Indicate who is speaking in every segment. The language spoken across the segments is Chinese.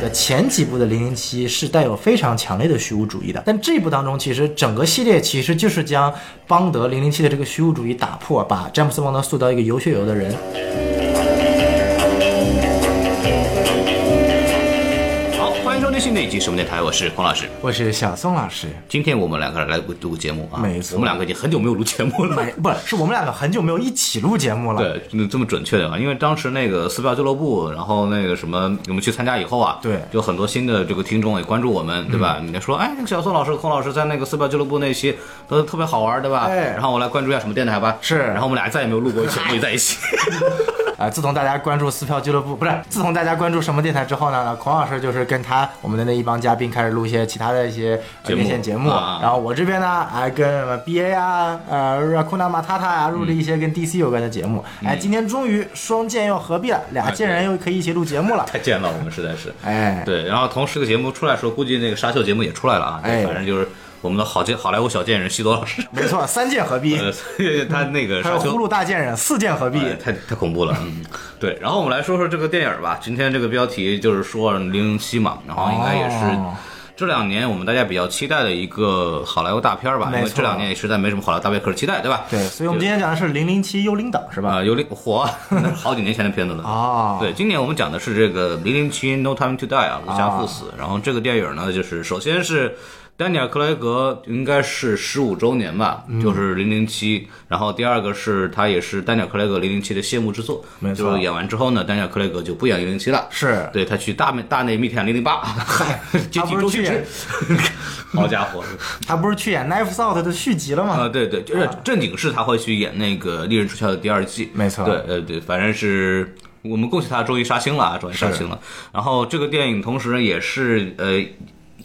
Speaker 1: 的前几部的《零零七》是带有非常强烈的虚无主义的，但这部当中其实整个系列其实就是将邦德《零零七》的这个虚无主义打破，把詹姆斯·邦德塑造一个有血有肉的人。
Speaker 2: 好，欢迎收听新的一集《什么电台》，我是孔老师。
Speaker 1: 我是小宋老师，
Speaker 2: 今天我们两个来录节目啊，
Speaker 1: 没错
Speaker 2: 我们两个已经很久没有录节 目了。
Speaker 1: 没不是我们两个很久没有一起录节目了。
Speaker 2: 对，嗯这么准确的啊，因为当时那个撕票俱乐部，然后那个什么，我们去参加以后啊，
Speaker 1: 对嗯
Speaker 2: 有很多新的这个听众也关注我们，对吧？你们说，哎，那个小宋老师、孔老师在那个撕票俱乐部那期都特别好玩，对吧？
Speaker 1: 哎
Speaker 2: 然后我来关注一下什么电台吧。
Speaker 1: 是
Speaker 2: 然后我们俩再也没有录过节目在 一起。
Speaker 1: 啊，自从大家关注撕票俱乐部，不是自从大家关注什么电台之后呢，孔老师就是跟他我们的那一帮嘉宾开始录一些其他的一些呃
Speaker 2: 节目
Speaker 1: 连线节目，
Speaker 2: 啊
Speaker 1: 然后我这边呢，还跟什么 BA 啊，呃 r a c u n a Matata 啊，
Speaker 2: 嗯
Speaker 1: 录了一些跟 DC 有关的节目。哎，今天终于双剑又合璧了，俩剑人又可以一起录节目了。
Speaker 2: 太贱了，我们实在是。
Speaker 1: 哎，
Speaker 2: 对，然后同时这个节目出来的时候，估计那个沙丘节目也出来了啊。对
Speaker 1: 哎
Speaker 2: 反正就是我们的好剑好莱坞小贱人西多老师，
Speaker 1: 没错，三剑合璧，
Speaker 2: 呃，所以他那
Speaker 1: 还
Speaker 2: 个沙
Speaker 1: 有
Speaker 2: 丘
Speaker 1: 呼。噜大剑人四剑合璧。
Speaker 2: 哎太太恐怖了，嗯，对。然后我们来说说这个电影吧。今天这个标题就是说《零零七》嘛，然后应该也是
Speaker 1: 哦
Speaker 2: 这两年我们大家比较期待的一个好莱坞大片吧，
Speaker 1: 没错
Speaker 2: 因为这两年也实在没什么好莱坞大片可期待，对吧？
Speaker 1: 对，所以我们今天讲的是《零零七幽灵党》是吧？
Speaker 2: 啊，有点 火，那是好几年前的片子了。
Speaker 1: 哦
Speaker 2: 对，今年我们讲的是这个《零零七 No Time to Die》啊，无暇赴死。
Speaker 1: 哦
Speaker 2: 然后这个电影呢，就是首先是丹尼尔·克雷格应该是十五周年吧，
Speaker 1: 嗯
Speaker 2: 就是《零零七》。然后第二个是他也是丹尼尔·克雷格《零零七》的谢幕之作，
Speaker 1: 没错
Speaker 2: 就是演完之后呢，丹尼尔·克雷格就不演《零零七》了。
Speaker 1: 是
Speaker 2: 对他去大内大内密探零零八， 接
Speaker 1: 他
Speaker 2: 替
Speaker 1: 不是
Speaker 2: 周
Speaker 1: 去
Speaker 2: 星驰
Speaker 1: 演，
Speaker 2: 好家伙！
Speaker 1: 他不是去演《Knives Out》的续集了吗？
Speaker 2: 啊、对对，就是正经是他会去演那个《利刃出鞘》的第二季，
Speaker 1: 没错
Speaker 2: 对，呃，对，反正是我们恭喜他终于杀青了啊，终于杀青了。然后这个电影同时呢也是呃。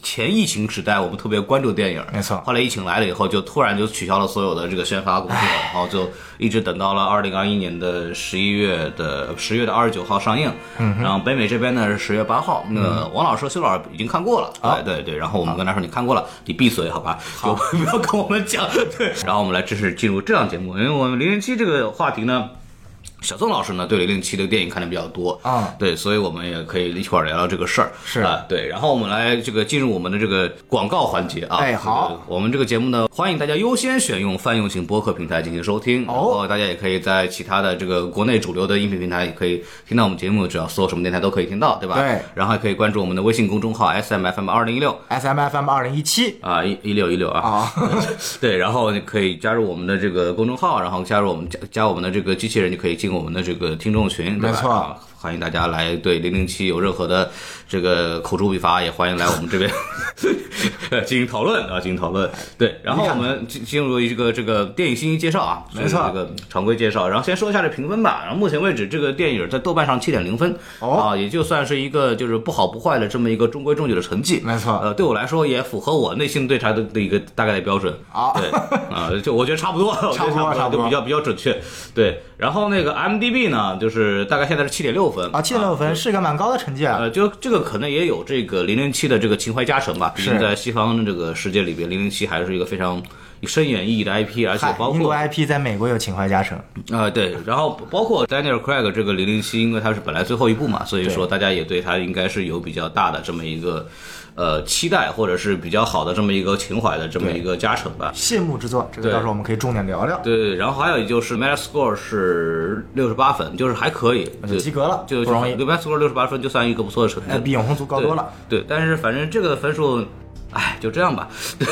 Speaker 2: 前疫情时代，我们特别关注电影，
Speaker 1: 没错
Speaker 2: 后来疫情来了以后，就突然就取消了所有的这个宣发工作，然后就一直等到了二零二一年的十一月的十月的二十九号上映。嗯，然后北美这边呢是十月八号。那个王老师、修老师已经看过了，对对对。然后我们跟他说你看过了，你闭嘴好吧，就不要跟我们讲。 对，然后我们来正式进入这档节目，因为我们零零七这个话题呢。小宋老师呢，对零零七这个电影看的比较多
Speaker 1: 啊
Speaker 2: 对，所以我们也可以一会儿聊聊这个事儿，
Speaker 1: 是
Speaker 2: 啊，对，然后我们来这个进入我们的这个广告环节啊，
Speaker 1: 哎好
Speaker 2: 这个我们这个节目呢，欢迎大家优先选用泛用型播客平台进行收听，
Speaker 1: 哦
Speaker 2: 然后大家也可以在其他的这个国内主流的音频平台也可以听到我们节目，只要搜什么电台都可以听到，对吧？
Speaker 1: 对
Speaker 2: 然后还可以关注我们的微信公众号 S M F M 二零一六。
Speaker 1: S M F M 二零一七
Speaker 2: 啊，一一六一六啊，
Speaker 1: 啊，
Speaker 2: 对，然后你可以加入我们的这个公众号，然后加入我们加加我们的这个机器人，就可以进我们的这个听众群，对吧
Speaker 1: 没错
Speaker 2: 啊欢迎大家来对零零七有任何的这个口诛笔伐，也欢迎来我们这边 呃进行讨论啊，进行讨论。对，然后我们进进入一个这个电影信息介绍啊，
Speaker 1: 没错
Speaker 2: 这个常规介绍。然后先说一下这评分吧。然后目前为止，这个电影在豆瓣上七点零分、
Speaker 1: 哦
Speaker 2: 啊，也就算是一个就是不好不坏的这么一个中规中矩的成绩。
Speaker 1: 没错
Speaker 2: 呃，对我来说也符合我内心对它的的一个大概的标 准。
Speaker 1: 好
Speaker 2: 对，啊、就我觉得差不多，我觉
Speaker 1: 差
Speaker 2: 得
Speaker 1: 不多
Speaker 2: 差
Speaker 1: 差不多
Speaker 2: 就比较比较准确。对，然后那个 M D B 呢，就是大概现在是七点六分
Speaker 1: 啊，七点六分是个蛮高的成绩啊。
Speaker 2: 呃，就这个可能也有这个零零七的这个情怀加成吧，毕竟
Speaker 1: 是
Speaker 2: 在西方的这个世界里边，零零七还是一个非常深远意义的 IP，而且
Speaker 1: 嗨
Speaker 2: 包
Speaker 1: 英国
Speaker 2: 括
Speaker 1: IP 在美国有情怀加成，
Speaker 2: 呃对，然后包括 Daniel Craig 这个零零七，因为它是本来最后一部嘛，所以
Speaker 1: 对
Speaker 2: 说大家也对它应该是有比较大的这么一个呃期待，或者是比较好的这么一个情怀的这么一个加成吧。
Speaker 1: 谢幕之作，这个
Speaker 2: 对
Speaker 1: 到时候我们可以重点聊聊。
Speaker 2: 对，然后还有就是 Metascore 是六十八分，就是还可以，
Speaker 1: 就及格了
Speaker 2: 就
Speaker 1: 不容易
Speaker 2: 就 Metascore 六十八分就算一个不错的成绩
Speaker 1: 呃，
Speaker 2: 了，
Speaker 1: 比永恒族高多了。
Speaker 2: 对。对，但是反正这个分数。哎，就这样吧。 对，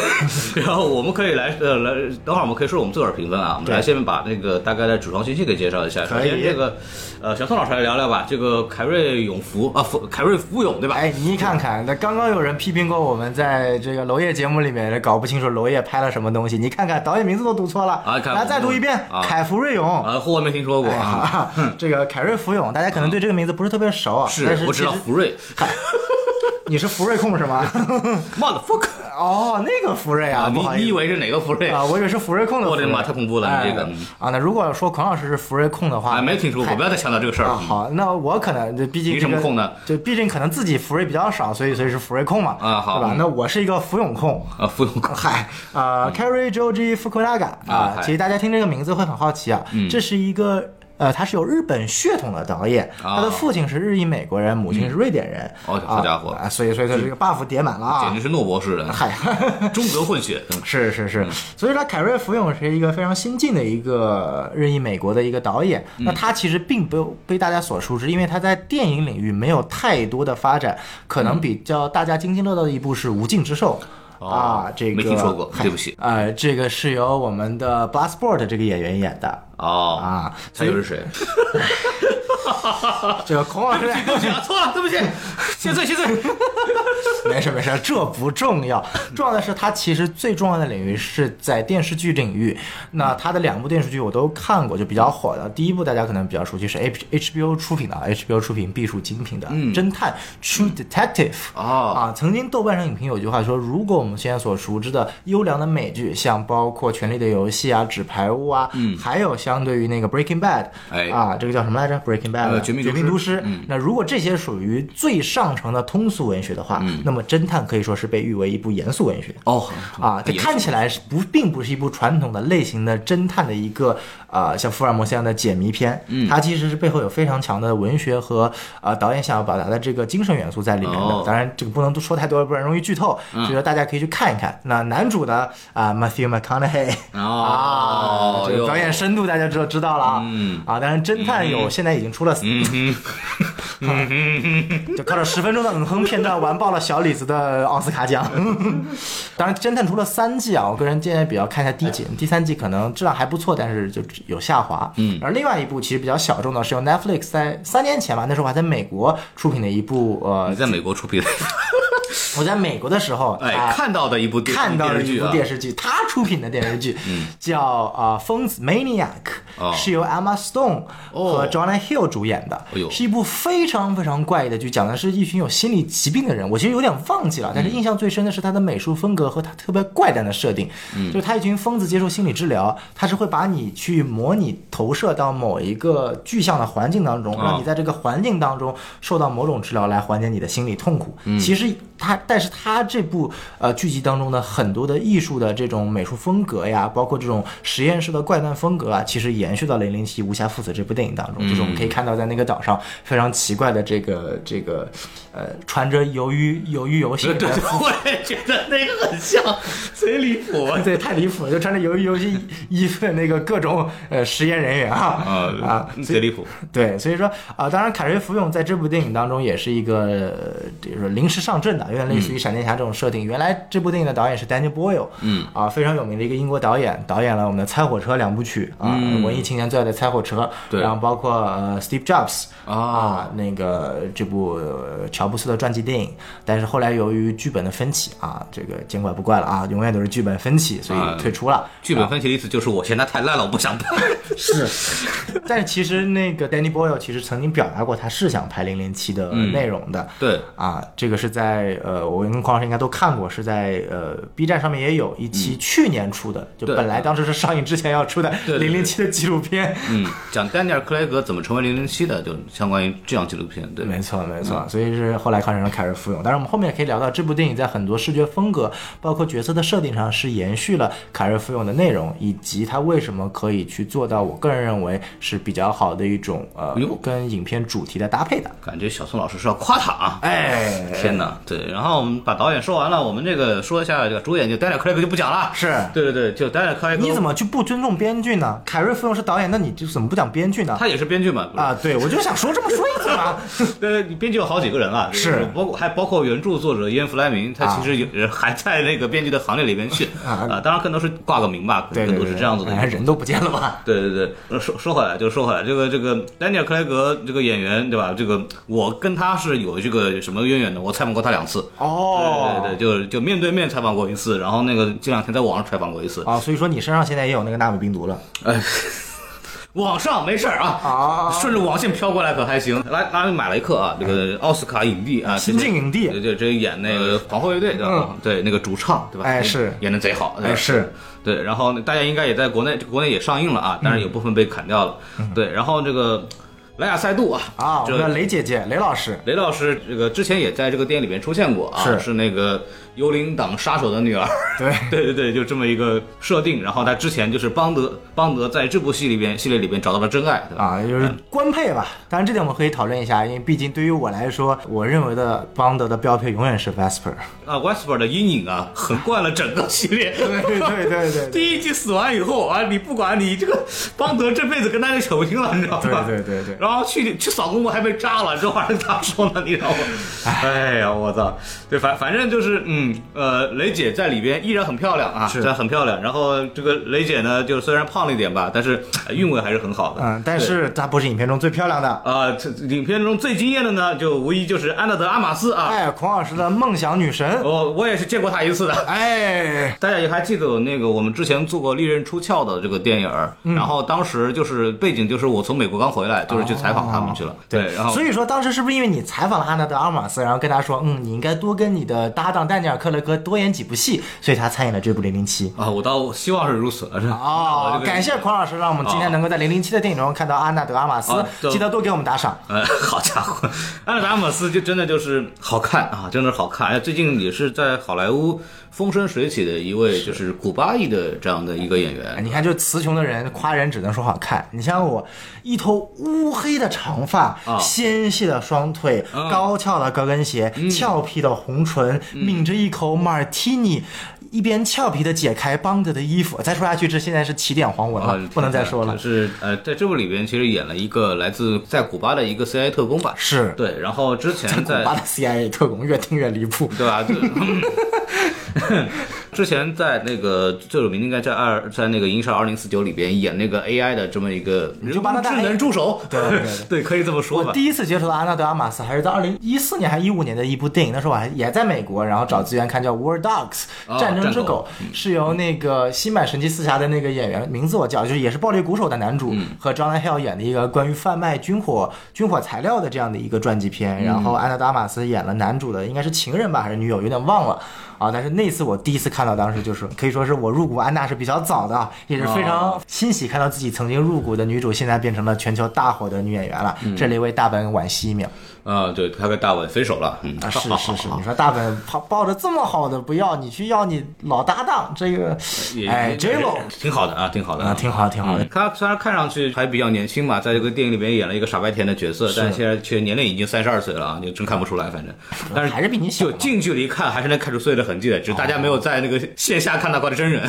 Speaker 2: 然后我们可以来呃来，等会儿我们可以说我们自个儿评分啊。我们
Speaker 1: 对
Speaker 2: 来下面把那个大概的主创信息给介绍一下。首
Speaker 1: 可以
Speaker 2: 先这个呃，小宋老师来聊聊吧。这个凯瑞永福啊，福凯瑞福永对吧？
Speaker 1: 哎，你看看，那刚刚有人批评过我们在这个娄烨节目里面搞不清楚娄烨拍了什么东西，你看看导演名字都读错了，
Speaker 2: 啊凯
Speaker 1: 来再读一遍，
Speaker 2: 啊
Speaker 1: 凯福瑞永。
Speaker 2: 啊，霍没听说过啊。
Speaker 1: 啊，这个凯瑞福永，大家可能对这个名字不是特别熟， 啊但是
Speaker 2: 我知道
Speaker 1: 其实
Speaker 2: 福瑞
Speaker 1: 你是福瑞控是吗？
Speaker 2: ，motherfucker
Speaker 1: 哦，那个福 瑞啊，不
Speaker 2: 你
Speaker 1: 好意思
Speaker 2: 你以为是哪个福瑞
Speaker 1: 啊，我以为是福瑞控的福
Speaker 2: 我
Speaker 1: 瑞。
Speaker 2: 的妈太恐怖了你这个
Speaker 1: 哎
Speaker 2: 嗯
Speaker 1: 啊！那如果说孔老师是福瑞控的话，
Speaker 2: 啊？没听说过，
Speaker 1: 嗨
Speaker 2: 不要再强调这个事儿嗯
Speaker 1: 啊，
Speaker 2: 了。
Speaker 1: 好，那我可能就毕竟
Speaker 2: 你什么
Speaker 1: 这个
Speaker 2: 控呢？
Speaker 1: 就毕竟可能自己福瑞比较少，所以所以是福瑞控嘛，
Speaker 2: 啊好
Speaker 1: 对吧
Speaker 2: 嗯？
Speaker 1: 那我是一个福永控。
Speaker 2: 啊，福永
Speaker 1: 嗨，啊 c a r r y Joji Fukunaga
Speaker 2: 啊
Speaker 1: 啊
Speaker 2: 嗨，嗯
Speaker 1: 其实大家听这个名字会很好奇啊，这是一个。呃，他是有日本血统的导演，
Speaker 2: 啊
Speaker 1: 他的父亲是日裔美国人，母亲是瑞典人。
Speaker 2: 哦好家伙
Speaker 1: 啊，所以所以他这个 buff 叠满了
Speaker 2: 简
Speaker 1: 啊
Speaker 2: 直。是诺博士的，
Speaker 1: 嗨，
Speaker 2: 中德混血，嗯
Speaker 1: 是是是，所以说凯瑞·福永是一个非常新晋的一个日裔美国的一个导演。
Speaker 2: 嗯
Speaker 1: 那他其实并不被大家所熟知，因为他在电影领域没有太多的发展，可能比较大家津津乐道的一部是《无尽之兽》。啊，这个
Speaker 2: 嗯哦没听说过
Speaker 1: 嗨
Speaker 2: 对不起
Speaker 1: 呃，这个是由我们的 Bloodsport 这个演员演的
Speaker 2: 哦，
Speaker 1: 啊，
Speaker 2: 他
Speaker 1: 所
Speaker 2: 又
Speaker 1: 以
Speaker 2: 是谁？
Speaker 1: 这个孔老 师
Speaker 2: 对不起啊，错了，对不起，谢罪谢罪。
Speaker 1: 没事没事，这不重要，重要的是他其实最重要的领域是在电视剧领域。那他的两部电视剧我都看过，就比较火的。第一部大家可能比较熟悉，是 H HBO 出品的啊，HBO 出品必属精品的侦探 True Detective。
Speaker 2: 哦，
Speaker 1: 啊，曾经豆瓣上影评有句话说，如果我们现在所熟知的优良的美剧，像包括《权力的游戏》啊、《纸牌屋》啊，还有相对于那个《Breaking Bad》，
Speaker 2: 哎
Speaker 1: 啊，这个叫什么来着？《Breaking Bad》
Speaker 2: 呃
Speaker 1: 绝
Speaker 2: 绝
Speaker 1: 命
Speaker 2: 命
Speaker 1: 毒
Speaker 2: 毒
Speaker 1: 师。那如果这些属于最上乘的通俗文学的话，那么侦探可以说是被誉为一部严肃文学。
Speaker 2: 哦
Speaker 1: 啊，这
Speaker 2: 也
Speaker 1: 看起来是不并不是一部传统的类型的侦探的一个呃像福尔摩斯一样的解谜片，嗯，它其实是背后有非常强的文学和呃导演想要表达的这个精神元素在里面的。
Speaker 2: 哦
Speaker 1: 当然，这个不能多说太多，不然容易剧透，所以说大家可以去看一看。那男主呢啊、Matthew McConaughey
Speaker 2: 哦
Speaker 1: 啊，这个
Speaker 2: 哟
Speaker 1: 表演深度大家知道知道了啊，
Speaker 2: 嗯
Speaker 1: 啊，当然侦探有现在已经出了嗯
Speaker 2: 嗯 哼，
Speaker 1: 就靠着十分钟的嗯哼片段完爆了小李子的奥斯卡奖。 当然，侦探出了三季啊，我个人建议比较看一下第一季，
Speaker 2: 哎
Speaker 1: 第三季可能质量还不错，但是就有下滑。嗯，而另外一部其实比较小众的是由 Netflix 在三年前吧，那时候我还在美国出品的一部，呃
Speaker 2: 你，在美国出品的，
Speaker 1: 我在美国的时候，
Speaker 2: 哎，
Speaker 1: 啊
Speaker 2: 看到的一部电
Speaker 1: 看到了
Speaker 2: 电视
Speaker 1: 一
Speaker 2: 剧
Speaker 1: 部
Speaker 2: 啊，嗯
Speaker 1: 电视剧，他出品的电视剧叫呃《疯子 Maniac
Speaker 2: 哦》，
Speaker 1: 是由 Emma Stone
Speaker 2: 哦
Speaker 1: 和 Jonah Hill 主演的
Speaker 2: 哎，呦
Speaker 1: 是一部非常非常怪异的剧，讲的是一群有心理疾病的人。我其实有点忘记
Speaker 2: 嗯
Speaker 1: 了，但是印象最深的是它的美术风格和它特别怪诞的设定，
Speaker 2: 嗯
Speaker 1: 就是他一群疯子接受心理治疗，他是会把你去模拟投射到某一个具象的环境当中，
Speaker 2: 啊
Speaker 1: 让你在这个环境当中受到某种治疗来缓解你的心理痛苦。
Speaker 2: 嗯
Speaker 1: 其实它，但是它这部呃剧集当中的很多的艺术的这种美术风格呀，包括这种实验室的怪诞风格啊，其实延续到《零零七：无暇父子》这部电影当
Speaker 2: 嗯
Speaker 1: 中，就是我们可以看到在那个岛上非常奇怪的这个这个呃穿着鱿鱼鱿鱼游戏里
Speaker 2: 对对，
Speaker 1: 面
Speaker 2: 对我也觉得那个很像，贼离谱啊。
Speaker 1: 对，太离谱了，就穿着鱿鱼游戏衣服的那个各种呃实验人员啊啊
Speaker 2: 啊，，贼离谱。
Speaker 1: 对，所以说啊、当然凯瑞·福永在这部电影当中也是一个，呃就是说临时上阵的，有点类
Speaker 2: 嗯
Speaker 1: 似于闪电侠这种设定。原来这部电影的导演是 Daniel Boyle，嗯，啊，非常有名的一个英国导演，导演了我们的《猜火车》两部曲啊，文艺青年最爱的《猜火车》，
Speaker 2: 嗯对
Speaker 1: 然后包括、呃、Steve Jobs
Speaker 2: 啊
Speaker 1: 啊，那个这部、呃乔布斯的传记电影，但是后来由于剧本的分歧啊，这个见怪不怪了啊，永远都是剧本分歧，所
Speaker 2: 啊
Speaker 1: 以退出了。
Speaker 2: 剧本分析的意思就是我嫌它太烂了，我不想拍。
Speaker 1: 是， 但是其实那个 Danny Boyle 其实曾经表达过他是想拍《零零七》的
Speaker 2: 嗯
Speaker 1: 内容的。
Speaker 2: 对，
Speaker 1: 啊，这个是在呃，我跟匡老师应该都看过，是在呃 B 站上面也有一期去年出的，就
Speaker 2: 嗯对
Speaker 1: 本来当时是上映之前要出的《
Speaker 2: 对对
Speaker 1: 零
Speaker 2: 对
Speaker 1: 零七》的纪录片。
Speaker 2: 嗯，讲丹尼尔·克莱格怎么成为零零七的，就相关于这样纪录片。对，
Speaker 1: 没错，没
Speaker 2: 嗯
Speaker 1: 错，所以是后来康成了凯瑞·福永。当然，我们后面也可以聊到这部电影在很多视觉风格，包括角色的设定上，是延续了凯瑞·福永的内容，以及他为什么可以去做到，我个人认为是比较好的一种呃
Speaker 2: 哎呦
Speaker 1: 跟影片主题的搭配的。
Speaker 2: 感觉小宋老师是要夸他啊。
Speaker 1: 哎
Speaker 2: 天哪，对。然后我们把导演说完了，我们这个说一下这个主演，就丹尼尔·克莱格就不讲了。
Speaker 1: 是
Speaker 2: 对对对，就丹尼尔·克莱格，
Speaker 1: 你怎么就不尊重编剧呢？凯瑞·福永是导演，那你就怎么不讲编剧呢？
Speaker 2: 他也是编剧嘛？不是
Speaker 1: 啊，对，我就想说这么说一次嘛。
Speaker 2: 呃，你编剧有好几个人啊，
Speaker 1: 是
Speaker 2: 包括还包括原著作者伊恩·弗莱明，他其实也 还在那个编剧的行列里边去
Speaker 1: 啊
Speaker 2: 啊，当然更多是挂个名吧，
Speaker 1: 对
Speaker 2: 更
Speaker 1: 对
Speaker 2: 多
Speaker 1: 对，
Speaker 2: 是这样子的一
Speaker 1: 哎
Speaker 2: 个。
Speaker 1: 人都不见了吧？
Speaker 2: 对对对，呃说说回来，就是说回来，这个这个丹尼尔·克莱格这个演员，对吧？这个我跟他是有这个什么渊源的，我采访过他两次。
Speaker 1: 哦，
Speaker 2: 对对对，就是就面对面采访过一次，然后那个这两天在网上采访过一次。
Speaker 1: 啊，所以说你身上现在也有那个纳米病毒了。
Speaker 2: 网上没事儿啊，
Speaker 1: 啊
Speaker 2: 顺着网线飘过来可还行。来，拉里马雷克啊，这个奥斯卡影帝啊，
Speaker 1: 嗯新晋影帝嗯
Speaker 2: 对对，这演那个皇后乐队对吧？对，那个主唱对吧？
Speaker 1: 哎是
Speaker 2: 演的贼好，对吧
Speaker 1: 哎是，
Speaker 2: 对。然后大家应该也在国内，国内也上映了
Speaker 1: 嗯
Speaker 2: 啊，但是有部分被砍掉了。对，然后这个莱雅塞杜啊，
Speaker 1: 啊，我
Speaker 2: 这
Speaker 1: 们的雷姐姐，雷老师
Speaker 2: 雷老师这个之前也在这个电影里面出现过啊，
Speaker 1: 是
Speaker 2: 是那个幽灵党杀手的女 儿。
Speaker 1: 对，
Speaker 2: 对对对，就这么一个设定。然后他之前就是邦德，邦德在这部戏里边系列里边找到了真爱，对吧？
Speaker 1: 啊，就是官配吧。当然，这点我们可以讨论一下，因为毕竟对于我来说，我认为的邦德的标配永远是 Vesper。
Speaker 2: 啊，Westbrook 的阴影啊，横贯了整个系列。
Speaker 1: 对对对对对
Speaker 2: 第一季死完以后啊，你不管你这个邦德这辈子跟大家扯不清了，你知道吧？
Speaker 1: 对对对对
Speaker 2: 然后去去扫公墓还被炸了，这玩意儿咋说呢？你知道 吗？哎呀，我操！对，反反正就是，嗯，呃，雷姐在里边依然很漂亮啊，
Speaker 1: 是
Speaker 2: 在很漂亮。然后这个雷姐呢，就是虽然胖了一点吧，但是呃韵味还是很好的。
Speaker 1: 嗯，但是她不是影片中最漂亮的。
Speaker 2: 啊，这这影片中最惊艳的呢，就无疑就是安娜德阿玛斯啊，
Speaker 1: 哎，孔老师的梦想女神。
Speaker 2: 我我也是见过她一次的。
Speaker 1: 哎，
Speaker 2: 大家也还记得有那个我们之前做过《利刃出鞘》的这个电影儿，
Speaker 1: 嗯
Speaker 2: 然后当时就是背景就是我从美国刚回来，就是去采访他们去了。对，然后
Speaker 1: 哦所以说当时是不是因为你采访了安娜德阿玛斯，然后跟她说，嗯，你应该多跟你的搭档丹尼尔·克雷格多演几部戏，所以她参演了这部《零零七》。
Speaker 2: 啊，我倒希望是啊如此。我这
Speaker 1: 哦，
Speaker 2: 个哦
Speaker 1: 感谢孔老师，让我们今天能够在《零零七》的电影中看到安娜德阿玛斯
Speaker 2: 啊，对
Speaker 1: 记得多给我们打赏。
Speaker 2: 呃， 好家伙，安娜达玛斯就真的就是好看啊，真的是好看。哎，最近也是在好莱坞风生水起的一位，就是古巴裔的这样的一个演员。
Speaker 1: 你看，就词穷的人夸人只能说好看。你像我，一头乌黑的长发，
Speaker 2: 啊
Speaker 1: 纤细的双腿，高翘的高跟鞋，
Speaker 2: 嗯
Speaker 1: 俏皮的红唇，抿着一口马提尼，一边俏皮的解开邦德的衣服。再说下去，这现在是起点黄文了，
Speaker 2: 啊，
Speaker 1: 不能再说了。
Speaker 2: 就是呃，在这部里边其实演了一个来自在古巴的一个 CIA 特工吧。
Speaker 1: 是
Speaker 2: 对，然后之前
Speaker 1: 古
Speaker 2: 在
Speaker 1: 巴的 CIA 特工越听越离谱。
Speaker 2: 对吧？对 之前在那个最有名的应该在二在那个《银闪二零四九》里边演那个 AI 的这么一个人
Speaker 1: 就把它
Speaker 2: 工
Speaker 1: 当
Speaker 2: 智能助手，
Speaker 1: 哎对 对对
Speaker 2: 对，可以这么说
Speaker 1: 我
Speaker 2: 吧。
Speaker 1: 第一次接触到安娜德阿玛斯还是在二零一四年还是一五年的一部电影，那时候我还也在美国，然后找资源看叫《War Dogs
Speaker 2: 哦》
Speaker 1: 战争
Speaker 2: 战
Speaker 1: 之
Speaker 2: 狗
Speaker 1: 狗，是由那个新版神奇四侠的那个演员，名字我叫，就是也是暴力鼓手的男主和 John Hill 演的一个关于贩卖军火军火材料的这样的一个传记片，然后安娜德阿玛斯演了男主的应该是情人吧还是女友，有点忘了。啊！但是那次我第一次看到，当时就是可以说是我入股安娜是比较早的，啊也是非常欣喜看到自己曾经入股的女主，现在变成了全球大火的女演员了，这里为大本惋惜一秒。
Speaker 2: 啊，对，他跟大伟分手了，嗯，
Speaker 1: 啊，是是是，你说大本抱抱着这么好的不要，你去要你老搭档，这个
Speaker 2: 也，
Speaker 1: 哎
Speaker 2: 也
Speaker 1: ，J Lo
Speaker 2: 挺好的啊，挺好的
Speaker 1: 啊，挺好挺好的
Speaker 2: 嗯。他虽然看上去还比较年轻嘛，在这个电影里面演了一个傻白甜的角色，但现在却年龄已经三十二岁了啊，你真看不出来，反正。但是
Speaker 1: 嗯还是比你小
Speaker 2: 就
Speaker 1: 嘛哦
Speaker 2: 近距离看，还是能看出岁月的痕迹的，只是大家没有在那个线下看到过的 真人。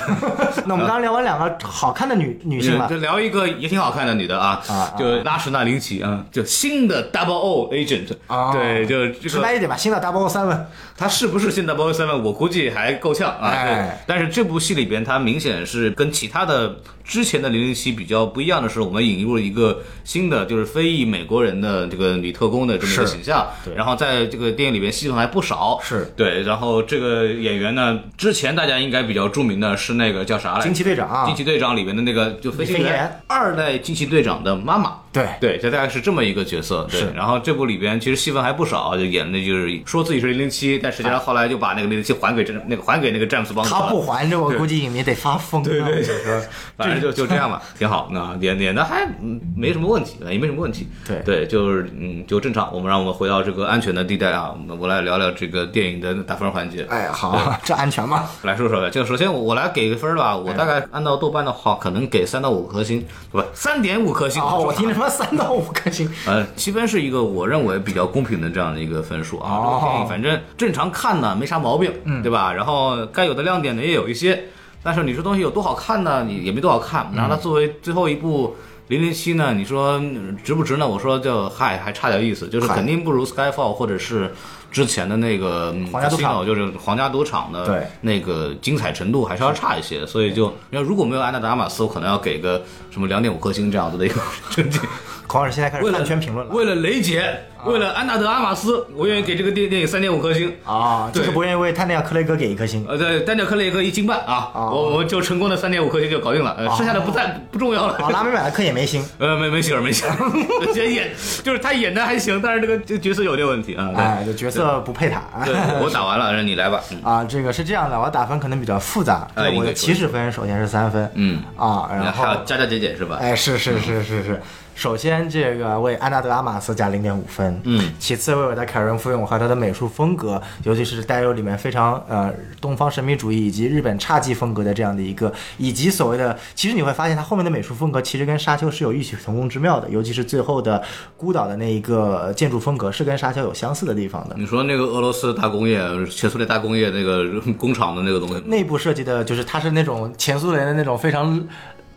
Speaker 1: 那我
Speaker 2: 呃
Speaker 1: 们刚刚聊完两个好看的女女性了
Speaker 2: 就，聊一个也挺好看的女的啊，
Speaker 1: 啊
Speaker 2: 就拉什纳林奇啊，就新的 Double O Agent，、
Speaker 1: 啊
Speaker 2: 对，就这
Speaker 1: 直
Speaker 2: 个
Speaker 1: 白一点吧，新的 Double Seven
Speaker 2: 她是不是新的 Double Seven，我估计还够呛啊。
Speaker 1: 哎
Speaker 2: 对，但是这部戏里边，她明显是跟其他的之前的零零七比较不一样的是，我们引入了一个新的，就是非裔美国人的这个女特工的这么一个
Speaker 1: 是
Speaker 2: 形象。
Speaker 1: 对
Speaker 2: 然后在这个电影里边戏份还不少。
Speaker 1: 是
Speaker 2: 对，然后这个演员呢，之前大家应该比较著名的是那个叫啥来着
Speaker 1: 惊？奇队长啊
Speaker 2: 哎惊，奇队长里面的那个就飞行
Speaker 1: 飞行
Speaker 2: 员
Speaker 1: 员
Speaker 2: 二代惊奇队长的妈妈。
Speaker 1: 对
Speaker 2: 对，这大概是这么一个角色。对
Speaker 1: 是，
Speaker 2: 然后这部里边其实戏份还不少，就演的就是说自己是零零七，但实际上后来就把那个零零七还给这那个还给那个詹姆斯邦德了。
Speaker 1: 啊他不还这，我估计影迷得发疯。啊对对对，
Speaker 2: 反正就就这样吧，挺好。那演演的还嗯没什么问题，也没什么问题。
Speaker 1: 对
Speaker 2: 对，就是嗯就正常。我们让我们回到这个安全的地带啊，我们我来聊聊这个电影的打分环节。
Speaker 1: 哎，好，这安全 吗？
Speaker 2: 来说说吧，就首先我我来给个分儿吧，
Speaker 1: 哎
Speaker 2: 我大概按照豆瓣的话，可能给三到五颗星，不，三点五颗星。啊
Speaker 1: 哦，我听
Speaker 2: 着。
Speaker 1: 着说三到五颗星，
Speaker 2: 呃，七分是一个我认为比较公平的这样的一个分数啊。
Speaker 1: 哦嗯
Speaker 2: 这个电影反正正常看呢，没啥毛病，对吧？然后该有的亮点呢也有一些，但是你说东西有多好看呢，你也没多好看。然后
Speaker 1: 嗯
Speaker 2: 它作为最后一部。零零七呢？你说嗯值不值呢？我说就嗨，还差点意思，就是
Speaker 1: 嗨
Speaker 2: 肯定不如 Skyfall 或者是之前的那个嗯
Speaker 1: 皇家赌场
Speaker 2: Casino，就是皇家赌场的
Speaker 1: 对
Speaker 2: 那个精彩程度还是要差一些，所以就要如果没有安娜达马斯，我可能要给个什么两点五颗星这样子的一个成绩。
Speaker 1: 孔老师现在开始
Speaker 2: 为了
Speaker 1: 饭圈评论了啊
Speaker 2: 为了雷姐，为了安娜德阿玛斯，我愿意给这个电电影三点五颗星。
Speaker 1: 啊，就
Speaker 2: 对
Speaker 1: 是不愿意为泰内尔·克雷格给一颗星。
Speaker 2: 呃，对，丹尼尔·克雷格一斤半啊，
Speaker 1: 哦
Speaker 2: 我我就成功的三点五颗星就搞定了，呃剩下的不再不重要
Speaker 1: 啊，
Speaker 2: 了。
Speaker 1: 拉美马的克也没星。
Speaker 2: 呃，没没戏儿，没戏儿， 我觉得演就是他演的还行，但是这个这角色有点问题啊。对
Speaker 1: 哎，这角色不配他。
Speaker 2: 对，我打完了，让你来吧。嗯
Speaker 1: 啊，这个是这样的，我打分可能比较复杂。
Speaker 2: 哎
Speaker 1: 对我
Speaker 2: 应
Speaker 1: 的
Speaker 2: 该说
Speaker 1: 起始分首先是三分，
Speaker 2: 嗯
Speaker 1: 啊，然
Speaker 2: 还
Speaker 1: 后哎
Speaker 2: 有加加减减是吧？
Speaker 1: 哎，是是是是是，首先这个为安娜德阿玛斯加零点五分，人，嗯，其次维尔的《凯尔文夫咏》和他的美术风格，尤其是带有里面非常呃东方神秘主义以及日本侘寂风格的这样的一个，以及所谓的，其实你会发现他后面的美术风格其实跟沙丘是有异曲同工之妙的，尤其是最后的孤岛的那一个建筑风格是跟沙丘有相似的地方的。
Speaker 2: 你说那个俄罗斯大工业，前苏联大工业那个 工厂的那个东西，
Speaker 1: 内部设计的就是它是那种前苏联的那种非常。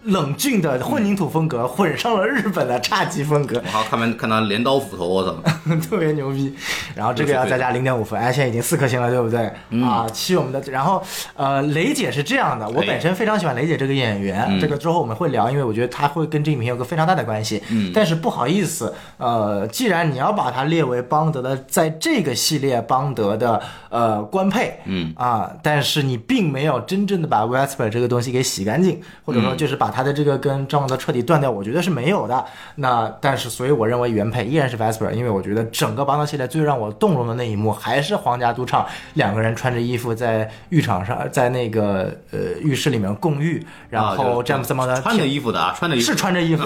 Speaker 1: 冷峻的混凝土风格混上了日本的 侘寂风格，
Speaker 2: 我还看完看他镰刀斧头，啊我操！
Speaker 1: 特别牛逼。然后这个要再加零点五分，哎，现在已经四颗星了，对不对？啊，七我们的。然后呃，雷姐是这样的，我本身非常喜欢雷姐这个演员，这个之后我们会聊，因为我觉得她会跟这影片有个非常大的关系。嗯，但是不好意思，呃，既然你要把她列为邦德的，在这个系列邦德的呃官配，嗯啊，但是你并没有真正的把 Westbrook 这个东西给洗干净，或者
Speaker 2: 嗯
Speaker 1: 说就是把他的这个跟张王德彻底断掉，我觉得是没有的。那但是，所以我认为原配依然是 Vesper，因为我觉得整个巴德系列最让我动容的那一幕还是皇家赌场两个人穿着衣服在浴场上，在那个呃浴室里面共浴，然后詹姆斯邦德
Speaker 2: 啊穿着衣服的啊，穿着衣服
Speaker 1: 呃是穿着衣服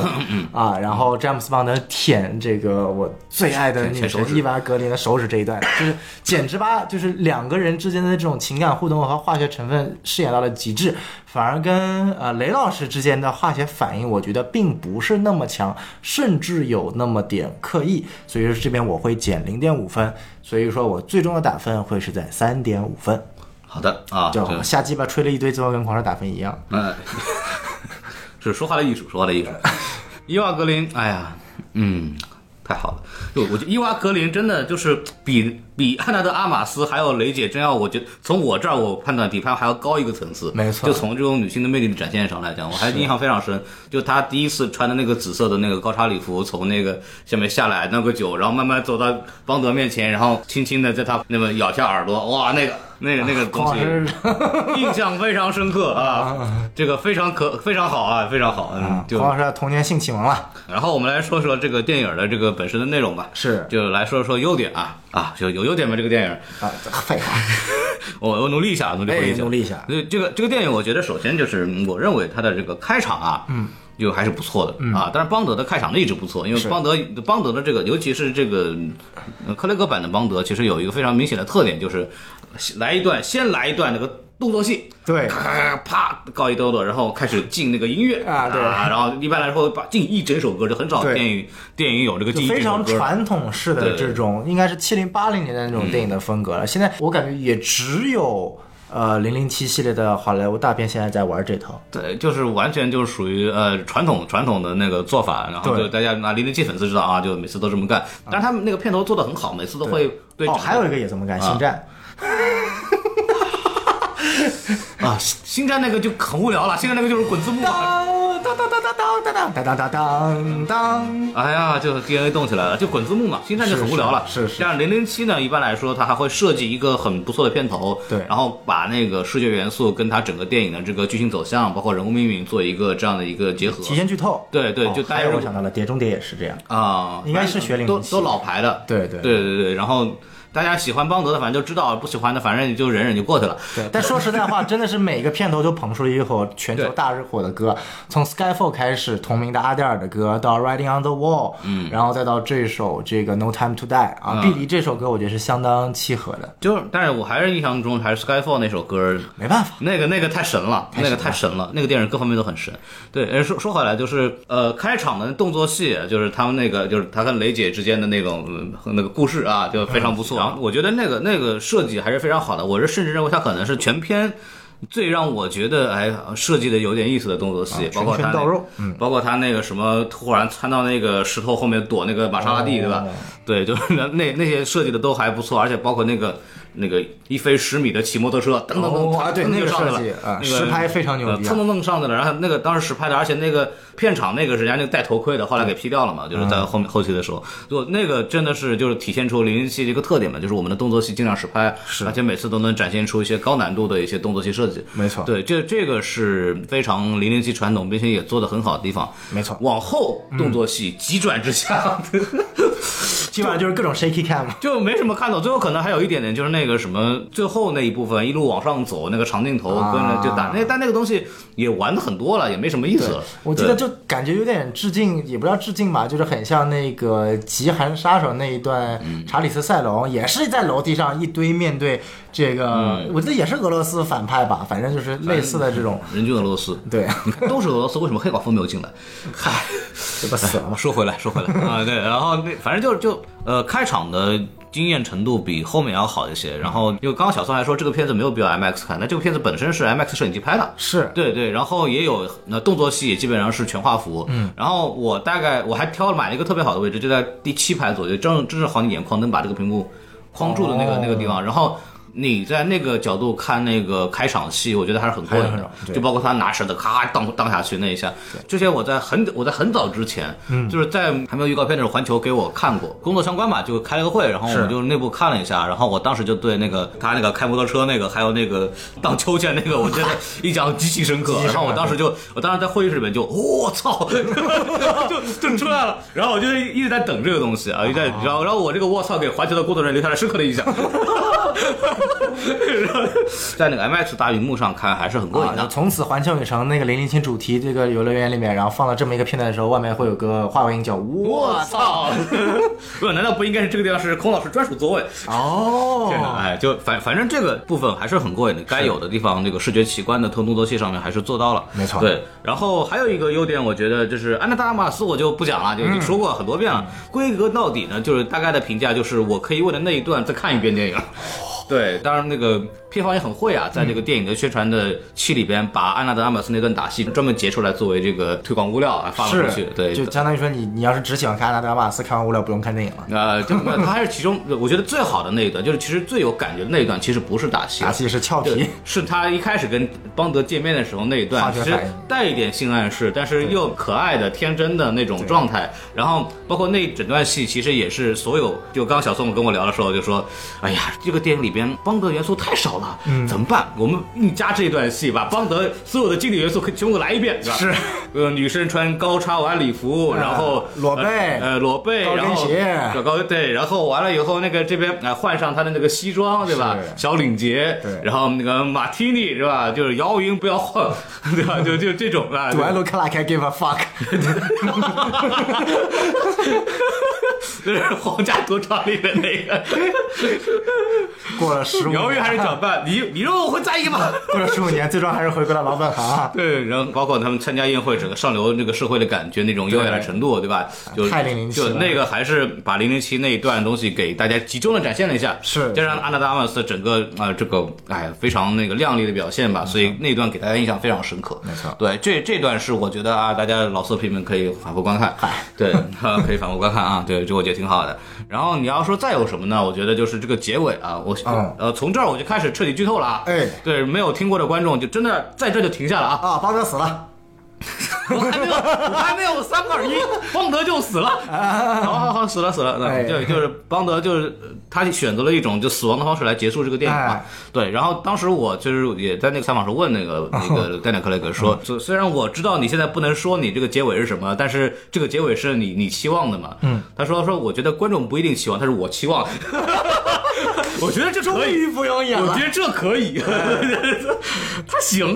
Speaker 1: 啊，然后詹姆斯邦德舔这个我最爱的女神伊娃格林的手指这一段， 就是简直把就是两个人之间的这种情感互动和化学成分饰演到了极致，反而跟呃雷老师之间。的化学反应，我觉得并不是那么强，甚至有那么点刻意，所以说这边我会减零点五分，所以说我最终的打分会是在三点五分。
Speaker 2: 好的啊，
Speaker 1: 就瞎鸡巴吹了一堆，最后跟狂热打分一样。
Speaker 2: 嗯， 是说话的艺术，说话的艺术。伊娃格林，哎呀，嗯，太好了。就我觉得伊娃格林真的就是比比汉娜德阿玛斯还有雷姐真要，我觉得从我这儿我判断比她还要高一个层次。
Speaker 1: 没错，
Speaker 2: 就从这种女性的魅力的展现上来讲，我还印象非常深。就她第一次穿的那个紫色的那个高叉礼服，从那个下面下来弄个酒，然后慢慢走到邦德面前，然后轻轻的在他那么咬下耳朵，哇，那个那个那个东西， 印象非常深刻啊。这个非常可非常好啊，非常好。嗯，就
Speaker 1: 黄老师童年性启蒙了。
Speaker 2: 然后我们来说说这个电影的这个本身的内容吧。
Speaker 1: 是，
Speaker 2: 就来说说优点啊啊，有有优点吗？这个电影
Speaker 1: 啊，废话，
Speaker 2: 我我努力一下，努力回忆一下，
Speaker 1: 哎努力一下。
Speaker 2: 这这个这个电影，我觉得首先就是嗯我认为它的这个开场啊，嗯，就还是不错的、嗯、啊。但是邦德的开场一直不错，因为邦德邦德的这个，尤其是这个克雷格版的邦德，其实有一个非常明显的特点，就是来一段，先来一段那个。动作戏，
Speaker 1: 对，
Speaker 2: 咔啪告一段落，然后开始进那个音乐
Speaker 1: 啊，对
Speaker 2: 啊，然后一般来说把进一整首歌，就很少电影电影有这个进
Speaker 1: 非常传统式的这种，应该是七零八零年代那种电影的风格了。嗯、现在我感觉也只有。呃，零零七系列的好莱坞大片现在在玩这套，
Speaker 2: 对，就是完全就是属于呃传统传统的那个做法，然后就大家拿零零七粉丝知道啊，就每次都这么干。但是他们那个片头做的很好，每次都会对。
Speaker 1: 嗯哦，还有一个也这么干，星战。
Speaker 2: 啊，星战那个就很无聊了，星战那个就是滚字幕。
Speaker 1: 当当当当当当当当当当当。
Speaker 2: 哎呀，就 DNA 动起来了，就滚字幕嘛。星战就很无聊了。
Speaker 1: 是是。
Speaker 2: 像零零七呢，一般来说它还会设计一个很不错的片头，
Speaker 1: 对，
Speaker 2: 然后把那个视觉元素跟它整个电影的这个剧情走向，包括人物命运做一个这样的一个结合。
Speaker 1: 提前剧透。
Speaker 2: 对对，就大家
Speaker 1: 哦我想到了，《碟中谍》也是这样
Speaker 2: 啊，
Speaker 1: 应该是学零
Speaker 2: 都都老牌的。
Speaker 1: 对对
Speaker 2: 对对对，然后。大家喜欢邦德的，反正就知道；不喜欢的，反正也就忍忍就过去了。
Speaker 1: 对，但说实在话，真的是每个片头都捧出了一首全球大热火的歌，从《Skyfall》开始，同名的阿黛尔的歌，到《Riding on the Wall》，嗯，然后再到这首这个《No Time to Die》啊，《碧梨》这首歌，我觉得是相当契合的。
Speaker 2: 就是，但是我还是印象中还是《Skyfall》那首歌，
Speaker 1: 没办法，
Speaker 2: 那个那个太神了，那个太神了，那个电影各方面都很神。对，说说回来，就是呃，开场的动作戏，就是他们那个，就是他跟雷姐之间的那种那个故事啊，就非常不错。然后我觉得那个那个设计还是非常好的，我是甚至认为它可能是全片最让我觉得哎设计的有点意思的动作戏，包括他
Speaker 1: 到肉，
Speaker 2: 包括他那个什么突然窜到那个石头后面躲那个玛莎拉蒂，对吧？ 对，就是那那些设计的都还不错，而且包括那个。那个一飞十米的骑摩托车，噔噔噔，
Speaker 1: 啊，对，
Speaker 2: 那
Speaker 1: 个
Speaker 2: 上去
Speaker 1: 了，啊，实拍非常牛逼，
Speaker 2: 蹭蹭蹭上去了。然后那个当时实拍的，而且那个片场那个人家那个戴头盔的，后来给 P 掉了嘛，就是
Speaker 1: 嗯
Speaker 2: 在后面后期的时候，就那个真的是就是体现出零零七的一个特点嘛，就是我们的动作戏尽量实拍，而且每次都能展现出一些高难度的一些动作戏设计。
Speaker 1: 没错，
Speaker 2: 对，这这个是非常零零七传统，并且也做的很好的地方。
Speaker 1: 没错，
Speaker 2: 往后动作戏急转直下。
Speaker 1: 基本上就是各种 shaky cam。
Speaker 2: 就没什么看头。最后可能还有一点点就是那个什么，最后那一部分一路往上走，那个长镜头跟着就打、
Speaker 1: 啊
Speaker 2: 那，但那个东西也玩的很多了，也没什么意思了。
Speaker 1: 我记
Speaker 2: 对
Speaker 1: 得 就感觉有点致敬，也不叫致敬吧，就是很像那个《极寒杀手》那一段，查理斯·塞隆也是在楼梯上一堆面对这个，我记得也是俄罗斯反派吧，反正就是类似的这种，
Speaker 2: 人均俄罗斯，
Speaker 1: 对，
Speaker 2: 你看都是俄罗斯，为什么黑寡妇没有进来？嗨，
Speaker 1: 这不死了吗？
Speaker 2: 说回来，说回来啊，对，然后那反正就就呃，开场的惊艳程度比后面要好一些。然后因为刚刚小宋还说这个片子没有必要 IMAX 看，那这个片子本身是 IMAX 摄影机拍的，
Speaker 1: 是，
Speaker 2: 对对，然后也有那动作戏也基本上是全画幅，嗯，然后我大概我还挑了买了一个特别好的位置，就在第七排左右，正正好你眼眶能把这个屏幕框住的那个、
Speaker 1: 哦
Speaker 2: 那个地方，然后。你在那个角度看那个开场戏，我觉得还是很过瘾
Speaker 1: 还是很
Speaker 2: 的
Speaker 1: 好，对
Speaker 2: 就包括他拿石头咔荡荡下去那一下，这些我在很我在很早之前，
Speaker 1: 嗯
Speaker 2: 就是在还没有预告片的时候，环球给我看过，工作相关吧，就开了个会，然后
Speaker 1: 是
Speaker 2: 我就内部看了一下，然后我当时就对那个他那个开摩托车那个，还有那个荡秋千那个，我觉得印象极其深刻。
Speaker 1: 极其深刻
Speaker 2: 然后我当时就，我当时在会议室里面就，我、操， 就就出来了。然后我就一直在等这个东西啊，一直在，然后然后我这个我操给环球的工作人员留下了深刻的印象。 然后在那个 MX 大荧幕上看还是很过瘾的
Speaker 1: 啊，。从此环球影城那个零零七主题这个游乐园里面，然后放了这么一个片段的时候，外面会有个画外音叫“
Speaker 2: 我
Speaker 1: 我
Speaker 2: 操！ 不，难道不应该是这个地方是孔老师专属座位？”， 天哪，
Speaker 1: 哦，
Speaker 2: 哎，就反反正这个部分还是很过瘾的，该有的地方，这个视觉奇观的特动作戏上面还是做到了，
Speaker 1: 没错
Speaker 2: 对，然后还有一个优点，我觉得就是安娜达马斯，我就不讲了，就已经说过很多遍了。
Speaker 1: 嗯
Speaker 2: 规格到底呢，就是大概的评价就是，我可以为了那一段再看一遍 电影。对，当然那个片方也很会啊，在这个电影的宣传的期里边，把安娜德阿玛斯那段打戏专门截出来作为这个推广物料啊发了出去
Speaker 1: 是。，
Speaker 2: 对，
Speaker 1: 就相当于说你你要是只喜欢看阿达达马斯，看完无聊不用看电影了，
Speaker 2: 呃，就他还是其中，我觉得最好的那一段，就是其实最有感觉的那一段，其实不是打戏，
Speaker 1: 打戏是俏
Speaker 2: 对
Speaker 1: 皮，，
Speaker 2: 是他一开始跟邦德见面的时候那一
Speaker 1: 化
Speaker 2: 段，
Speaker 1: 学
Speaker 2: 其实
Speaker 1: 反应
Speaker 2: 带一点性暗示，但是又可爱的、天真的那种状态。然后包括那整段戏，其实也是所有，就刚刚小宋跟我聊的时候就说：“哎呀，这个电影里边邦德元素太少了，
Speaker 1: 嗯
Speaker 2: 怎么办？我们硬加这一段戏，把邦德所有的经典元素可以全部来 一遍，是吧？
Speaker 1: 是，
Speaker 2: 呃，女生穿高叉晚礼服，
Speaker 1: 哎
Speaker 2: 然后
Speaker 1: 裸背
Speaker 2: 呃呃，裸背，
Speaker 1: 高跟
Speaker 2: 然后
Speaker 1: 鞋
Speaker 2: 高跟对，然后完了以后，那个这边啊、换上他的那个西装，对吧？
Speaker 1: 是
Speaker 2: 小领结，
Speaker 1: 对
Speaker 2: 然后那个马提尼是吧？就是摇匀不要晃， 对吧？就就这 种啊，
Speaker 1: Do I
Speaker 2: 对
Speaker 1: look like I give a fuck？
Speaker 2: 就是皇家赌场里的那个。
Speaker 1: 过了十五，
Speaker 2: 鱿鱼还是搅拌，你你认为我会在意吗？
Speaker 1: 过了十五年，最终还是回归了老本行啊，
Speaker 2: 对，然后包括他们参加宴会，整个上流这个社会的感觉，那种优雅的程度，对吧？就
Speaker 1: 太007
Speaker 2: 就
Speaker 1: 了
Speaker 2: 那个还是把零零七那一段东西给大家集中的展现了一下，
Speaker 1: 是
Speaker 2: 加上阿纳达马斯整个啊、呃这个哎非常那个靓丽的表现吧，所以那段给大家印象非常深刻。
Speaker 1: 没错
Speaker 2: 对，这这段是我觉得啊，大家老色批们可以反复观看
Speaker 1: 嗨，
Speaker 2: 对， 啊可以反复观看啊，对，这我觉得挺好的。然后你要说再有什么呢？我觉得就是这个结尾啊，我、
Speaker 1: 嗯
Speaker 2: 呃从这儿我就开始彻底剧透了啊，
Speaker 1: 哎
Speaker 2: 对，没有听过的观众就真的在这就停下了啊！
Speaker 1: 啊，巴哥死了，
Speaker 2: 我还没有，我还没有三 二一，邦德就死了。好好好，死了死了。
Speaker 1: 哎
Speaker 2: 对，就就是邦德就是呃他选择了一种就死亡的方式来结束这个电影嘛
Speaker 1: 哎。
Speaker 2: 对，然后当时我就是也在那个采访时候问那个那个 丹尼克雷格说，虽虽然我知道你现在不能说你这个结尾是什么，但是这个结尾是你你期望的嘛。嗯，他说说我觉得观众不一定期望，但是我期望。 我觉得这可以。哎
Speaker 1: 不用演
Speaker 2: 我觉。得这可以， 他 行。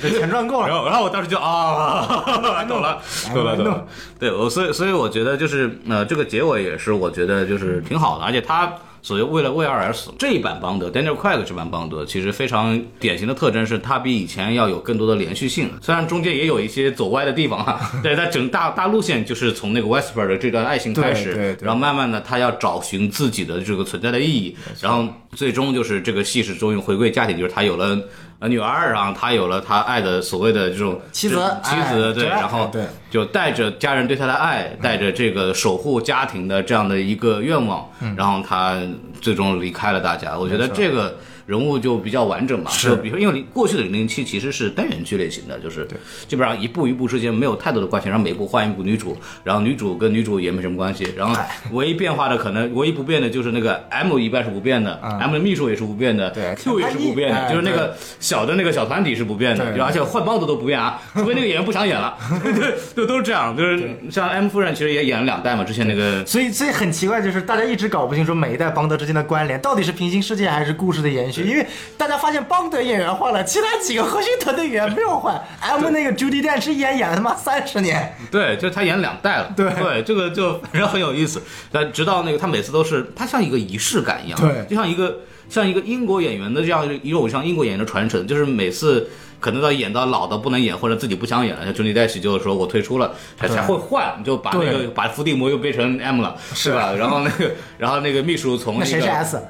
Speaker 1: 这钱赚够
Speaker 2: 然
Speaker 1: 了，
Speaker 2: 后，然后我当时就啊， 懂了，懂了，懂了。对，我所以所以我觉得就是呃，这个结尾也是我觉得就是挺好的，而且他所谓为了为爱而死这一版邦德，Daniel Craig 这版邦德其实非常典型的特征是，他比以前要有更多的连续性，虽然中间也有一些走歪的地方啊，对，但整大大路线就是从那个 Westbrook 的这段爱情开
Speaker 1: 对
Speaker 2: 始，
Speaker 1: 对对
Speaker 2: 然后慢慢的他要找寻自己的这个存在的意义，然后最终就是这个戏是终于回归家庭，就是他有了。呃，女儿，然后他有了他爱的所谓的这种
Speaker 1: 妻子
Speaker 2: 这妻
Speaker 1: 哎
Speaker 2: 子，对，
Speaker 1: 真爱
Speaker 2: 然后
Speaker 1: 对
Speaker 2: 就带着家人对他的爱，带着这个守护家
Speaker 1: 嗯
Speaker 2: 庭的这样的一个愿望，然后他最终离开了大家。我觉得这个人物就比较完整嘛。
Speaker 1: 是
Speaker 2: 就比如说因为零过去的零零七其实是单元剧类型的，就是基本上一部一部之间没有太多的关系，然后每部换一部女主，然后女主跟女主也没什么关系，然后
Speaker 1: 哎
Speaker 2: 唯一变化的可能唯一不变的就是那个 M 一般是不变的、m 的秘书也是不变的，
Speaker 1: 嗯对
Speaker 2: Q 也是不变
Speaker 1: 哎
Speaker 2: 的，就是那
Speaker 1: 对
Speaker 2: 个小的那个小团体是不变的，
Speaker 1: 对
Speaker 2: 然后而且换帽子都不 变啊，除非那个演员不想演了， 对，就都是这样，就是像 M 夫人其实也演了两代嘛，之前那个
Speaker 1: 所以，所以很奇怪，就是大家一直搞不清楚每一代邦德之间的关联，到底是平行世界还是故事的延续。因为大家发现邦德演员换了，其他几个核心团队演员没有换。M 那个 Judy Dench 一演演了他妈三十年，
Speaker 2: 对，就他演两代了。
Speaker 1: 对
Speaker 2: 这个就反正很有意思。但直到那个他每次都是，他像一个仪式感一样，
Speaker 1: 对
Speaker 2: 就像一个像一个英国演员的这样一种像英国演员的传承，就是每次。可能到演到老的不能演，或者自己不想演了，像朱莉黛奇就是说我退出了，才
Speaker 1: 对
Speaker 2: 才会换，就把那
Speaker 1: 对
Speaker 2: 个把伏地魔又变成 M 了，是吧？然后那个然后那个秘书从
Speaker 1: 那
Speaker 2: 个
Speaker 1: 谁是 S？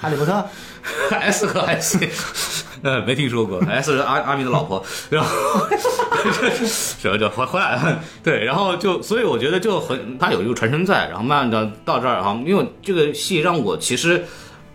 Speaker 1: 哈利波特
Speaker 2: S 和 S，呃，没听说过。S 是阿阿米的老婆，然后什么叫回回来了？对，然后就所以我觉得就很，它有一个传承在，然后慢慢的到这儿哈，因为这个戏让我其实。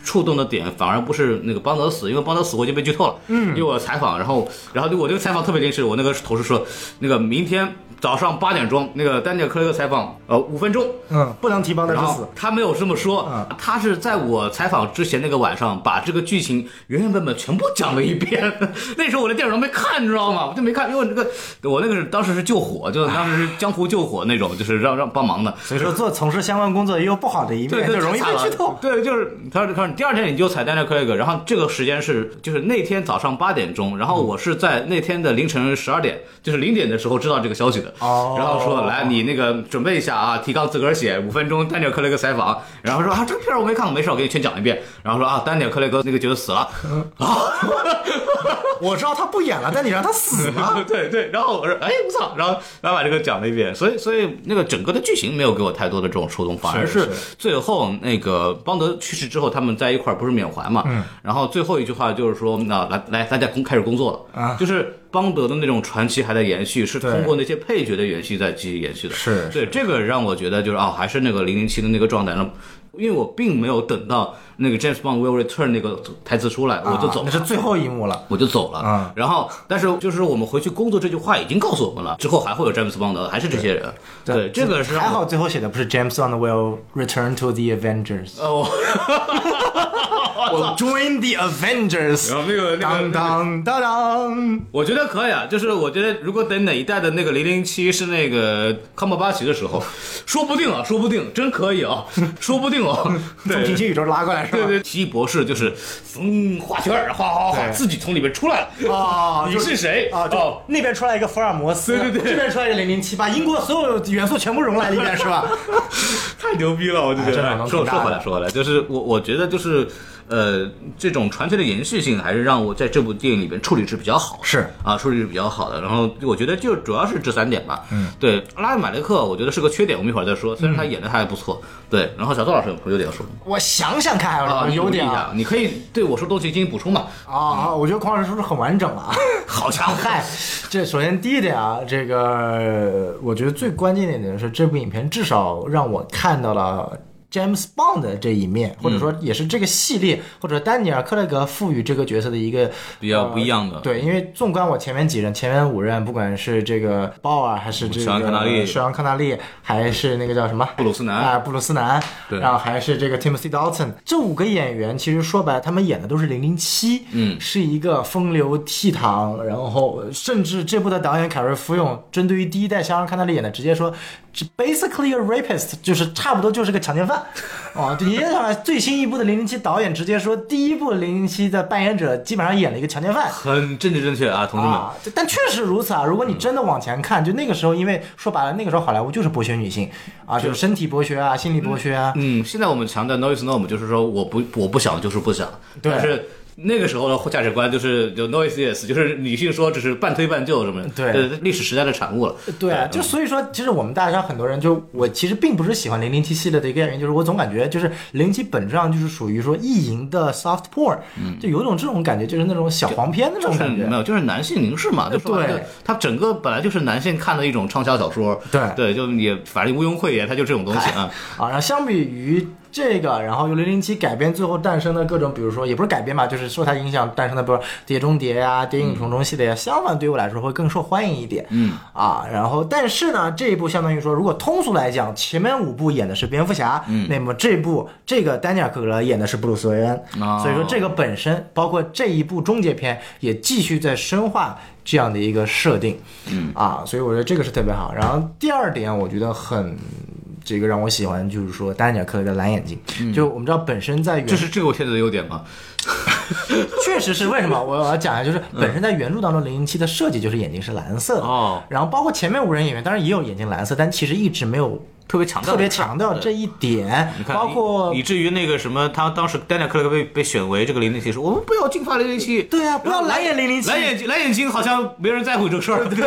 Speaker 2: 触动的点反而不是那个邦德死，因为邦德死我已经被剧透了。嗯，因为我采访，然后然后我这个采访特别临时，我那个同事说，那个明天早上八点钟，那个丹尼尔·克雷格采访，呃，五分钟，
Speaker 1: 嗯，不能提邦德之
Speaker 2: 然
Speaker 1: 死
Speaker 2: 后。他没有这么说，
Speaker 1: 嗯
Speaker 2: 他是在我采访之前那个晚上，把这个剧情原原本本全部讲了一遍。 那时候我在电视上没看，你知道吗？我就没看，因为我那个我那个是当时是救火，就当时是江湖救火那种，就是让让帮忙的。
Speaker 1: 所以说，做从事相关工作也有不好的一
Speaker 2: 对
Speaker 1: 面，
Speaker 2: 对，
Speaker 1: 就容易
Speaker 2: 太
Speaker 1: 被
Speaker 2: 惨
Speaker 1: 剧
Speaker 2: 了
Speaker 1: 透。
Speaker 2: 对，就是他他第二天你就踩单 a 克 i 格，然后这个时间是就是那天早上八点钟，然后我是在那天的凌晨十二点，就是零点的时候知道这个消息的。
Speaker 1: 哦
Speaker 2: 然后说来你那个准备一下啊，提纲自个儿写五分钟，丹尼尔克雷格采访。然后说啊这个片儿我没看过，没事，我给你全讲一遍。然后说啊丹尼尔克雷格那个角色 死了，
Speaker 1: 我知道他不演了，但你让他死了。
Speaker 2: 啊对对，然后我说，哎，我操，然后然后把这个讲了一遍，所以所以那个整个的剧情没有给我太多的这种触动，反而
Speaker 1: 是
Speaker 2: 是最后那个邦德去世之后，他们在一块儿不是缅怀嘛，
Speaker 1: 嗯
Speaker 2: 然后最后一句话就是说，那来来，大家工开始工作了，
Speaker 1: 啊
Speaker 2: 就是邦德的那种传奇还在延续，是
Speaker 1: 对
Speaker 2: 通过那些配角的延续在继续延续的，
Speaker 1: 是
Speaker 2: 对这个让我觉得就是啊、还是那个零零七的那个状态呢。因为我并没有等到那个 James Bond will return 那个台词出来， 我就走
Speaker 1: 啊
Speaker 2: 了。
Speaker 1: 那是最后一幕了。
Speaker 2: 我就走了。
Speaker 1: 啊
Speaker 2: 然后，但是就是我们回去工作这句话已经告诉我们了，之后还会有詹姆斯邦德，还是这些人。对，这个是
Speaker 1: 还好，最后写的不是 James Bond will return to the Avengers，
Speaker 2: 哦，
Speaker 1: 我 join the Avengers。
Speaker 2: 然后那个那
Speaker 1: 当
Speaker 2: 个。
Speaker 1: 当当当！
Speaker 2: 我觉得可以啊，就是我觉得如果等哪一代的那个零零七是那个康伯巴奇的时候，说不定啊，说不定真可 以啊，说不定哦。
Speaker 1: 从平
Speaker 2: 对
Speaker 1: 行宇宙拉过来是吧？
Speaker 2: 对对，奇异博士就是嗯，画圈儿，画画画，
Speaker 1: 对
Speaker 2: 自己从里面出来了。
Speaker 1: 啊，
Speaker 2: 你
Speaker 1: 就是
Speaker 2: 谁
Speaker 1: 啊，就
Speaker 2: 哦
Speaker 1: 那边出来一个福尔摩斯，
Speaker 2: 对对对
Speaker 1: 这边出来一个零零七，把英国所有元素全部融来里面是吧？
Speaker 2: 太牛逼了，我就觉
Speaker 1: 哎这
Speaker 2: 得。
Speaker 1: 脑洞
Speaker 2: 说
Speaker 1: 挺大的
Speaker 2: 说回来，说回来，就是我我觉得就是，呃，这种传承的延续性还是让我在这部电影里边处理是比较好的，
Speaker 1: 是
Speaker 2: 啊，处理是比较好的。然后我觉得就主要是这三点吧。嗯，对，拉文马雷克我觉得是个缺点，我们一会儿再说。虽
Speaker 1: 嗯
Speaker 2: 然他演的还不错，对。然后小赵老师有什么优点要说吗？
Speaker 1: 我想想看还有什么
Speaker 2: 你
Speaker 1: 优
Speaker 2: 努力一
Speaker 1: 点
Speaker 2: 下
Speaker 1: 啊？
Speaker 2: 你可以对我说东西进行补充嘛。
Speaker 1: 啊啊！我觉得匡老师说的很完整了啊。
Speaker 2: 好家伙，
Speaker 1: 嗨，这首先第一点啊，这个我觉得最关键的一点是，这部影片至少让我看到了。James Bond 的这一面，或
Speaker 2: 嗯
Speaker 1: 者说也是这个系列，或者丹尼尔·克雷格赋予这个角色的一个
Speaker 2: 比较
Speaker 1: 呃
Speaker 2: 不一样的
Speaker 1: 对，因为纵观我前面几任，前面五任，不管是这个鲍尔，还是这个
Speaker 2: 肖恩嗯康纳利
Speaker 1: 肖恩康纳利，还是那个叫什么
Speaker 2: 布鲁斯南
Speaker 1: 啊、布鲁斯南，
Speaker 2: 对
Speaker 1: 然后还是这个 Timothy Dalton，这五个演员其实说白了，他们演的都是零零七，
Speaker 2: 嗯
Speaker 1: 是一个风流倜傥，然后甚至这部的导演凯瑞·福永针对于第一代肖恩·康纳利演的，直接说这 basically a rapist，就是差不多就是个强奸犯，哦，对，也想最新一部的零零七导演直接说，第一部零零七的扮演者基本上演了一个强奸犯，
Speaker 2: 很政治正确啊，同志们。嗯
Speaker 1: 啊，对但确实如此啊！如果你真的往前看，就那个时候，因为说白了，那个时候好莱坞就是剥削女性啊，就是身体剥削啊，心理剥削啊。
Speaker 2: 嗯，现在我们强调 no is norm，就是说我不我不想就是不想，
Speaker 1: 对
Speaker 2: 但是。那个时候的价值观就是就 no is yes，就是女性说只是半推半就什么的，
Speaker 1: 对
Speaker 2: 呃历史时代的产物了。
Speaker 1: 对
Speaker 2: 嗯
Speaker 1: 啊，就所以说，其实我们大家很多人就我其实并不是喜欢零零七系列的一个原因，就是我总感觉就是零七本质上就是属于说意淫的 soft porn，就有种这种感觉，就是那种小黄片那
Speaker 2: 嗯就
Speaker 1: 种
Speaker 2: 是
Speaker 1: 感觉
Speaker 2: 没。有，就是男性凝视嘛，就说白了
Speaker 1: 对，
Speaker 2: 它整个本来就是男性看的一种畅销小说，
Speaker 1: 对
Speaker 2: 对，就也反正毋庸讳言，它就这种东西啊。
Speaker 1: 啊，然后相比于这个，然后由零零七改编最后诞生的各种，比如说也不是改编吧，就是受它影响诞生的，比如《碟中谍》啊、《谍影重重》系列啊，相反对我来说会更受欢迎一点。嗯啊，然后但是呢，这一部相当于说，如果通俗来讲，前面五部演的是蝙蝠侠，嗯、那么这部这个丹尼尔·克格勒演的是布鲁斯·韦恩，
Speaker 2: 哦
Speaker 1: 所以说这个本身包括这一部终结篇也继续在深化。这样的一个设定，嗯啊，所以我觉得这个是特别好。然后第二点，我觉得很这个让我喜欢，就是说丹尼尔·克雷的蓝眼睛，就我们知道本身在原
Speaker 2: 这嗯是这个片子的优点吗？
Speaker 1: 确实是为什么我要讲一下，就是
Speaker 2: 嗯
Speaker 1: 本身在原著当中，零零七的设计就是眼睛是蓝色的，
Speaker 2: 哦，
Speaker 1: 然后包括前面五人演员，当然也有眼睛蓝色，但其实一直没有
Speaker 2: 特别强调，
Speaker 1: 特别强调这一点
Speaker 2: 你，看
Speaker 1: 包括
Speaker 2: 以以至于那个什么，他当时丹尼尔·克雷格被被选为这个零零七，说我们不要金发零零七，
Speaker 1: 对啊不要
Speaker 2: 然后
Speaker 1: 蓝眼007
Speaker 2: 蓝眼睛蓝眼睛好像没人在乎这个事儿，对，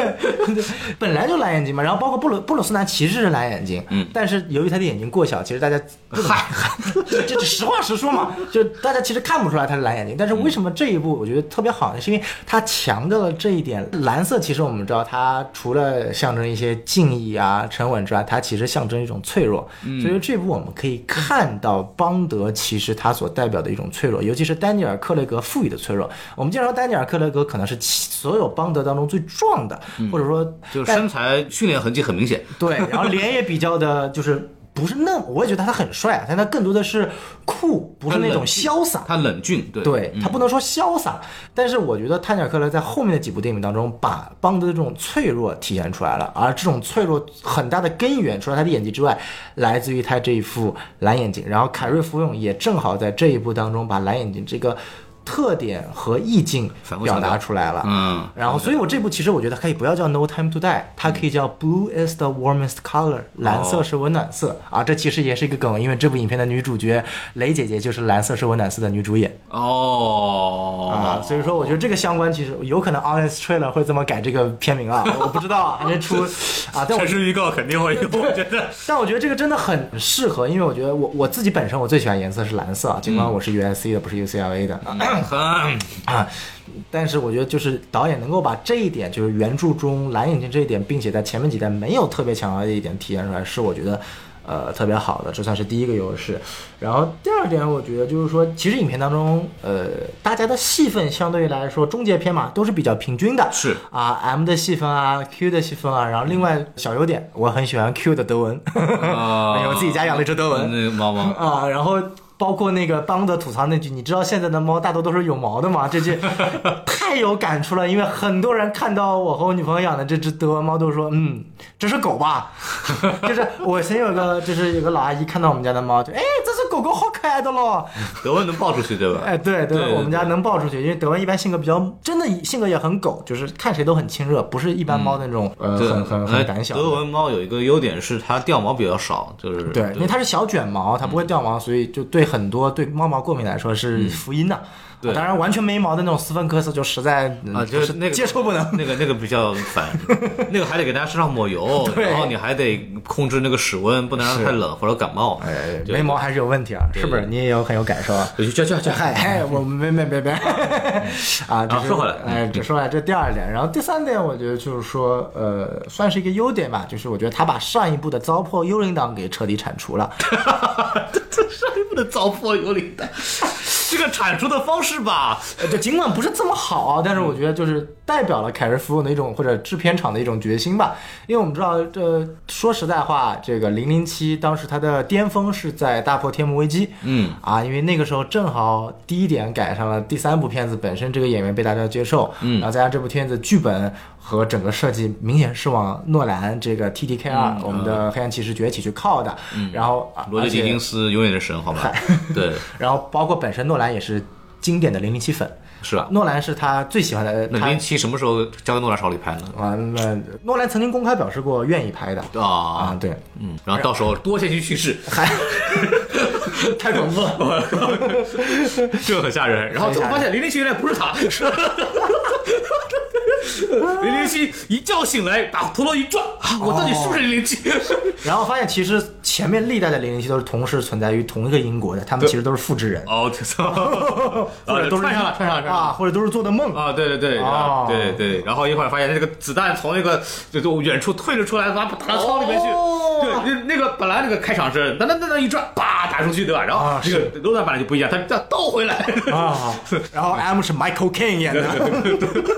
Speaker 1: 对， 本来就蓝眼睛嘛，然后包括布鲁布鲁斯南其实是蓝眼睛，嗯，但是由于他的眼睛过小，其实大家嗨， 这这实话实说嘛，就大家其实看不出来他是蓝眼睛，但是为什么这一部我觉得特别好呢？是因为他强调了这一点，蓝色其实我们知道它除了象征一些敬意啊、沉稳之外，它其实象征一种脆弱，所以这部我们可以看到邦德其实他所代表的一种脆弱，尤其是丹尼尔·克雷格赋予的脆弱。我们经常说丹尼尔·克雷格可能是其所有邦德当中最壮的，或者说
Speaker 2: 就是身材训练痕迹很明显，
Speaker 1: 对，然后脸也比较的，就是不是那么，我也觉得他很帅啊，但他更多的是酷，不是那种潇洒。
Speaker 2: 他冷峻，对
Speaker 1: 对他不能说潇洒，但是我觉得泰坦克勒在后面的几部电影当中，把邦德的这种脆弱体现出来了，而这种脆弱很大的根源，除了他的演技之外，来自于他这一副蓝眼睛。然后凯瑞·福永也正好在这一部当中把蓝眼睛这个特点和意境
Speaker 2: 反复强
Speaker 1: 表
Speaker 2: 调
Speaker 1: 达出来了。
Speaker 2: 嗯，
Speaker 1: 然后，所以我这部其实我觉得可以不要叫 No Time to Die，它可以叫 Blue is the warmest color，蓝色是温暖色、啊。这其实也是一个梗，因为这部影片的女主角雷姐姐就是《蓝色是温暖色》的女主演、啊
Speaker 2: 哦，，
Speaker 1: 所以说我觉得这个相关其实有可能 Honest Trailer 会这么改这个片名啊，我不知道啊还没出啊，但我
Speaker 2: 城市预告肯定会有，我觉得。
Speaker 1: 但我觉得这个真的很适合，因为我觉得我我自己本身我最喜欢颜色是蓝色啊，尽管我是 USC 的，不是 UCLA 的。啊
Speaker 2: 很
Speaker 1: 啊，但是我觉得就是导演能够把这一点，就是原著中蓝眼睛这一点，并且在前面几代没有特别强调的一点体现出来，是我觉得。呃，特别好的，这算是第一个优势。然后第二点，我觉得就是说，其实影片当中，呃，大家的戏份相对来说，终结篇嘛，都是比较平均的。
Speaker 2: 是
Speaker 1: 啊，M 的戏份啊，Q 的戏份啊，然后另外小优点，我很喜欢 Q 的德文，
Speaker 2: 啊
Speaker 1: 哎我自己家养了一只德文，
Speaker 2: 那个猫猫，
Speaker 1: 啊，然后包括那个邦德吐槽那句“你知道现在的猫大多都是有毛的吗？”这 句太有感触了，因为很多人看到我和我女朋友养的这只德文猫都说：“嗯，这是狗吧？” 就是我曾有个就是有个老阿姨看到我们家的猫，就哎，这只狗狗好可爱的咯。
Speaker 2: 德文能抱出去对吧？
Speaker 1: 哎，对对，
Speaker 2: 对对
Speaker 1: 我们家能抱出去，因为德文一般性格比较，真的性格也很狗，就是看谁都很亲热，不是一般猫那种、呃
Speaker 2: 嗯对
Speaker 1: 很很
Speaker 2: 哎
Speaker 1: 很胆小的。
Speaker 2: 德文猫有一个优点是它掉毛比较少，就是
Speaker 1: 对，因为它是小卷毛，它不会掉毛，所以就对很多对猫毛过敏来说是福音的。
Speaker 2: 嗯对
Speaker 1: 啊当然完全没毛的那种斯芬克斯就实在
Speaker 2: 啊，
Speaker 1: 嗯
Speaker 2: 就是那个哎
Speaker 1: 接受不能。
Speaker 2: 那个那个比较 烦，那个还得给大家身上抹油，
Speaker 1: 对
Speaker 2: 然后你还得控制那个室温，不能让它太冷或者感冒。
Speaker 1: 哎，
Speaker 2: 对
Speaker 1: 没毛还是有问题啊，是不是？你也有很有感受啊。
Speaker 2: 就去去去去，
Speaker 1: 嗨， 哎，我没没没没， 啊，这
Speaker 2: 啊
Speaker 1: 是
Speaker 2: 说回来
Speaker 1: 哎，这说回来，这第二点，然后第三点，我觉得就是说，呃，算是一个优点吧，就是我觉得他把上一部的糟粕幽灵党给彻底铲除了，
Speaker 2: 这上一步的糟粕有领带， 这个产出的方式吧，
Speaker 1: 呃，就尽管不是这么好啊，但是我觉得就是代表了凯瑞·福永的一种或者制片厂的一种决心吧。因为我们知道，这、说实在话，这个零零七当时它的巅峰是在《大破天幕危机》。
Speaker 2: 嗯，
Speaker 1: 啊，因为那个时候正好第一点赶上了第三部片子本身这个演员被大家接受，嗯，然后再加上这部片子剧本和整个设计明显是往诺兰这个 T D K 二、我们的黑暗骑士崛起去靠的，嗯、然后啊
Speaker 2: 嗯罗杰·狄
Speaker 1: 而且
Speaker 2: 金斯永远是神，好吧？对，
Speaker 1: 然后包括本身诺兰也是经典的零零七粉，
Speaker 2: 是啊。
Speaker 1: 诺兰是他最喜欢的，
Speaker 2: 那
Speaker 1: 他
Speaker 2: 零七什么时候交给诺兰手里拍呢？
Speaker 1: 啊，那诺兰曾经公开表示过愿意拍的
Speaker 2: 啊
Speaker 1: 啊，，对，
Speaker 2: 嗯，然后到时候多线性叙事，
Speaker 1: 还太恐怖了。
Speaker 2: 这个很吓人。然后最后发现零零七原来不是他，是零零七一觉醒来，把陀螺一转，啊，我到底是不是零零七？
Speaker 1: 然后发现其实前面历代的零零七都是同时存在于同一个英国的，他们其实都是复制人，
Speaker 2: 哦，我操！
Speaker 1: 或
Speaker 2: 啊，
Speaker 1: 者都是
Speaker 2: 串上了，串上了，串上
Speaker 1: 啊，
Speaker 2: 了。
Speaker 1: 或者都是做的梦。
Speaker 2: 啊，对对对，
Speaker 1: 哦
Speaker 2: 啊，对对，然后一会儿发现那个子弹从那个就就远处退了出来，把打到仓里面去，
Speaker 1: 哦
Speaker 2: 对，那那个本来那个开场是噔噔噔噔一转，叭打打出去，对吧？然后
Speaker 1: 啊
Speaker 2: 这个罗兰版就不一样，他他倒回来，
Speaker 1: 啊， 然
Speaker 2: 嗯
Speaker 1: 后 M 是 Michael Caine 演的。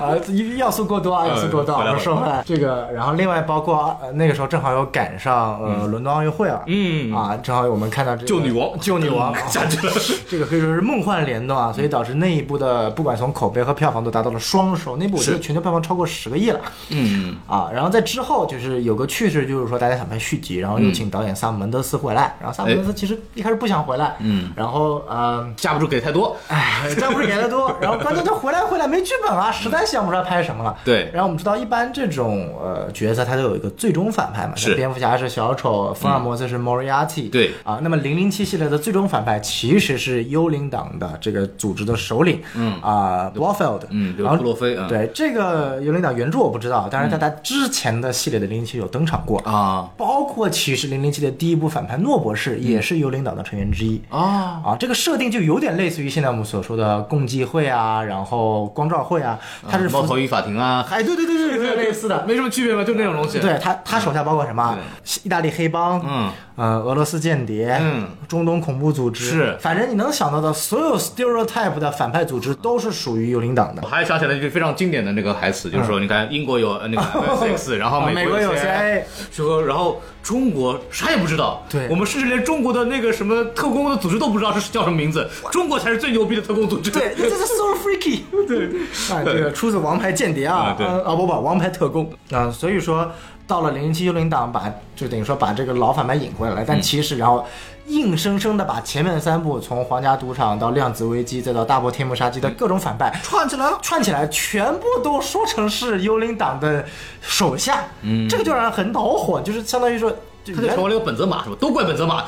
Speaker 1: 啊，一要素过多啊，要素过多
Speaker 2: 回来
Speaker 1: 啊，
Speaker 2: 吧
Speaker 1: 我说回来这个，然后另外包括呃那个时候正好又赶上呃伦敦奥运会了，
Speaker 2: 嗯
Speaker 1: 啊，正好我们看到这个
Speaker 2: 救女王
Speaker 1: 救女 王
Speaker 2: 下去了。
Speaker 1: 这个可以说是梦幻联动
Speaker 2: 嗯
Speaker 1: 啊，所以导致那一部的不管从口碑和票房都达到了双收，那部我觉得全球票房超过十个亿了。
Speaker 2: 嗯，
Speaker 1: 啊，然后在之后就是有个趣事，就是说大家想拍续集，然后又
Speaker 2: 嗯
Speaker 1: 请导演萨姆门德斯回来，然后萨姆门德斯其实一开始不想回来，
Speaker 2: 哎嗯，
Speaker 1: 然后嗯，
Speaker 2: 架不住给太多，
Speaker 1: 哎，这不是演的多，然后关键他回来回来没剧本啊，实在想不出来拍什么了。
Speaker 2: 对
Speaker 1: 然后我们知道一般这种呃角色他都有一个最终反派嘛，
Speaker 2: 是嗯
Speaker 1: 像蝙蝠侠是小丑，福尔摩斯是 Moriarty，、
Speaker 2: 对
Speaker 1: 啊，那么零零七系列的最终反派其实是幽灵党的这个组织的首领，嗯啊 b o f e l d
Speaker 2: 嗯就是
Speaker 1: 然后
Speaker 2: 布洛菲嗯
Speaker 1: 对这个幽灵党原著我不知道，但是在他之前的系列的零零七有登场过
Speaker 2: 啊
Speaker 1: 包括其实零零七的第一部反派诺博士也是幽灵党的成员之一
Speaker 2: 啊，
Speaker 1: 啊，这个设定就有点类似于现在我们所说的共济会啊，然后光照会啊，他是
Speaker 2: 猫
Speaker 1: 负
Speaker 2: 头鹰法庭啊，
Speaker 1: 哎，对对对对，有点类似的。
Speaker 2: 没什么区别吧，就那种东西。
Speaker 1: 对他，他手下包括什么啊
Speaker 2: 对？
Speaker 1: 意大利黑帮，
Speaker 2: 嗯，
Speaker 1: 呃，俄罗斯间谍，
Speaker 2: 嗯，
Speaker 1: 中东恐怖组织，
Speaker 2: 是
Speaker 1: 反正你能想到的所有 stereotype 的反派组织都是属于幽灵党的
Speaker 2: 我。还想起来一句非常经典的那个台词，就是说，你看英国有呃那 个 X，然后
Speaker 1: 嗯啊
Speaker 2: 美
Speaker 1: 美国有
Speaker 2: CIA，
Speaker 1: CIA
Speaker 2: 说然后中国啥也不知道，
Speaker 1: 对
Speaker 2: 我们甚至连中国的那个什么特工的组织都不知道是叫什么名字，中国才是最牛逼的特工组织。
Speaker 1: 对，这是 so freaky。对，啊，这个出自《王牌间谍》啊
Speaker 2: 啊，对
Speaker 1: 呃啊不不，《王牌特工》啊，所以说到了零零七幽灵党把就等于说把这个老反派引回来，但其实然后硬生生的把前面三部从皇家赌场到量子危机再到大破天幕杀机的各种反派嗯串起来串起来，全部都说成是幽灵党的手下，嗯，这个就让人很恼火，就是相当于说。就
Speaker 2: 他就
Speaker 1: 原
Speaker 2: 成为了个本泽马，是吧？都怪本泽马。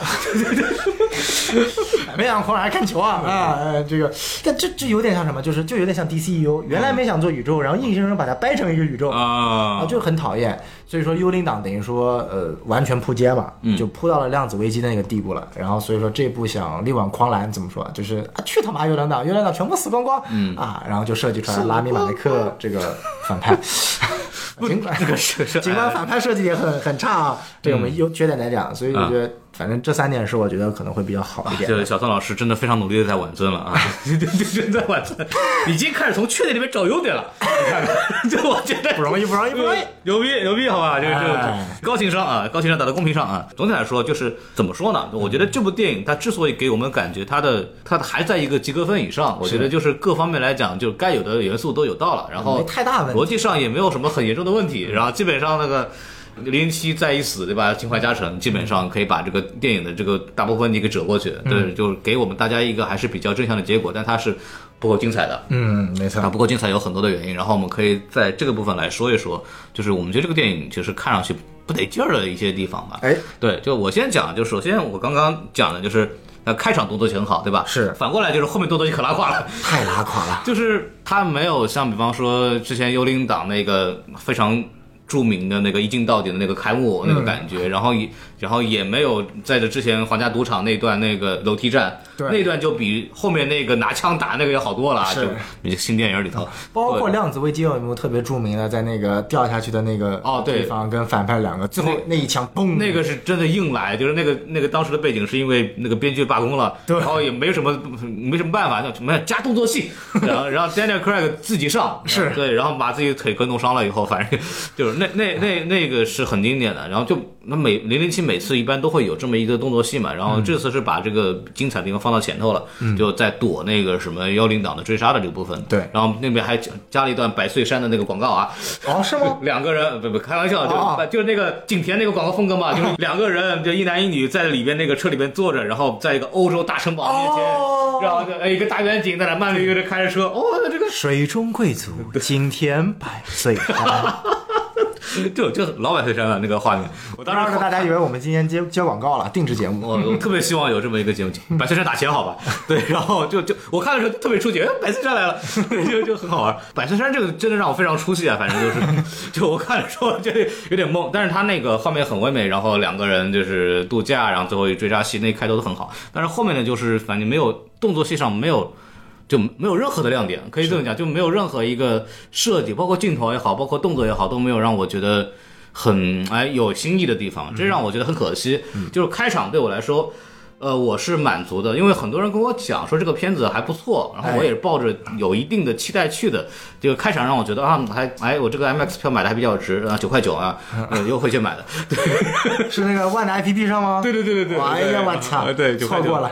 Speaker 1: 没想狂来看球啊啊！呃这个，但这这有点像什么？就是就有点像 DCU，原来没想做宇宙，然后硬生生把它掰成一个宇宙
Speaker 2: 啊
Speaker 1: 嗯啊，就很讨厌。所以说，幽灵党等于说呃完全扑街嘛，就扑到了量子危机的那个地步了。然后所以说这部想力挽狂澜，怎么说啊？就是啊去他妈幽灵党，幽灵党全部死光光啊！然后就设计出来拉米马雷克这个反派。 尽管
Speaker 2: 这个是是
Speaker 1: 尽管反派设计也很很差啊，这个我们优缺点来讲，所以我觉得反正这三点是我觉得可能会比较好一点。
Speaker 2: 这小宋老师真的非常努力的在挽尊了 啊，真的在挽尊，已经开始从缺点里面找优点了。你看看， 这我觉得嗯
Speaker 1: 不容易，不容易，不容易。
Speaker 2: 牛逼牛逼，好吧，这个这个
Speaker 1: 哎
Speaker 2: 高情商啊，高情商打到公屏上啊。总体来说，就是怎么说呢？我觉得这部电影它之所以给我们感觉它的它还在一个及格分以上，我觉得就是各方面来讲，就是该有的元素都有到了，然后
Speaker 1: 没太大问题嗯
Speaker 2: 哦逻辑上也没有什么很严重的问题，然后基本上那个。零零七再一死，对吧？情怀加成，基本上可以把这个电影的这个大部分问题给折过去。
Speaker 1: 嗯
Speaker 2: 对，就是给我们大家一个还是比较正向的结果，但它是不够精彩的。
Speaker 1: 嗯，没
Speaker 2: 啊，
Speaker 1: 错。
Speaker 2: 不够精彩有很多的原因。然后我们可以在这个部分来说一说，就是我们觉得这个电影就是看上去不得劲儿的一些地方吧。
Speaker 1: 哎，
Speaker 2: 对，就我先讲，就首先我刚刚讲的就是，呃，开场动作戏很好，对吧？
Speaker 1: 是
Speaker 2: 反过来就是后面动作戏可拉胯了。
Speaker 1: 太拉垮了。
Speaker 2: 就是他没有像比方说之前幽灵党那个非常著名的那个一镜到底的那个开幕那个感
Speaker 1: 嗯
Speaker 2: 觉，然后也然后也没有在这之前皇家赌场那段那个楼梯战，
Speaker 1: 对
Speaker 2: 那段就比后面那个拿枪打那个要好多了啊，
Speaker 1: 是
Speaker 2: 就比这新电影里头，
Speaker 1: 包括
Speaker 2: 对
Speaker 1: 《量子危机》有一幕特别著名的，在那个掉下去的那个
Speaker 2: 哦对
Speaker 1: 地方跟反派两个最后那一枪嘣，
Speaker 2: 那个是真的硬来，就是那个那个当时的背景是因为那个编剧罢工了，
Speaker 1: 对
Speaker 2: 然后也没什么没什么办法，就什么加动 作戏，然后然后 Daniel Craig 自己上
Speaker 1: 是
Speaker 2: 对，然后把自己腿跟弄伤了以后，反正 就是那那那那个是很经典的，然后就那每零零七每次一般都会有这么一个动作戏嘛，然后
Speaker 1: 嗯
Speaker 2: 这次是把这个精彩的地方放到前头了，就在躲那个什么幽灵党的追杀的这个部分，
Speaker 1: 对
Speaker 2: 然后那边还加加了一段百岁山的那个广告啊，
Speaker 1: 哦是吗？
Speaker 2: 两个人不不开玩笑，就、
Speaker 1: 哦哦
Speaker 2: 就是那个景甜那个广告风格嘛，就是两个人，就一男一女在里边那个车里边坐着，然后在一个欧洲大城堡面前，
Speaker 1: 哦
Speaker 2: 然后就哎一个大远景在那慢 悠悠的开着车，哦，这个
Speaker 1: 水中贵族，今天百岁寒。
Speaker 2: 就就老百岁山了那个画面，我当
Speaker 1: 当
Speaker 2: 时
Speaker 1: 时大家以为我们今天接接广告了，定制节目。
Speaker 2: 我我特别希望有这么一个节目，白翠山打钱好吧？ 对，然后就就我看的时候特别出奇，哎，白翠山来了， 就就很好玩。白翠山这个真的让我非常出戏啊，反正就是， 就我看的时候就有点懵，但是他那个画面很唯美，然后两个人就是度假，然后最后一追杀戏那开头都很好，但是后面呢就是反正没有动作戏上没有。就没有任何的亮点，可以这么讲，就没有任何一个设计，包括镜头也好，包括动作也好，都没有让我觉得很哎有新意的地方，这让我觉得很可惜。就是开场对我来说。呃，我是满足的，因为很多人跟我讲说这个片子还不错，然后我也是抱着有一定的期待去的。这个开场让我觉得啊，还哎，我这个 IMAX 票买的还比较值啊，九块九啊，呃又回去买的。
Speaker 1: 是那个万达 APP 上吗？
Speaker 2: 对对对对对
Speaker 1: 哎呀，
Speaker 2: 对
Speaker 1: 我操！
Speaker 2: 对就
Speaker 1: 错过了。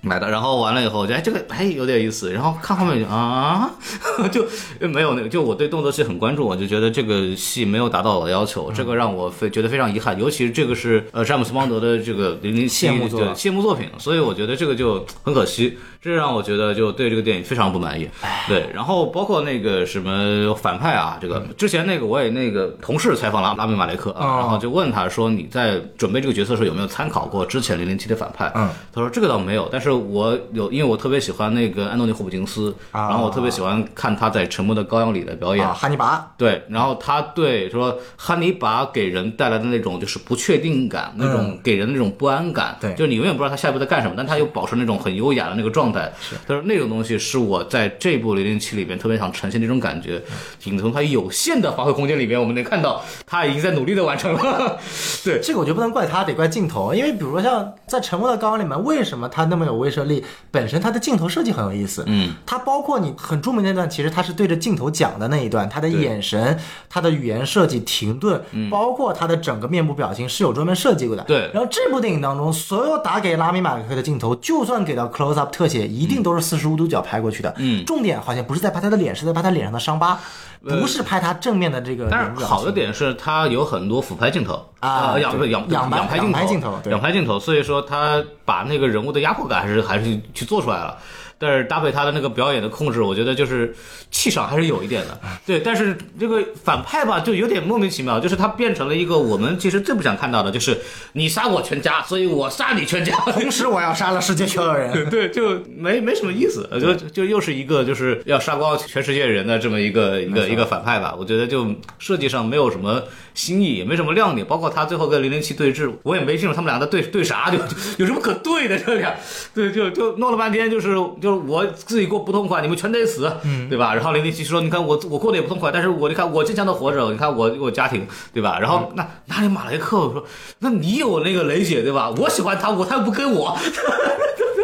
Speaker 2: 买的，然后完了以后，我觉得哎这个哎有点意思，然后看后面就啊， 就没有那个，就我对动作戏很关注，我就觉得这个戏没有达到我的要求，
Speaker 1: 嗯
Speaker 2: 这个让我非觉得非常遗憾，尤其是这个是呃詹姆斯邦德的这个零零七
Speaker 1: 谢幕作
Speaker 2: 谢幕作品，所以我觉得这个就很可惜，这让我觉得就对这个电影非常不满意。对，然后包括那个什么反派啊，这个之前那个我也那个同事采访了拉米马雷克啊，
Speaker 1: 嗯哦
Speaker 2: 然后就问他说你在准备这个角色的时候有没有参考过之前零零七的反派？
Speaker 1: 嗯，
Speaker 2: 他说这个倒没有，但是我有，因为我特别喜欢那个安东尼·霍普金斯，
Speaker 1: 啊
Speaker 2: 然后我特别喜欢看他在《沉默的羔羊》里的表演。
Speaker 1: 啊，哈尼拔
Speaker 2: 对，然后他对说汉尼拔给人带来的那种就是不确定感，那种给人那种不安感，
Speaker 1: 嗯对
Speaker 2: 就是你永远不知道他下一步在干什么，但他又保持那种很优雅的那个状态。是，但是那种东西是我在这部《零零七》里面特别想呈现的一种感觉，
Speaker 1: 嗯
Speaker 2: 仅从他有限的发挥空间里面，我们能看到他已经在努力的完成了。 对，
Speaker 1: 这个我觉得不能怪他，得怪镜头。因为比如说像在《沉默的羔羊》里面，为什么它那么有威慑力？本身它的镜头设计很有意思。
Speaker 2: 嗯，
Speaker 1: 它包括你很著名那段，其实它是对着镜头讲的那一段，他的眼神、他的语言设计、停顿，包括他的整个面部表情是有专门设计过的。
Speaker 2: 嗯对
Speaker 1: 然后这部电影当中，所有打给拉米马克的镜头，就算给到 close up 特写，一定都是四十五度角拍过去的。
Speaker 2: 嗯
Speaker 1: 重点好像不是在拍他的脸，是在拍他脸上的伤疤，
Speaker 2: 呃
Speaker 1: 不是拍他正面的这个。
Speaker 2: 但是好的。点是它有很多俯拍镜头
Speaker 1: 啊
Speaker 2: 呃仰
Speaker 1: 对
Speaker 2: 仰
Speaker 1: 仰拍
Speaker 2: 拍
Speaker 1: 仰拍
Speaker 2: 镜
Speaker 1: 镜头对
Speaker 2: 仰拍镜头，所以说它把那个人物的压迫感还是还是去做出来了。但是搭配他的那个表演的控制，我觉得就是气场还是有一点的，对。但是这个反派吧，就有点莫名其妙，就是他变成了一个我们其实最不想看到的，就是你杀我全家，所以我杀你全家。
Speaker 1: 同时，我要杀了世界所有人。
Speaker 2: 对，就没没什么意思，呃就就又是一个就是要杀光全世界人的这么一个一个一个反派吧。我觉得就设计上没有什么新意，也没什么亮点，包括他最后跟零零七对峙，我也没清楚他们俩在对对啥，就就有什么可对的这俩， 对，就就弄了半天就是就是我自己过不痛快，你们全得死，对吧？然后零零七说，你看我我过得也不痛快，但是我你看我坚强的活着，你看我我家庭，对吧？然后那哪里马雷克我说，那你有那个雷姐对吧？我喜欢她，我她不跟我。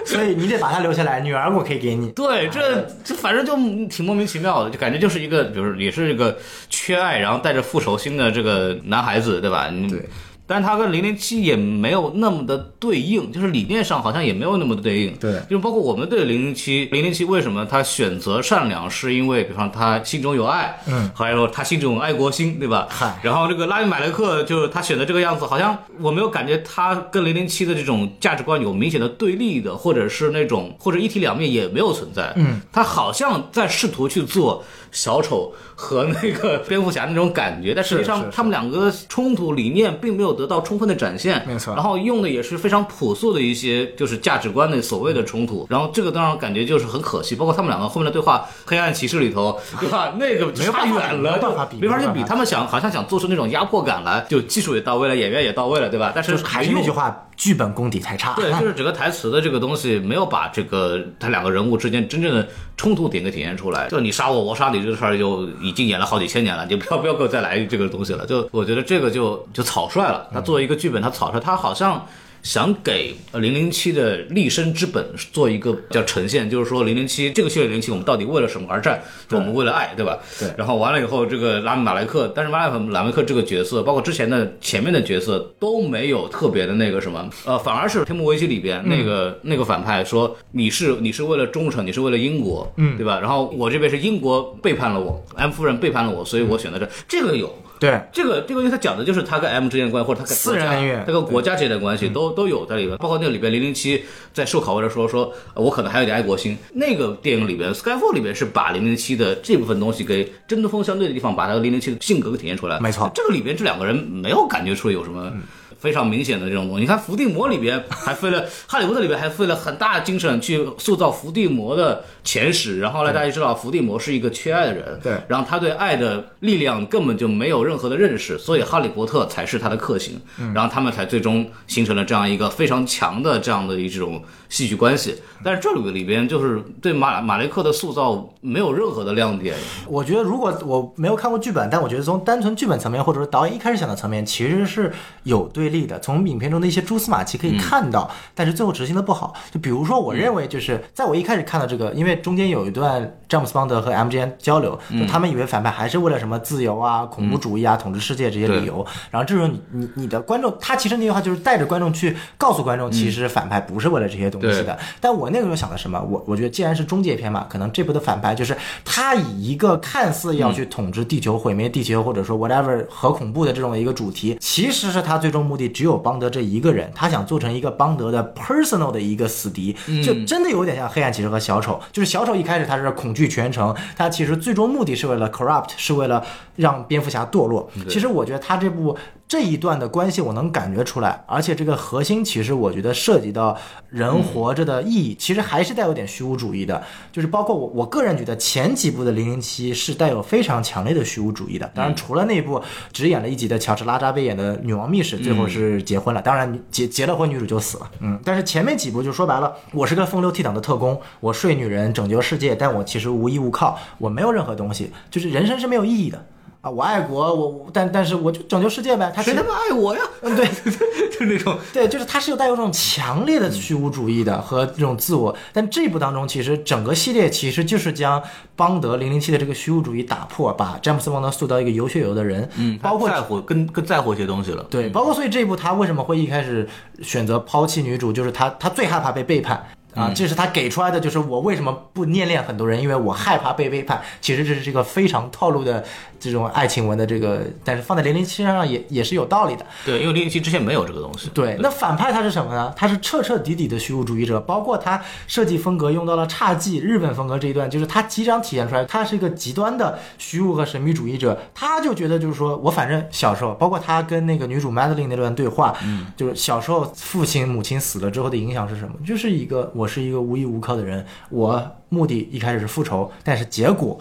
Speaker 1: 所以你得把它留下来，女儿我可以给你。
Speaker 2: 对，这这反正就挺莫名其妙的，就感觉就是一个，比如也是一个缺爱，然后带着复仇心的这个男孩子，对吧？你
Speaker 1: 对。
Speaker 2: 但他跟零零七也没有那么的对应，就是理念上好像也没有那么的对应。
Speaker 1: 对
Speaker 2: 就包括我们对零零七，零零七为什么他选择善良，是因为比方他心中有爱，
Speaker 1: 嗯，
Speaker 2: 还有他心中有爱国心，对吧？
Speaker 1: 嗨
Speaker 2: 然后这个拉米马雷克就是他选的这个样子，好像我没有感觉他跟零零七的这种价值观有明显的对立的，或者是那种或者一体两面也没有存在。嗯，他好像在试图去做小丑和那个 蝙蝠侠那种感觉，但实际
Speaker 1: 是
Speaker 2: 上
Speaker 1: 是
Speaker 2: 他们两个冲突理念并没有得到充分的展现。
Speaker 1: 没错
Speaker 2: 然后用的也是非常朴素的一些就是价值观的所谓的冲突，然后这个当然感觉就是很可惜，包括他们两个后面的对话，《黑暗骑士》里头，对吧？那个
Speaker 1: 没有
Speaker 2: 差
Speaker 1: 办法
Speaker 2: 远了，
Speaker 1: 没有
Speaker 2: 就
Speaker 1: 办法比
Speaker 2: 没法
Speaker 1: 没有办
Speaker 2: 去比
Speaker 1: 法。
Speaker 2: 他们想好像想做出那种压迫感来，就技术也到位了，演员也到位了，对吧？但是
Speaker 1: 就是还是那
Speaker 2: 没
Speaker 1: 句
Speaker 2: 用。
Speaker 1: 话，剧本功底太差。
Speaker 2: 对，就是整个台词的这个东西没有把这个他两个人物之间真正的冲突点给体现出来。就你杀我，我杀你这个事儿就已经演了好几千年了，你不要不要给我再来这个东西了。就 我觉得这个就就草率了。他作为一个剧本，他草率，他好像。想给呃零零七的立身之本做一个叫呈现，就是说零零七这个系列零零七，我们到底为了什么而战？就我们为了爱，对吧？
Speaker 1: 对
Speaker 2: 然后完了以后，这个拉米马莱克，但是拉米马莱克这个角色，包括之前的前面的角色都没有特别的那个什么，呃，反而是《天幕危机》里边那个、那个反派说你是你是为了忠诚，你是为了英国，嗯，对吧？然后我这边是英国背叛了我，安夫人背叛了我，所以我选择这，这个有。
Speaker 1: 对
Speaker 2: 这个这个，因为他讲的就是他跟 M 之间的关系，或者他跟
Speaker 1: 私人
Speaker 2: 国家
Speaker 1: 恩怨
Speaker 2: 他跟国家之间的关系都都有在里边。包括那个里边零零七在受拷问的时候说，呃我可能还有点爱国心。那个电影里边，Skyfall 里边是把零零七的这部分东西给针锋相对的地方，把他零零七的性格给体现出来。
Speaker 1: 没错
Speaker 2: 这个里边这两个人没有感觉出有什么。非常明显的这种东西。你看伏地魔里边还费了，哈利波特里边还费了很大的精神去塑造伏地魔的前史，然后让大家知道伏地魔是一个缺爱的人，
Speaker 1: 对
Speaker 2: 然后他对爱的力量根本就没有任何的认识，所以哈利波特才是他的克星，然后他们才最终形成了这样一个非常强的这样的一种戏剧关系。但是这里里边就是对马马雷克的塑造没有任何的亮点，
Speaker 1: 我觉得如果我没有看过剧本，但我觉得从单纯剧本层面，或者说导演一开始想的层面，其实是有对立的。从影片中的一些蛛丝马迹可以看到，但是最后执行的不好。就比如说，我认为就是在我一开始看到这个，因为中间有一段詹姆斯邦德和 MGN 交流，就他们以为反派还是为了什么自由啊、恐怖主义啊、统治世界这些理由。然后这时候你你你的观众，他其实那句话就是带着观众去告诉观众，其实反派不是为了这些东西的。但我那个时候想的什么？我我觉得既然是终结篇嘛，可能这部的反派就是他以一个看似要去统治地球、毁灭地球，或者说 whatever 核恐怖的这种一个主题，其实是他最终目的只有邦德这一个人，他想做成一个邦德的 personal 的一个死敌，就真的有点像黑暗骑士和小丑。就是小丑一开始他是恐惧全城，他其实最终目的是为了 corrupt，是为了让蝙蝠侠堕落。其实我觉得他这部这一段的关系我能感觉出来，而且这个核心其实我觉得涉及到人活着的意义，其实还是带有点虚无主义的，就是包括我我个人觉得前几部的零零七是带有非常强烈的虚无主义的，当然除了那部只演了一集的乔治拉扎贝演的女王密使，最后是结婚了，当然结结了婚女主就死了，嗯，但是前面几部就说白了，我是个风流倜傥的特工，我睡女人拯救世界，但我其实无依无靠，我没有任何东西，就是人生是没有意义的。啊，我爱国，我我但但是我就拯救世界呗。他其
Speaker 2: 谁
Speaker 1: 实
Speaker 2: 他妈爱我 呀？
Speaker 1: 嗯，对，
Speaker 2: 就那种
Speaker 1: 对，就是它是有带有这种强烈
Speaker 2: 嗯
Speaker 1: 的虚无主义的和这种自我，但这部当中其实整个系列其实就是将邦德零零七的这个虚无主义打破，把詹姆斯邦德塑造一个有血有肉的人，嗯包括
Speaker 2: 在乎嗯更更在乎一些东西了。
Speaker 1: 对，包括所以这一部他为什么会一开始选择抛弃女主，就是他他最害怕被背叛。
Speaker 2: 嗯
Speaker 1: 啊，这是他给出来的，就是我为什么不念恋很多人，因为我害怕被背叛。其实这是这个非常套路的这种爱情文的这个，但是放在零零七上也也是有道理的。
Speaker 2: 对，因为零零七之前没有这个东西。
Speaker 1: 对，那反派他是什么呢？他是彻彻底底的虚无主义者，包括他设计风格用到了侘寂日本风格这一段，就是他即将体现出来，他是一个极端的虚无和神秘主义者。他就觉得就是说我反正小时候，包括他跟那个女主 Madeline 那段对话，
Speaker 2: 嗯
Speaker 1: 就是小时候父亲母亲死了之后的影响是什么？就是一个我是一个无依无靠的人，我目的一开始是复仇，但是结果。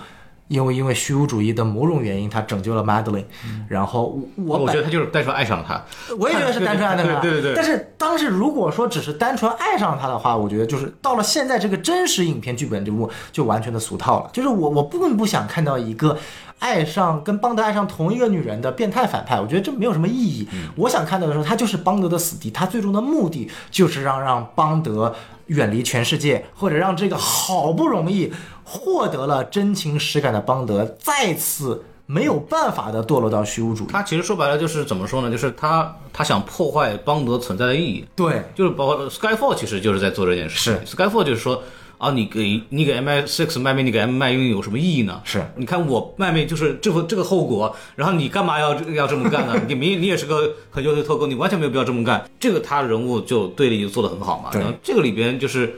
Speaker 1: 因为因为虚无主义的某种原因，他拯救了 Madeline，、然后我
Speaker 2: 嗯我
Speaker 1: 我本
Speaker 2: 觉得他就是单纯爱上他，
Speaker 1: 我也觉得是单纯爱上他，
Speaker 2: 对对对对对
Speaker 1: 但是当时如果说只是单纯爱上他的话，我觉得就是到了现在这个真实影片剧本这部就完全的俗套了。就是我我根本不想看到一个爱上跟邦德爱上同一个女人的变态反派，我觉得这没有什么意义。
Speaker 2: 嗯
Speaker 1: 我想看到的时候，他就是邦德的死敌，他最终的目的就是让让邦德远离全世界，或者让这个好不容易获得了真情实感的邦德再次没有办法的堕落到虚无主义。
Speaker 2: 他其实说白了就是怎么说呢？就是他他想破坏邦德存在的意义，
Speaker 1: 对，
Speaker 2: 就是包括 Skyfall 其实就是在做这件事。Skyfall 就是说啊，你给你给 MI Six 卖命，你给 M 卖命有什么意义呢？
Speaker 1: 是
Speaker 2: 你看我卖命就是这副这个后果，然后你干嘛要要这么 干呢？你明你也是个很优秀的特工，你完全没有必要这么干。这个他人物就对立就做得很好嘛。
Speaker 1: 对
Speaker 2: 然后这个里边就是。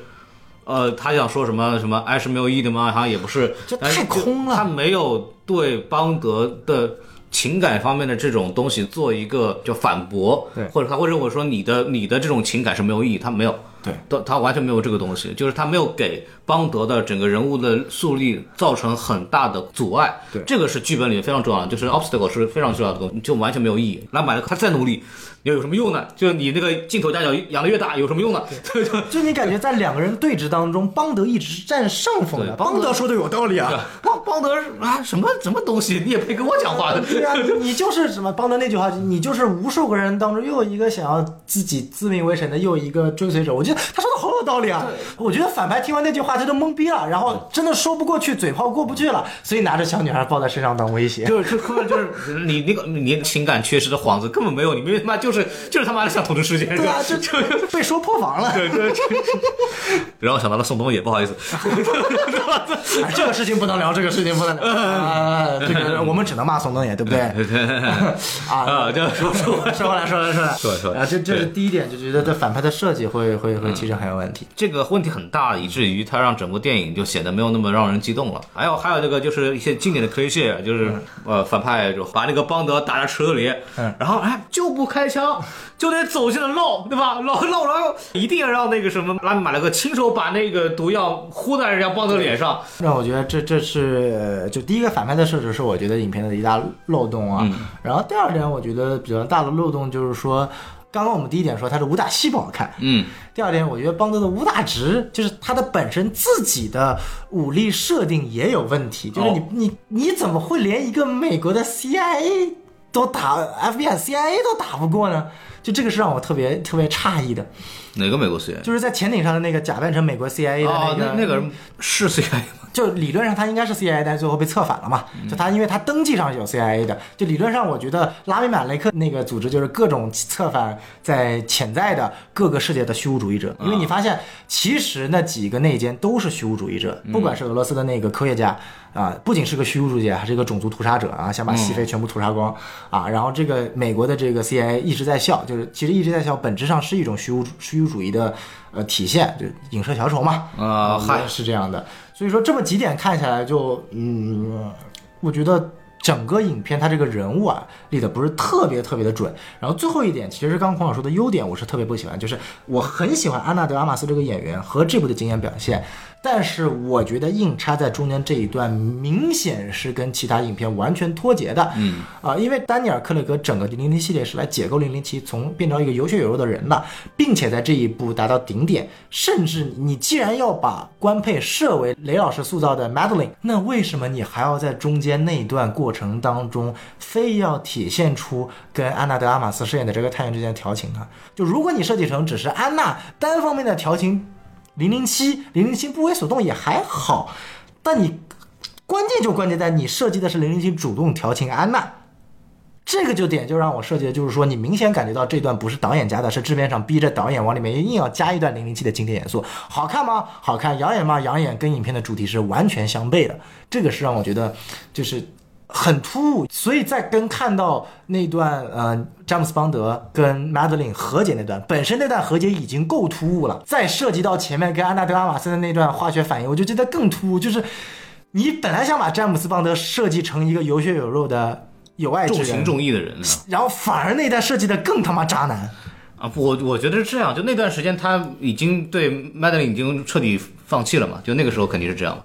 Speaker 2: 呃，他想说什么什么爱是没有意义的吗？好像也不是，
Speaker 1: 这
Speaker 2: 但是
Speaker 1: 太空了
Speaker 2: 他没有对邦德的情感方面的这种东西做一个就反驳，
Speaker 1: 对
Speaker 2: 或者他或者我说你的你的这种情感是没有意义，他没有，
Speaker 1: 对，
Speaker 2: 他他完全没有这个东西，就是他没有给邦德的整个人物的树立造成很大的阻碍，
Speaker 1: 对
Speaker 2: 这个是剧本里面非常重要的，就是 obstacle 是非常重要的东西，就完全没有意义。拉满了他再努力，又有什么用呢？就是你那个镜头夹角扬得越大，有什么用呢？对就
Speaker 1: 就你感觉在两个人对峙当中，邦德一直是占上风的。
Speaker 2: 对邦德
Speaker 1: 说的有道理啊。
Speaker 2: 邦邦德是 啊，什么什么东西，你也配跟我讲话的。
Speaker 1: 对 啊，你就是什么邦德那句话，你就是无数个人当中又一个想要自己自命为神的又一个追随者。我觉得他说的好有道理啊！我觉得反派听完那句话他都懵逼了，然后真的说不过去，嘴炮过不去了，所以拿着小女孩抱在身上当威胁。
Speaker 2: 就是就根本就是你那个你情感缺失的幌子根本没有，你明明他妈就是就是他妈的想统治世界，
Speaker 1: 对啊，
Speaker 2: 就
Speaker 1: 就
Speaker 2: 就
Speaker 1: 被说破防了。
Speaker 2: 对 对对。然后想到了宋冬野，不好意思，
Speaker 1: 哎这个事情不能聊，这个事情不能聊。 啊，这个我们只能骂宋冬野，对不对？啊，
Speaker 2: 啊，就说
Speaker 1: 说回来，说回来，说回来，
Speaker 2: 说回来说回来
Speaker 1: 啊，这这是第一点，就觉得这反派的设计会会会其实很有问问题。
Speaker 2: 这个问题很大，以至于它让整部电影就显得没有那么让人激动了。还有还有这个就是一些经典的 cliché，就是、呃反派就把那个邦德打在池子里，
Speaker 1: 嗯
Speaker 2: 然后哎就不开枪，就得走进了漏，对吧？漏漏了，一定要让那个什么拉米马勒克亲手把那个毒药呼在人家邦德脸上。
Speaker 1: 让我觉得这这是呃就第一个反派的设置是我觉得影片的一大漏洞啊。然后第二点，我觉得比较大的漏洞就是说，刚刚我们第一点说他的武打戏不好看，
Speaker 2: 嗯，
Speaker 1: 第二点，我觉得邦德的武打值就是他的本身自己的武力设定也有问题，就是你、
Speaker 2: 哦
Speaker 1: 你你怎么会连一个美国的 CIA 都打 FBI CIA 都打不过呢？就这个是让我特别特别诧异的，
Speaker 2: 哪个美国学院？
Speaker 1: 就是在潜艇上的那个假扮成美国 CIA 的
Speaker 2: 哦，
Speaker 1: 个、
Speaker 2: 那那个人是 CIA 吗？
Speaker 1: 就理论上他应该是 CIA，但最后被策反了嘛。就他因为他登记上是有 CIA 的，就理论上我觉得拉美马雷克那个组织就是各种策反在潜在的各个世界的虚无主义者，因为你发现其实那几个内奸都是虚无主义者，不管是俄罗斯的那个科学家。啊，不仅是个虚无主义者，还是一个种族屠杀者啊，想把西非全部屠杀光、啊。然后这个美国的这个 CIA 一直在笑，就是其实一直在笑，本质上是一种虚无虚无主义的呃体现，就影射小丑嘛。
Speaker 2: 啊嗨
Speaker 1: 嗨，是这样的。所以说这么几点看下来就，嗯，我觉得整个影片它这个人物啊立的不是特别特别的准。然后最后一点，其实刚刚孔老师说的优点，我是特别不喜欢，就是我很喜欢安娜德阿玛斯这个演员和这部的经验表现，但是我觉得硬插在中间这一段，明显是跟其他影片完全脱节的。嗯，啊、因为丹尼尔·克雷格整个零零七系列是来解构零零七，从变成一个有血有肉的人的，并且在这一步达到顶点。甚至你既然要把官配设为雷老师塑造的 Madeline，那为什么你还要在中间那一段过程当中，非要体现出跟安娜德阿玛斯饰演的这个探员之间的调情呢？就如果你设计成只是安娜单方面的调情，零零七零零七不为所动也还好，但你关键就关键在你设计的是零零七主动调情安娜。这个就点就让我设计的就是说，你明显感觉到这段不是导演加的，是制片厂逼着导演往里面硬要加一段零零七的经典元素。好看吗？好看，养眼吗？养眼，跟影片的主题是完全相悖的。这个是让我觉得就是很突兀。所以在跟看到那段呃詹姆斯邦德跟 Madeline 和解那段，本身那段和解已经够突兀了，再涉及到前面跟安娜德阿玛森的那段化学反应，我就觉得更突兀，就是。你本来想把詹姆斯·邦德设计成一个有血有肉的有爱之
Speaker 2: 重
Speaker 1: 人，
Speaker 2: 情重义的人啊。
Speaker 1: 然后反而那一代设计的更他妈渣男。
Speaker 2: 啊，不我我觉得是这样，就那段时间他已经对麦德琳已经彻底放弃了嘛，就那个时候肯定是这样。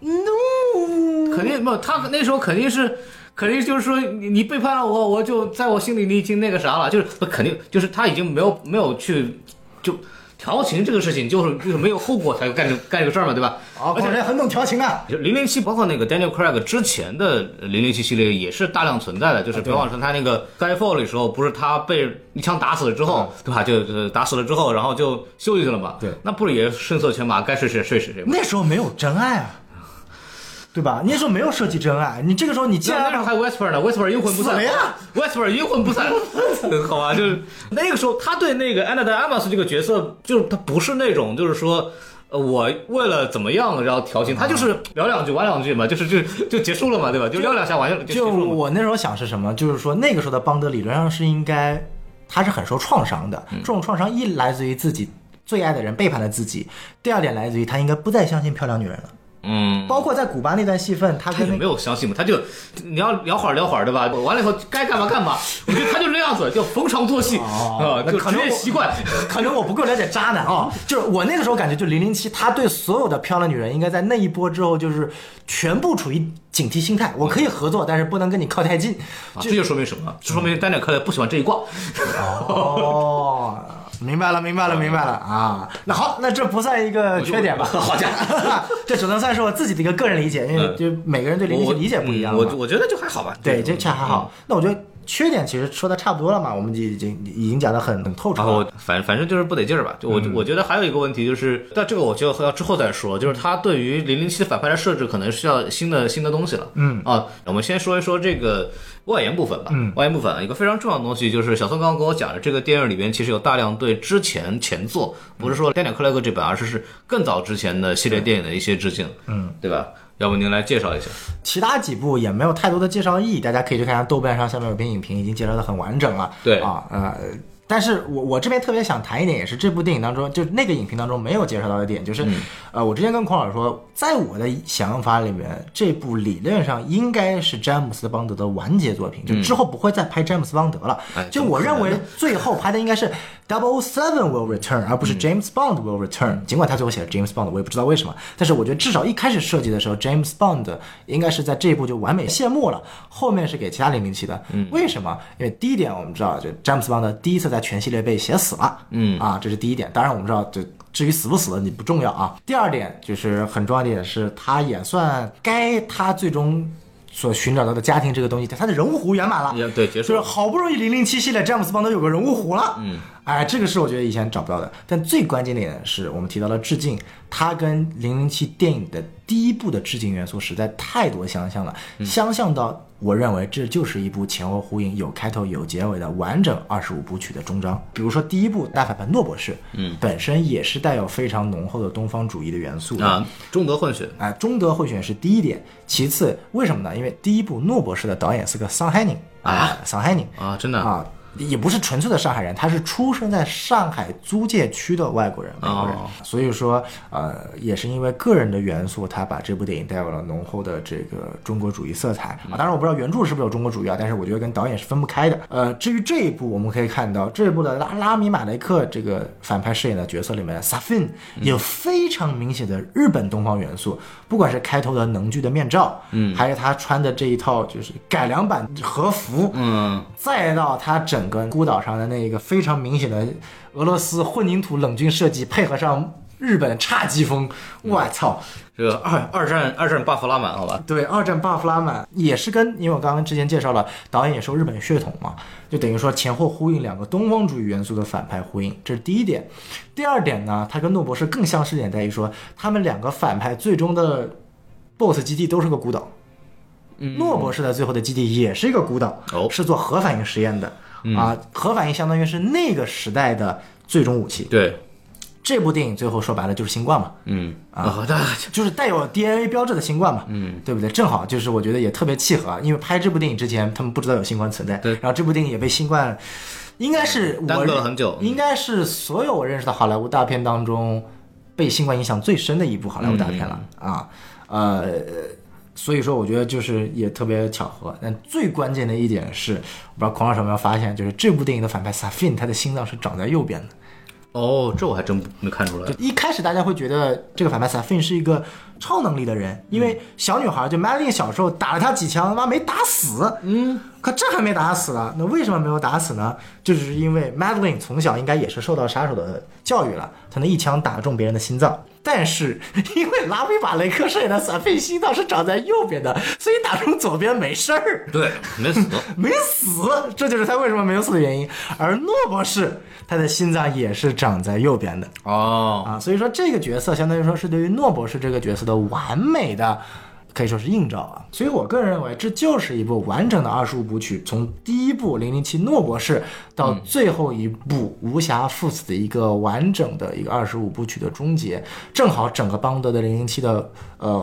Speaker 2: No，肯定不，他那时候肯定是，肯定就是说你你背叛了我，我就在我心里你已经那个啥了，就是不肯定就是他已经没有没有去就调情这个事情，就是就是没有后果才干这干这个事儿嘛，对吧？
Speaker 1: 哦，果然很懂调情啊！
Speaker 2: 就零零七，包括那个 Daniel Craig 之前的零零七系列也是大量存在的，
Speaker 1: 啊
Speaker 2: 就是别忘了他那个 Skyfall 的时候，不是他被一枪打死了之后，对吧？就就打死了之后，然后就休息去了嘛。
Speaker 1: 嗯对
Speaker 2: 那不是也声色犬马，该睡谁睡谁谁吗？
Speaker 1: 那时候没有真爱啊，对吧？那时候没有设计真爱，你这个时候你既
Speaker 2: 那
Speaker 1: 然
Speaker 2: 时候还 Whisper 呢，Whisper 阴魂不
Speaker 1: 死
Speaker 2: 散
Speaker 1: 了呀
Speaker 2: ，Whisper 阴魂 不散，好吧，就是那个时候他对那个安娜德阿玛斯这个角色，就是他不是那种就是说。呃，我为了怎么样，然后调情，他就是聊两句玩两句嘛，就是就就结束了嘛，对吧？就聊两下玩就结
Speaker 1: 就
Speaker 2: 束了嘛。
Speaker 1: 我那时候想是什么，就是说那个时候的邦德理论上是应该他是很受创伤的，这种创伤一来自于自己最爱的人背叛了自己，第二点来自于他应该不再相信漂亮女人了。
Speaker 2: 嗯，
Speaker 1: 包括在古巴那段戏份，他
Speaker 2: 他
Speaker 1: 跟
Speaker 2: 也
Speaker 1: 那
Speaker 2: 没有相信嘛，他就你要聊会儿聊会儿，对吧？完了以后该干嘛干嘛，我觉得他就这样子，就逢场作戏啊
Speaker 1: 哦，那
Speaker 2: 就
Speaker 1: 可
Speaker 2: 职
Speaker 1: 能
Speaker 2: 业
Speaker 1: 我
Speaker 2: 习惯。
Speaker 1: 可能我不够了解渣男啊，就是我那个时候感觉，就零零七，他对所有的漂亮女人，应该在那一波之后，就是全部处于警惕心态。我可以合作，但是不能跟你靠太近。
Speaker 2: 啊这就说明什么？这说明丹尼尔·克莱不喜欢这一挂。
Speaker 1: 哦，明白了，明白了，明白了啊！那好，那这不算一个缺点吧？
Speaker 2: 好家
Speaker 1: 伙，这只能算是我自己的一个个人理解，因为
Speaker 2: 嗯
Speaker 1: 就每个人对零零
Speaker 2: 我
Speaker 1: 七理解不一样
Speaker 2: 嗯
Speaker 1: 嘛。
Speaker 2: 我我觉嗯得就还好吧。
Speaker 1: 对，这这还好。那我觉得缺点其实说的差不多了嘛，我们已经已经讲的很很透彻
Speaker 2: 然
Speaker 1: 了。
Speaker 2: 后反反正就是不得劲儿吧。就我、我觉得还有一个问题就是，但这个我就要之后再说，就是他对于零零七反派的设置可能需要新的新的东西了。嗯啊，我们先说一说这个外延部分吧。嗯，外延部分啊一个非常重要的东西就是小宋刚刚跟我讲的，这个电影里边其实有大量对之前前作，不是说丹尼尔克莱格这本，而是是更早之前的系列电影的一些致敬。嗯，对吧？要不您来介绍一下？
Speaker 1: 其他几部也没有太多的介绍意义，大家可以去看看豆瓣上下面有篇影评，已经介绍的很完整了。
Speaker 2: 对
Speaker 1: 啊，呃，但是我我这边特别想谈一点，也是这部电影当中，就是那个影评当中没有介绍到的点，就是，
Speaker 2: 嗯
Speaker 1: 呃，我之前跟孔老师说，在我的想法里面，这部理论上应该是詹姆斯邦德的完结作品，就之后不会再拍詹姆斯邦德了。
Speaker 2: 嗯哎
Speaker 1: 就
Speaker 2: 怎么
Speaker 1: 我
Speaker 2: 可
Speaker 1: 认
Speaker 2: 能
Speaker 1: 为最后拍的应该是 Double Seven will return，而不
Speaker 2: 嗯
Speaker 1: 是 James Bond will return。尽管他最后写了 James Bond，我也不知道为什么，但是我觉得至少一开始设计的时候，James Bond 应该是在这一步就完美谢幕了，后面是给其他零零七的。
Speaker 2: 嗯
Speaker 1: 为什么？因为第一点我们知道，就詹姆斯邦德第一次在全系列被写死了。嗯啊，这是第一点。当然我们知道就。至于死不死，你不重要啊。第二点就是很重要的一点是，他也算该他最终所寻找到的家庭这个东西，他的人物弧圆满了。
Speaker 2: 也对结束
Speaker 1: 就是好不容易零零七系列詹姆斯邦德有个人物弧了，嗯，哎，这个是我觉得以前找不到的。但最关键的点是我们提到了致敬，它跟零零七电影的第一部的致敬元素实在太多相像了，相像到我认为这就是一部前后呼应、有开头有结尾的完整二十五部曲的终章。比如说第一部《大反派诺博士》，嗯，本身也是带有非常浓厚的东方主义的元素的
Speaker 2: 啊，中德混血，
Speaker 1: 哎，中德混选是第一点，其次为什么呢？因为第一部诺博士的导演是个上海人啊，上海人
Speaker 2: 啊真的
Speaker 1: 啊，也不是纯粹的上海人，他是出生在上海租界区的外国人，美国人。
Speaker 2: 哦
Speaker 1: 所以说，呃，也是因为个人的元素，他把这部电影带有了浓厚的这个中国主义色彩
Speaker 2: 嗯
Speaker 1: 啊。当然，我不知道原著是不是有中国主义啊，但是我觉得跟导演是分不开的。呃，至于这一部，我们可以看到这一部的拉拉米马雷克这个反派饰演的角色里面，Safin 有非常明显的日本东方元素，不管是开头的能剧的面罩，嗯，还是他穿的这一套就是改良版和服，
Speaker 2: 嗯，
Speaker 1: 再到它整个孤岛上的那一个非常明显的俄罗斯混凝土冷峻设计，配合上日本侘寂风，我操！
Speaker 2: 这个二二战二战 buff 拉满，好吧，
Speaker 1: 对，二战 buff 拉满也是跟，因为我刚刚之前介绍了，导演也受日本血统嘛，就等于说前后呼应两个东方主义元素的反派呼应，这是第一点。第二点呢，它跟诺博士更相似点在于说，他们两个反派最终的 BOSS 基地都是个孤岛。诺博士的最后的基地也是一个孤岛，
Speaker 2: 哦
Speaker 1: 是做核反应实验的、啊。核反应相当于是那个时代的最终武器。
Speaker 2: 对，
Speaker 1: 这部电影最后说白了就是新冠嘛，
Speaker 2: 嗯啊，那
Speaker 1: 就是带有 DNA 标志的新冠嘛，嗯，对不对？正好就是我觉得也特别契合啊，因为拍这部电影之前他们不知道有新冠存在，
Speaker 2: 对
Speaker 1: 然后这部电影也被新冠，应该是我
Speaker 2: 耽搁了很久
Speaker 1: 应该是所有我认识的好莱坞大片当中被新冠影响最深的一部好莱坞大片
Speaker 2: 嗯
Speaker 1: 了、啊，呃。所以说，我觉得就是也特别巧合。但最关键的一点是，我不知道孔老师有没有发现，就是这部电影的反派萨菲 n 他的心脏是长在右边的。
Speaker 2: 哦，这我还真没看出来
Speaker 1: 就，一开始大家会觉得这个反派萨菲是一个超能力的人，因为小女孩就 Madeline 小时候打了他几枪，他妈没打死，嗯，可这还没打死呢，那为什么没有打死呢？这就是因为 Madeline 从小应该也是受到杀手的教育了，才能一枪打中别人的心脏。但是因为拉维瓦雷克饰演的萨菲心脏是长在右边的，所以打中左边没事儿。
Speaker 2: 对，没死，
Speaker 1: 没死，这就是他为什么没有死的原因。而诺博士，他的心脏也是长在右边的，
Speaker 2: 哦，
Speaker 1: 啊，所以说这个角色相当于说是对于诺博士这个角色的完美的。可以说是映照啊，所以我个人认为这就是一部完整的二十五部曲，从第一部《零零七诺博士》到最后一部《无暇赴死》的一个完整的一个二十五部曲的终结，正好整个邦德的零零七的呃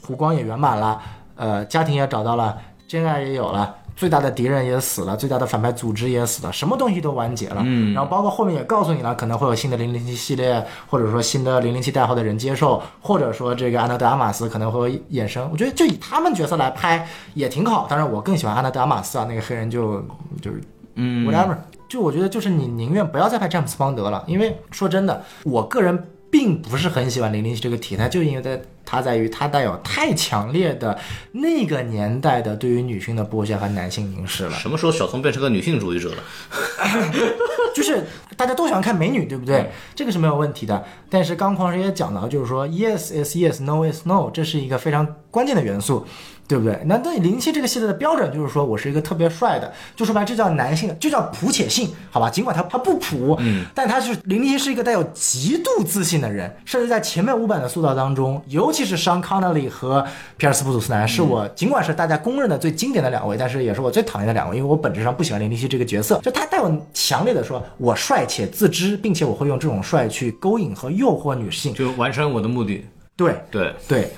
Speaker 1: 湖光也圆满了，呃家庭也找到了，真爱也有了，最大的敌人也死了，最大的反派组织也死了，什么东西都完结了。嗯，然后包括后面也告诉你了，可能会有新的零零七系列，或者说新的零零七代号的人接受，或者说这个安德德阿玛斯可能会衍生。我觉得就以他们角色来拍也挺好。当然，我更喜欢安德德阿玛斯啊，那个黑人就就是嗯 whatever。就我觉得就是你宁愿不要再拍詹姆斯邦德了，因为说真的，我个人。并不是很喜欢零零七这个题材，就因为在它在于它带有太强烈的那个年代的对于女性的剥削和男性凝视了。
Speaker 2: 什么时候小松变成个女性主义者了？
Speaker 1: 就是大家都喜欢看美女，对不对？这个是没有问题的。但是刚狂师也讲到，就是说 yes is yes，no is no，这是一个非常关键的元素，对不对？那对零七这个系列的标准就是说我是一个特别帅的，就说白了这叫男性的，就叫普且性，好吧？尽管他他不普，嗯，但他是零七是一个带有极度自信的人，甚至在前面五版的塑造当中，尤其是 Sean Connery 和皮尔斯布鲁斯南，是我尽管是大家公认的最经典的两位，但是也是我最讨厌的两位，因为我本质上不喜欢零零七这个角色，就他带有强烈的说我帅且自知，并且我会用这种帅去勾引和诱惑女性。
Speaker 2: 就完成我的目的，
Speaker 1: 对
Speaker 2: 对。
Speaker 1: 对，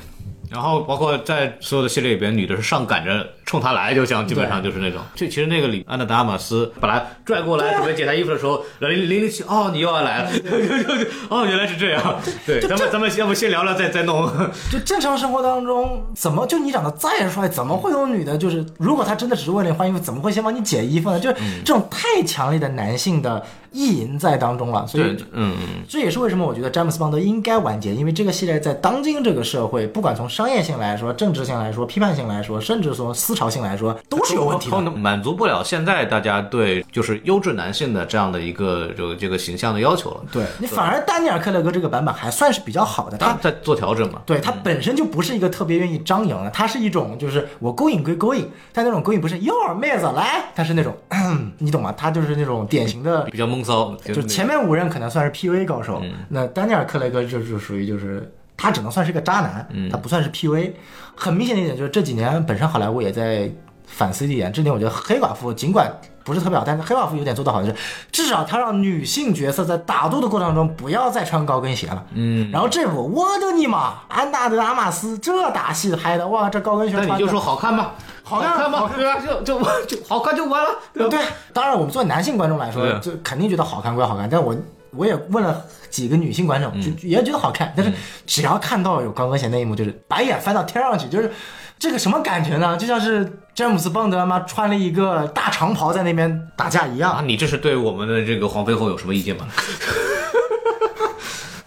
Speaker 2: 然后包括在所有的系列里边，女的是上赶着冲他来就像基本上就是那种。就其实那个里安德达马斯把他拽过来准备解他衣服的时候，零零零七哦你又要来了，就就就哦原来是这样。对，咱们咱们要不先聊聊再再弄。
Speaker 1: 就正常生活当中，怎么就你长得再帅，怎么会有女的？就是如果她真的只是为了你换衣服，怎么会先帮你解衣服呢？就是这种太强烈的男性的意淫在当中了。所以
Speaker 2: 对，嗯嗯，
Speaker 1: 这也是为什么我觉得詹姆斯邦德应该完结，因为这个系列在当今这个社会，不管从商业性来说、政治性来说、批判性来说，甚至说思潮性来说，都是有问题
Speaker 2: 他
Speaker 1: 的。
Speaker 2: 们满足不了现在大家对就是优质男性的这样的一个这个这个形象的要求了。
Speaker 1: 对你反而丹尼尔·克雷格这个版本还算是比较好的，
Speaker 2: 他
Speaker 1: 他
Speaker 2: 在做调整嘛。
Speaker 1: 对他本身就不是一个特别愿意张扬的，他是一种就是我勾引归勾引，但那种勾引不是哟妹子来，他是那种 咳你懂吗？他就是那种典型的，
Speaker 2: 比较闷骚，
Speaker 1: 就前面五任可能算是 PUA 高手，
Speaker 2: 嗯
Speaker 1: 那丹尼尔·克雷格就是属于就是。他只能算是个渣男，
Speaker 2: 嗯
Speaker 1: 他不算是 PUA。很明显的一点就是这几年本身好莱坞也在反思这一点，这点我觉得黑寡妇尽管不是特别好，但是黑寡妇有点做得好的是，至少他让女性角色在打斗的过程中不要再穿高跟鞋了。嗯，然后这部我的你妈，安娜德阿玛斯这打戏拍的哇，这高跟鞋
Speaker 2: 那
Speaker 1: 穿的
Speaker 2: 你就说好看吧，
Speaker 1: 好看
Speaker 2: 看
Speaker 1: 好
Speaker 2: 吧，对吧？就就就好看就完了，对吧？
Speaker 1: 对，当然我们作为男性观众来说，
Speaker 2: 对
Speaker 1: 就肯定觉得好看归好看，但我我也问了几个女性观众，就
Speaker 2: 嗯
Speaker 1: 就也觉得好看，但是只要看到有高跟鞋那一幕，就是白眼翻到天上去，就是这个什么感觉呢？就像是詹姆斯邦德他妈穿了一个大长袍在那边打架一样
Speaker 2: 啊，。你这是对我们的这个黄飞鸿有什么意见吗？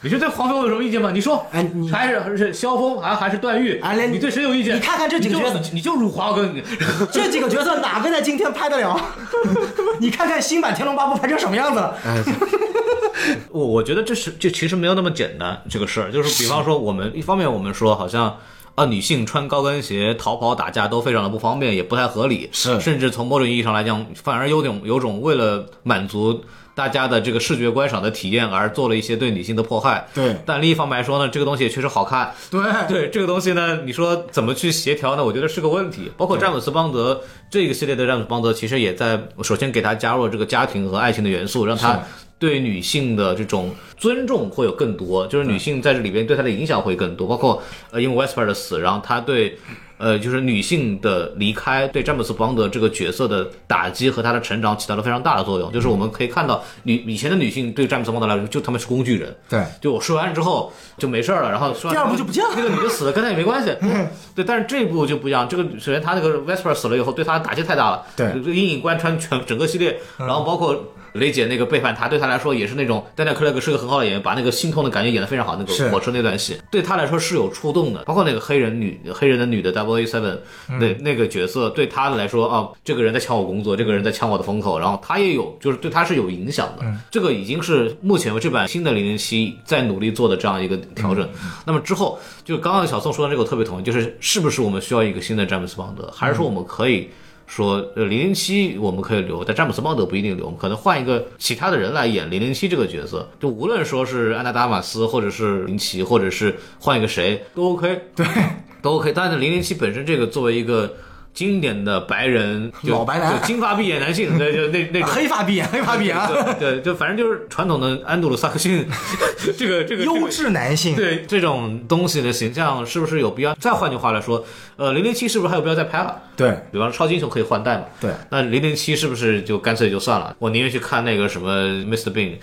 Speaker 2: 你是对黄飞鸿有什么意见吗？你说，
Speaker 1: 哎你
Speaker 2: 还是还是萧峰，啊还还是段誉？
Speaker 1: 哎连
Speaker 2: 你对谁有意见？
Speaker 1: 你看看这几个
Speaker 2: 你就
Speaker 1: 角色
Speaker 2: 你就辱华，我跟你。
Speaker 1: 这几个角色哪个在今天拍得 了？你看看新版《天龙八部》拍成什么样子了？
Speaker 2: 哎我我觉得这是就其实没有那么简单这个事儿，就是比方说我们一方面我们说好像啊女性穿高跟鞋逃跑打架都非常的不方便，也不太合理，
Speaker 1: 是
Speaker 2: 甚至从某种意义上来讲，反而有种有种为了满足。大家的这个视觉观赏的体验而做了一些对女性的迫害，
Speaker 1: 对
Speaker 2: 但另一方面来说呢，这个东西也确实好看，
Speaker 1: 对
Speaker 2: 对这个东西呢，你说怎么去协调呢？我觉得是个问题。包括詹姆斯邦德这个系列的詹姆斯邦德，其实也在首先给他加入了这个家庭和爱情的元素，让他对女性的这种尊重会有更多，就是女性在这里边对他的影响会更多。包括呃，因为 Westper 的死，然后他对。呃，就是女性的离开对詹姆斯邦德这个角色的打击和他的成长起到了非常大的作用。就是我们可以看到，女以前的女性对詹姆斯邦德来说，就他们是工具人，
Speaker 1: 对，
Speaker 2: 就我说完之后就没事儿了，然后说完
Speaker 1: 第二部就不见了嗯
Speaker 2: 那个女的死了跟他也没关系。对，但是这一部就不一样，这个首先他那个 Vesper 死了以后，对他打击太大了，
Speaker 1: 对嗯
Speaker 2: 这个阴影贯穿全整个系列，然后包括。雷姐那个背叛他，对他来说也是那种丹尼尔·克雷格是个很好的演员，把那个心痛的感觉演得非常好。那
Speaker 1: 是
Speaker 2: 个火车那段戏对他来说是有触动的，包括那个黑人女黑人的女的 Double A Seven 那那个角色对他来说啊，这个人在抢我工作，这个人在抢我的风口，然后他也有就是对他是有影响的。这个已经是目前为止版新的零零七在努力做的这样一个调整。那么之后就刚刚小宋说的这个我特别同意，就是是不是我们需要一个新的詹姆斯邦德，还是说我们可以？说呃零零七我们可以留，但詹姆斯邦德不一定留，我们可能换一个其他的人来演零零七这个角色。就无论说是安娜达马斯，或者是林奇，或者是换一个谁都 OK，对，都 OK。但是零零七本身这个作为一个经典的白人就
Speaker 1: 老白男
Speaker 2: 就金发碧眼男性，对，就那那种。
Speaker 1: 黑发碧眼，黑发碧眼，
Speaker 2: 对，就反正就是传统的安德鲁萨克逊， 这个这个这个
Speaker 1: 优质男性。
Speaker 2: 对这种东西的形象是不是有必要？再换句话来说，呃，零零七是不是还有必要再拍了？
Speaker 1: 对
Speaker 2: 比方说超级英雄可以换代嘛？
Speaker 1: 对，
Speaker 2: 那零零七是不是就干脆就算了？我宁愿去看那个什么 Mr. Bean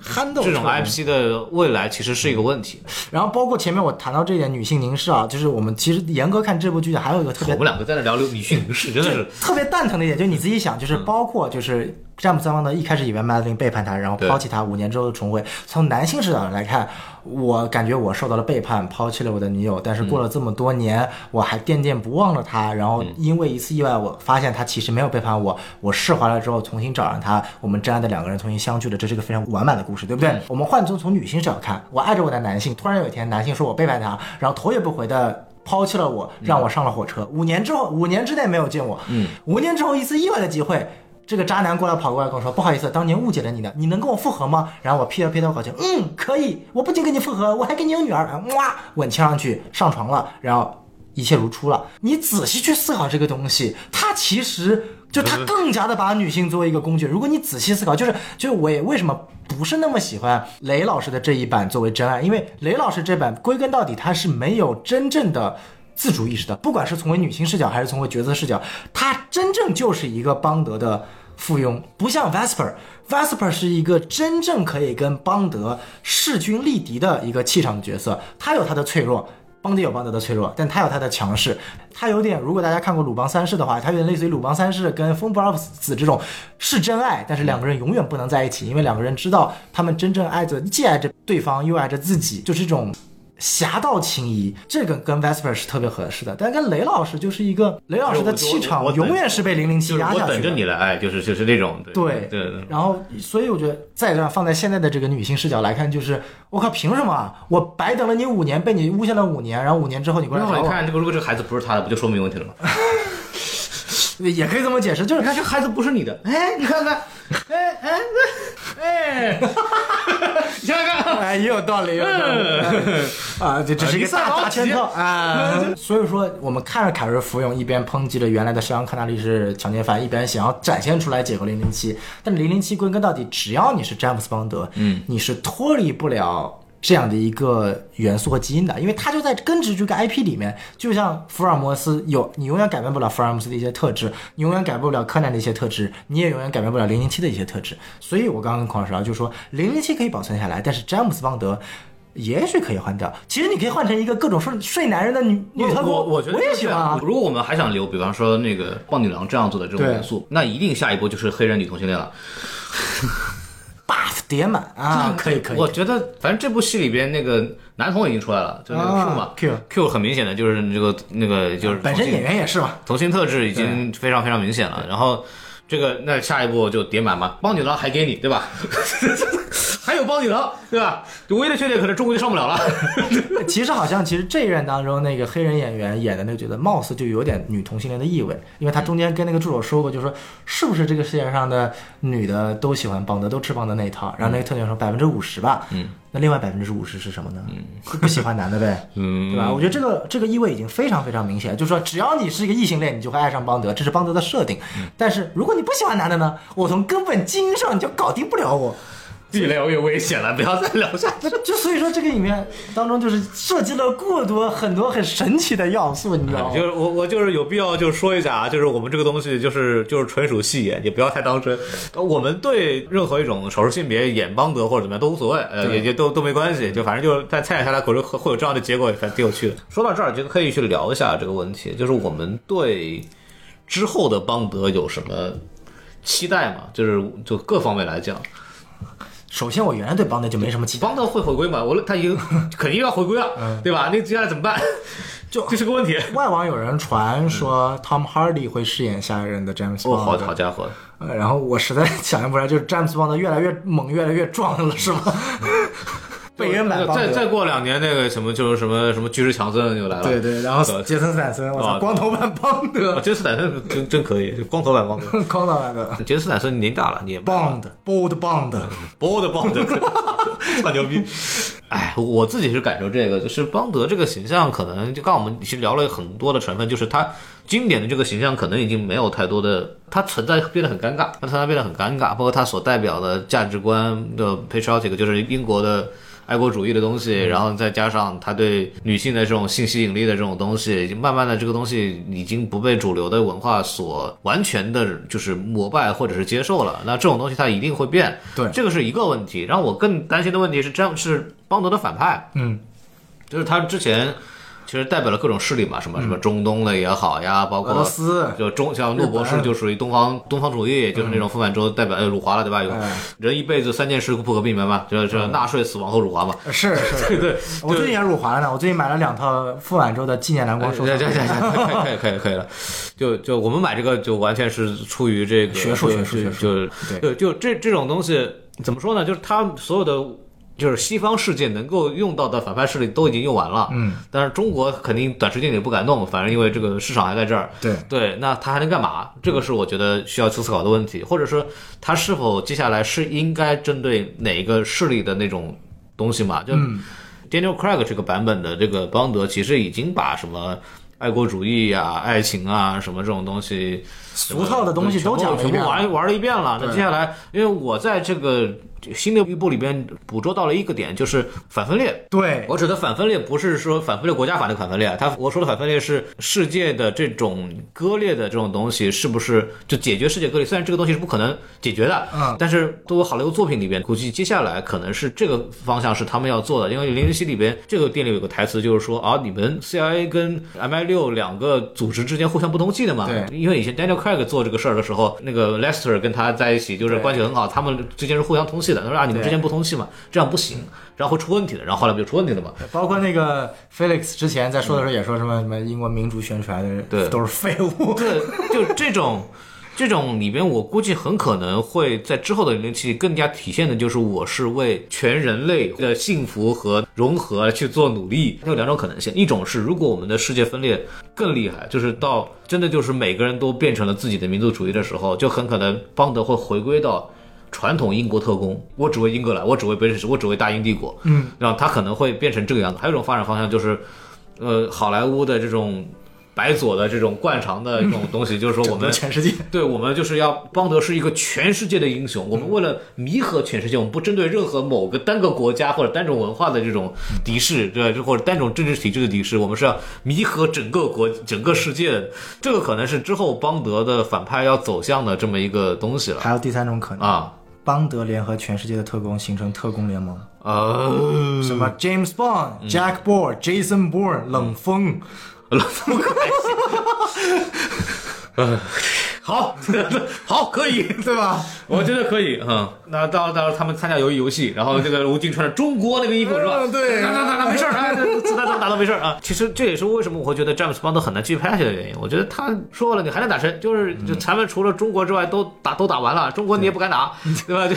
Speaker 1: 憨豆
Speaker 2: 这种
Speaker 1: 特别
Speaker 2: IP 的未来其实是一个问题。
Speaker 1: 然后包括前面我谈到这一点，女性凝视啊，就是我们其实严格看这部剧还有一个特
Speaker 2: 我
Speaker 1: 别
Speaker 2: 们两个在那聊女性凝视，真的是嗯
Speaker 1: 特别蛋疼的一点，就是你自己想，就是包括就是詹姆斯邦德一开始以为麦德林背叛他，然后
Speaker 2: 对
Speaker 1: 抛弃他，五年之后重会。从男性视角来看，我感觉我受到了背叛，抛弃了我的女友，但是过了这么多年，我还惦念不忘了她。然
Speaker 2: 嗯
Speaker 1: 后因为一次意外，我发现她其实没有背叛我，我释怀了之后重新找上她，我们真爱的两个人重新相聚了，这是一个非常完满的故事，对不对？
Speaker 2: 嗯
Speaker 1: 我们换从从女性视角看，我爱着我的男性，突然有一天男性说我背叛他，然后头也不回的抛弃了我，让我上了火车。五年之后，五年之内没有见我。嗯，五年之后一次意外的机会，这个渣男过来跑过来跟我说：“不好意思，当年误解了你的，你能跟我复合吗？”然后我劈头劈头搞笑，嗯，可以。我不仅跟你复合，我还给你有女儿。啊哇，吻亲上去，上床了，然后一切如初了。你仔细去思考这个东西，它其实就它更加的把女性作为一个工具。如果你仔细思考，就是就是我也为什么不是那么喜欢雷老师的这一版作为真爱，因为雷老师这版归根到底他是没有真正的。自主意识的，不管是从为女性视角还是从为角色视角，她真正就是一个邦德的附庸，不像 Vesper，Vesper 是一个真正可以跟邦德势均力敌的一个气场的角色，他有他的脆弱。邦德有邦德的脆弱，但他有他的强势。他有点，如果大家看过《鲁邦三世》的话，他有点类似于《鲁邦三世》跟《风不二子》这种是真爱，但是两个人永远不能在一起，因为两个人知道他们真正爱着，既爱着对方，又爱着自己，就是这种侠盗情谊。这个跟 Vesper 是特别合适的，但跟雷老师就是一个雷老师的气场
Speaker 2: 哎我我我
Speaker 1: 永远是被零零七
Speaker 2: 就是
Speaker 1: 压
Speaker 2: 我
Speaker 1: 下
Speaker 2: 等
Speaker 1: 去
Speaker 2: 着
Speaker 1: 的。
Speaker 2: 你来爱，就是就是这种，对
Speaker 1: 对
Speaker 2: 对对，
Speaker 1: 然后，所以我觉得，再这样放在现在的这个女性视角来看，就是我靠，凭什么啊？我白等了你五年，被你诬陷了五年，然后五年之后你过来
Speaker 2: 那
Speaker 1: 找我
Speaker 2: 你，看，这个如果这个孩子不是他的，不就说明问 题了吗？
Speaker 1: 也可以这么解释，就是
Speaker 2: 你看这孩子不是你的，哎，你看看，哎哎哎，哎 你想想 看，
Speaker 1: 哎，也有道理，有道理 啊！这这是一个大大圈套啊！ 所以说，我们看着凯瑞服用，一边抨击着原来的肖央康纳利是强奸犯，一边想要展现出来解构零零七。但零零七归根到底，只要你是詹姆斯邦德，嗯，你是脱离不了。这样的一个元素和基因的，因为它就在根植这个 IP 里面，就像福尔摩斯有，你永远改变不了福尔摩斯的一些特质，你永远改变不了柯南的一些特质，你也永远改变不了零零七的一些特质。所以我刚刚跟孔老师聊，就说零零七可以保存下来，但是詹姆斯邦德也许可以换掉。其实你可以换成一个各种睡睡男人的女女特工，
Speaker 2: 我我
Speaker 1: 我
Speaker 2: 觉得
Speaker 1: 也
Speaker 2: 这
Speaker 1: 喜
Speaker 2: 个
Speaker 1: 欢啊。
Speaker 2: 如果我们还想留，比方说那个棒女郎这样做的这种
Speaker 1: 对
Speaker 2: 元素，那一定下一步就是黑人女同性恋了。
Speaker 1: buff 叠满啊，可以可以
Speaker 2: 我，觉得反正这部戏里边那个男童已经出来了，就那个 Q 嘛、
Speaker 1: 啊，Q
Speaker 2: Q 很明显的就是那个那个就是
Speaker 1: 本身
Speaker 2: 同性
Speaker 1: 演员也是嘛，
Speaker 2: 同性特质已经非常非常明显了。然后这个那下一步就叠满吧，帮女郎还给你，对吧？ 还有帮女郎，对吧？唯一的缺点可能中国就上不了了。
Speaker 1: 其实好像，其实这一任当中，那个黑人演员演的那个角色，貌似就有点女同性恋的意味，因为他中间跟那个助手说过，就说是不是这个世界上的女的都喜欢邦德，都吃邦德那一套。然后那个特警说百分之五十吧，嗯，那另外百分之五十是什么呢？就不喜欢男的呗，
Speaker 2: 嗯
Speaker 1: 对吧？我觉得这个这个意味已经非常非常明显，就是说只要你是一个异性恋，你就会爱上邦德，这是邦德的设定。但是如果你不喜欢男的呢，我从根本基因上你就搞定不了我。
Speaker 2: 越聊越危险了，不要再聊下去。
Speaker 1: 那就所以说这个里面当中就是设计了过多很多很神奇的要素，你知道吗
Speaker 2: 啊嗯就？是我，我就是有必要就是说一下啊，就是我们这个东西就是就是纯属戏言，也不要太当真。呃我们对任何一种少数性别演邦德或者怎么样都无所谓，呃，
Speaker 1: 对
Speaker 2: 也也都都没关系，就反正就是但参演下来，可是会会有这样的结果，反正挺有趣的。说到这儿，就可以去聊一下这个问题，就是我们对之后的邦德有什么期待吗？就是就各方面来讲，
Speaker 1: 首先我原来对邦德就没什么期待，
Speaker 2: 邦德会回归吗？我他一个 肯定要回归啊，对吧？那接下来怎么办？
Speaker 1: 就
Speaker 2: 这是个问题。
Speaker 1: 外网有人传说 Tom Hardy 会饰演下一任的詹姆斯
Speaker 2: 哦，好
Speaker 1: 邦
Speaker 2: 好
Speaker 1: 德，
Speaker 2: 家伙，
Speaker 1: 呃然后我实在想象不出来，就是詹姆斯邦德越来越猛，越来越壮了，是 吗？贝恩版邦
Speaker 2: 再再
Speaker 1: 德，
Speaker 2: 过两年，那个什么就是什么什么巨石强森又来了。
Speaker 1: 对对，然后
Speaker 2: 呃
Speaker 1: 杰森斯坦森，我
Speaker 2: 哦
Speaker 1: 操，光头版邦
Speaker 2: 啊，
Speaker 1: 德，
Speaker 2: 杰斯坦森真真可以，光头版光头。
Speaker 1: 光头版的
Speaker 2: 杰斯坦森年纪大了，你也棒
Speaker 1: Bond，Bold Bond，
Speaker 2: 包的棒的，算牛逼。哎，我自己是感受这个，就是邦德这个形象，可能就刚刚我们其实聊了很多的成分，就是他经典的这个形象可能已经没有太多的，他存在变得很尴尬，他存在变得很尴尬，包括他所代表的价值观的 patriotic，就是英国的。爱国主义的东西，然后再加上他对女性的这种性吸引力的这种东西，已经慢慢的这个东西已经不被主流的文化所完全的，就是膜拜或者是接受了。那这种东西它一定会变，
Speaker 1: 对
Speaker 2: 这个是一个问题。然后我更担心的问题是，詹姆是邦德的反派，
Speaker 1: 嗯，
Speaker 2: 就是他之前其实代表了各种势力嘛，什么什么中东的也好呀，包
Speaker 1: 嗯俄罗
Speaker 2: 括
Speaker 1: 斯，嗯
Speaker 2: 就中像诺博
Speaker 1: 日
Speaker 2: 士
Speaker 1: 本
Speaker 2: 就属于东方东方主义，就是那种傅满洲代表呃辱华了，对吧？有
Speaker 1: 哎
Speaker 2: 人一辈子三件事不可避免嘛，就是就是纳税、死亡和辱华嘛。
Speaker 1: 是是，
Speaker 2: 对对，
Speaker 1: 我最近也辱华了呢，我最近买了两套傅满洲的纪念蓝光收藏
Speaker 2: 对。对对对，可以可以可以可以了，就就我们买这个就完全是出于这个
Speaker 1: 学术
Speaker 2: 就
Speaker 1: 学术
Speaker 2: 就
Speaker 1: 学
Speaker 2: 就
Speaker 1: 术对
Speaker 2: 就就这这种东西怎么说呢？就是它所有的。就是西方世界能够用到的反派势力都已经用完了，嗯，但是中国肯定短时间也不敢弄，反正因为这个市场还在这儿，
Speaker 1: 对
Speaker 2: 对，那他还能干嘛？这个是我觉得需要去思考的问题，或者说他是否接下来是应该针对哪一个势力的那种
Speaker 1: 嗯
Speaker 2: 东西嘛？就 Daniel Craig 这个版本的这个邦德，其实已经把什么爱国主义啊、爱情啊什么这种东西，呃
Speaker 1: 俗套的东西都讲了一
Speaker 2: 全部
Speaker 1: 遍啊了
Speaker 2: 玩玩了一遍了。那接下来，因为我在这个新的一部里边捕捉到了一个点，就是反分裂。
Speaker 1: 对，
Speaker 2: 我指的反分裂不是说反分裂国家法那个反分裂，他我说的反分裂是世界的这种割裂的这种东西，是不是就解决世界割裂？虽然这个东西是不可能解决的，
Speaker 1: 嗯
Speaker 2: 但是作为好莱坞作品里边，估计接下来可能是这个方向是他们要做的，因为《零零七》里边这个店里有个台词就是说啊，你们 CIA 跟 MI 六两个组织之间互相不通气的嘛，
Speaker 1: 对
Speaker 2: 啊因为以前 Daniel Craig 做这个事儿的时候，那个 Lester 跟他在一起就是
Speaker 1: 对
Speaker 2: 关系很好，他们之间是互相通气的，他说啊，你们之间不通气嘛，这样不行。然后会出问题的，然后后来不就出问题了嘛？
Speaker 1: 包括那个 Felix 之前在说的时候也说什么什么英国民族宣传的，
Speaker 2: 对
Speaker 1: 都是废物。
Speaker 2: 对， 就这种。这种里边，我估计很可能会在之后的零零七更加体现的就是我是为全人类的幸福和融合去做努力。它有两种可能性，一种是如果我们的世界分裂更厉害，就是到真的就是每个人都变成了自己的民族主义的时候，就很可能邦德会回归到传统英国特工，我只为英格兰，我只为北美，我只为大英帝国。嗯，然后他可能会变成这个样子。还有一种发展方向就是，呃，好莱坞的这种白左的这种惯常的这种东西，就是说我们
Speaker 1: 全世界
Speaker 2: 对，啊我们就是要邦德是一个全世界的英雄。我们为了弥合全世界，我们不针对任何某个单个国家或者单种文化的这种敌视，对吧，或者单种政治体制的敌视，我们是要弥合整个国、整个世界的。这个可能是之后邦德的反派要走向的这么一个东西了
Speaker 1: 还有第三种可能，
Speaker 2: 啊。
Speaker 1: 邦德联合全世界的特工形成特工联
Speaker 2: 嗯
Speaker 1: 盟，
Speaker 2: 呃，
Speaker 1: 什么 James
Speaker 2: 嗯
Speaker 1: Bond、Jack Bourne、Jason Bourne、冷锋，
Speaker 2: 冷风可还行。好，好，可以。
Speaker 1: 对吧？
Speaker 2: 我觉得可以，嗯，那到到时候他们参加游游戏，然后这个吴京穿着中国那个衣服是吧？
Speaker 1: 嗯对
Speaker 2: 那那那那没事儿，哎子弹能打到没事儿 啊。其实这也是为什么我会觉得詹姆斯邦德很难继续拍下去的原因。我觉得他说了，你还能打谁？就是就咱们除了中国之外都打都打完了，中国你也不敢 打，嗯对吧？就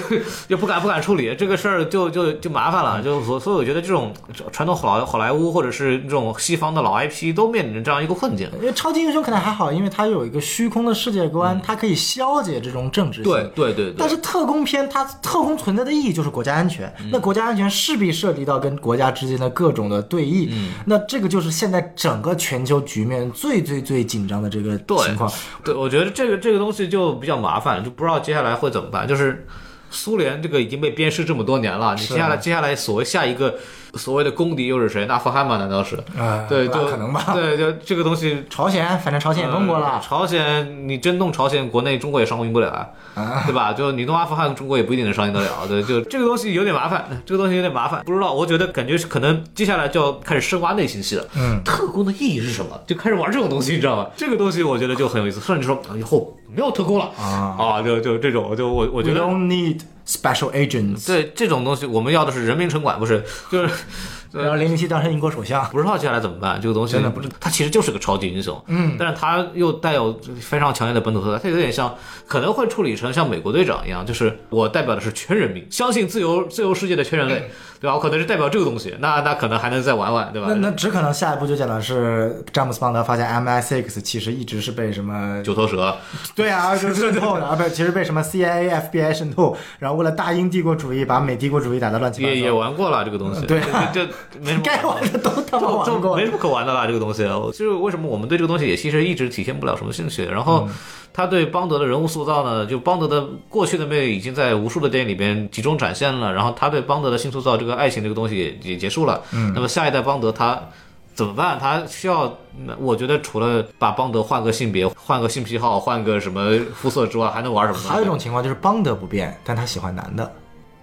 Speaker 2: 也不敢不敢处理这个事儿，就就就麻烦了。就所所以我觉得这种传统好莱好莱坞或者是这种西方的老 IP 都面临着这样一个困境。
Speaker 1: 因为超级英雄可能还好，因为它有一个虚空的世界观，它可以消解这种政治性。
Speaker 2: 嗯对对
Speaker 1: 但是特工片，它特工存在的意义就是国家安全，
Speaker 2: 嗯
Speaker 1: 那国家安全势必涉及到跟国家之间的各种的对弈，
Speaker 2: 嗯
Speaker 1: 那这个就是现在整个全球局面最最最紧张的这个
Speaker 2: 对
Speaker 1: 情况。
Speaker 2: 对，我觉得这个这个东西就比较麻烦，就不知道接下来会怎么办。就是苏联这个已经被鞭尸这么多年了，你接下
Speaker 1: 啊
Speaker 2: 来接下来所谓下一个所谓的公敌又是谁？那阿富汗吗？难道是？
Speaker 1: 啊
Speaker 2: 对，
Speaker 1: 不大
Speaker 2: 就
Speaker 1: 可能吧？
Speaker 2: 对，就这个东西。
Speaker 1: 朝鲜，反正朝鲜也弄过
Speaker 2: 呃
Speaker 1: 了，
Speaker 2: 朝鲜，你真弄朝鲜，国内中国也伤兵不了啊， 对吧？就你弄阿富汗，中国也不一定能伤赢得了。啊对，就这个东西有点麻烦，这个东西有点麻烦，不知道。我觉得感觉是可能接下来就要开始深挖内心戏了。
Speaker 1: 嗯，
Speaker 2: 特工的意义是什么？就开始玩这种东西，你知道吗？这个东西我觉得就很有意思，甚至说啊以后没有特工了
Speaker 1: 啊
Speaker 2: 就就这种，就我我觉
Speaker 1: We
Speaker 2: 得
Speaker 1: don't need special agents。
Speaker 2: 对这种东西，我们要的是人民城管，不是就是。对
Speaker 1: 然后零零七当上英国首相，
Speaker 2: 不知道接下来怎么办，这个东西
Speaker 1: 真的不知
Speaker 2: 它其实就是个超级英雄，
Speaker 1: 嗯，
Speaker 2: 但是它又带有非常强烈的本土色彩，它有点像，可能会处理成像美国队长一样，就是我代表的是全人民，相信自由自由世界的全人
Speaker 1: 嗯
Speaker 2: 类，对吧？我可能是代表这个东西，那那可能还能再玩玩，对吧？
Speaker 1: 那那只可能下一步就讲的是詹姆斯邦德发现 MI6 其实一直是被什么
Speaker 2: 九头 蛇，
Speaker 1: 对啊，就是渗透的啊，不是，其实被什么 CIA、FBI 渗透，然后为了大英帝国主义，把美帝国主义打得乱七八糟。
Speaker 2: 也也玩过了这个东西，
Speaker 1: 对
Speaker 2: 这这没什么
Speaker 1: 该玩的都他妈
Speaker 2: 这
Speaker 1: 玩
Speaker 2: 这
Speaker 1: 过
Speaker 2: 没。什么可玩的啦，这个东西。就是为什么我们对这个东西也其实一直体现不了什么兴趣。然
Speaker 1: 嗯
Speaker 2: 后他对邦德的人物塑造呢，就邦德的过去的魅力已经在无数的电影里边集中展现了。然后他对邦德的新塑造，这个爱情这个东西也也结束了。嗯，那么下一代邦德他。怎么办？他需要，嗯我觉得除了把邦德换个性别、换个性癖好、换个什么肤色之外，还能玩什么呢？
Speaker 1: 还有一种情况就是邦德不变，但他喜欢男的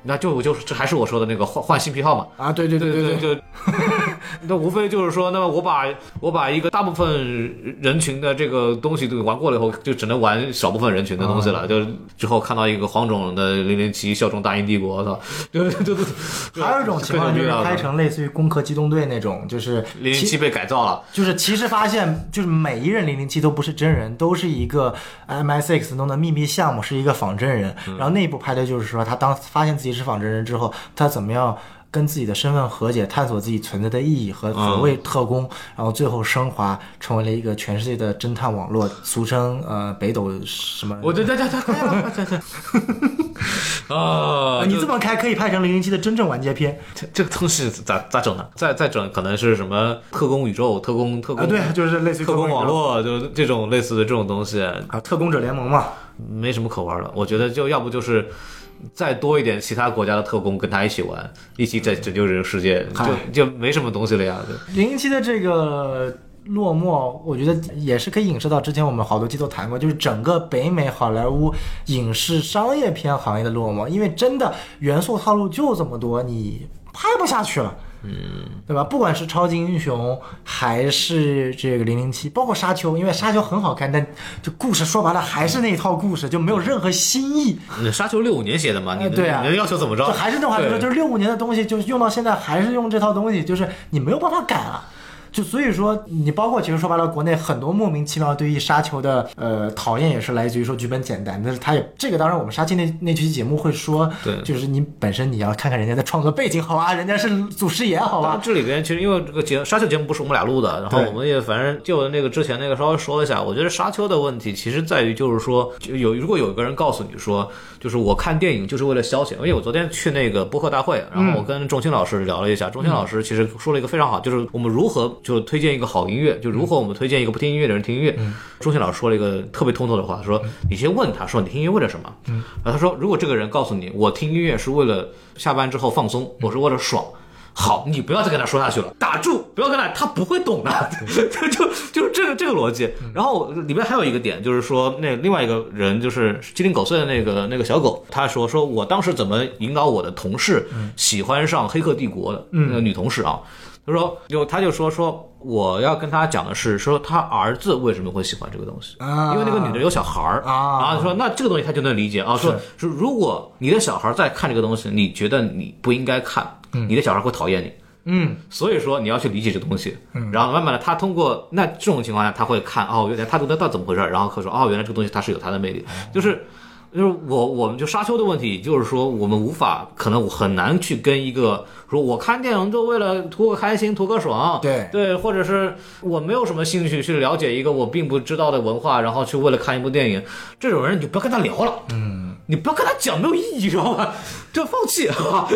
Speaker 2: 那就就是这还是我说的那个换换性癖好嘛。
Speaker 1: 啊！对对对
Speaker 2: 对
Speaker 1: 对，
Speaker 2: 就 那无非就是说，那么我把我把一个大部分人群的这个东西都玩过了以后，就只能玩少部分人群的东西
Speaker 1: 啊
Speaker 2: 了。就之后看到一个黄种人的零零七效忠大英帝国，我操，就就 就就
Speaker 1: 还有一种情况就是拍成类似于《攻壳机动队》那种，就是
Speaker 2: 零零
Speaker 1: 其
Speaker 2: 七被改造了。
Speaker 1: 就是其实发现，就是每一任零零七都不是真人，都是一个 MI6 弄的秘密项目，是一个仿真人。
Speaker 2: 嗯
Speaker 1: 然后内部拍的就是说，他当发现自己是仿真人之后，他怎么样跟自己的身份和解，探索自己存在的意义和
Speaker 2: 嗯
Speaker 1: 所谓特工，然后最后升华成为了一个全世界的侦探网络，俗称呃北斗什么。
Speaker 2: 我这这这这这这这，啊
Speaker 1: 啊，你这
Speaker 2: 么
Speaker 1: 么开可以拍成零零七的真正完结篇
Speaker 2: 这个东西咋咋整呢？再再整可能是什么特工宇宙、特工特工、
Speaker 1: 啊？对，就是类似于
Speaker 2: 特工
Speaker 1: 工
Speaker 2: 网
Speaker 1: 宇宙
Speaker 2: 络，就这种类似的这种东西，
Speaker 1: 啊，特工者联盟嘛，
Speaker 2: 没什么可玩的。我觉得就要不就是再多一点其他国家的特工跟他一起玩，一起拯拯救这个世界，
Speaker 1: 嗨
Speaker 2: 就就没什么东西了呀。就
Speaker 1: 零零七的这个落寞，我觉得也是可以影射到之前我们好多期都谈过，就是整个北美好莱坞影视商业片行业的落寞，因为真的元素套路就这么多，你拍不下去了。嗯，对吧？不管是超级英雄，还是这个零零七，包括沙丘，因为沙丘很好看，但就故事说白了还是那一套故事，就没有任何新意。
Speaker 2: 那沙丘六五年写的嘛，你
Speaker 1: 哎
Speaker 2: 能、
Speaker 1: 对啊
Speaker 2: 你能要求怎么着？
Speaker 1: 就还是那话就说，
Speaker 2: 对
Speaker 1: 就是六五年的东西，就是用到现在还是用这套东西，就是你没有办法改了。就所以说，你包括其实说白了，国内很多莫名其妙对于沙丘的呃讨厌，也是来自于说剧本简单，但是它也这个当然我们沙丘那那期节目会说，
Speaker 2: 对
Speaker 1: 就是你本身你要看看人家的创作背景，好吧，啊人家是祖师爷，好啊
Speaker 2: 但
Speaker 1: 吧，
Speaker 2: 这里边其实因为这个节沙丘节目不是我们俩录的，然后
Speaker 1: 对
Speaker 2: 我们也反正就那个之前那个稍微说了一下，我觉得沙丘的问题其实在于就是说，就有如果有一个人告诉你说，就是我看电影就是为了消遣，因为我昨天去那个播客大会，然后我
Speaker 1: 嗯
Speaker 2: 跟钟青老师聊了一下，钟青老师其实说了一个非常好，就是我们如何就是推荐一个好音乐，就
Speaker 1: 嗯
Speaker 2: 如何我们推荐一个不听音乐的人听音乐。钟青老师说了一个特别通透的话，
Speaker 1: 嗯
Speaker 2: 说你先问他说你听音乐为了什么？然后他说如果这个人告诉你我听音乐是为了下班之后放松，我是为了爽。好，你不要再跟他说下去了，打住，不要跟他，他不会懂的， 就就就是这个这个逻辑。然后里面还有一个点，就是说那另外一个人就是鸡零狗碎的那个那个小狗，他说说我当时怎么引导我的同事喜欢上《黑客帝国》的
Speaker 1: 嗯
Speaker 2: 那个女同事啊，他说就他就说说我要跟他讲的是说他儿子为什么会喜欢这个东西，
Speaker 1: 啊
Speaker 2: 因为那个女的有小孩儿
Speaker 1: 啊
Speaker 2: 然后说那这个东西他就能理解啊，说说如果你的小孩在看这个东西，你觉得你不应该看，你的小孩会讨厌你。
Speaker 1: 嗯，
Speaker 2: 所以说你要去理解这东西，然后慢慢的他通过那这种情况下，他会看哦，原来他读得到怎么回事儿，然后可说哦，原来这个东西它是有它的魅
Speaker 1: 哦
Speaker 2: 力，就是。就是我，我们就沙丘的问题，就是说我们无法，可能我很难去跟一个说我看电影就为了图个开心、图个爽，
Speaker 1: 对
Speaker 2: 对，或者是我没有什么兴趣去了解一个我并不知道的文化，然后去为了看一部电影，这种人你就不要跟他聊了，嗯，你不要跟他讲，没有意义，知道吧？就放弃， 哈，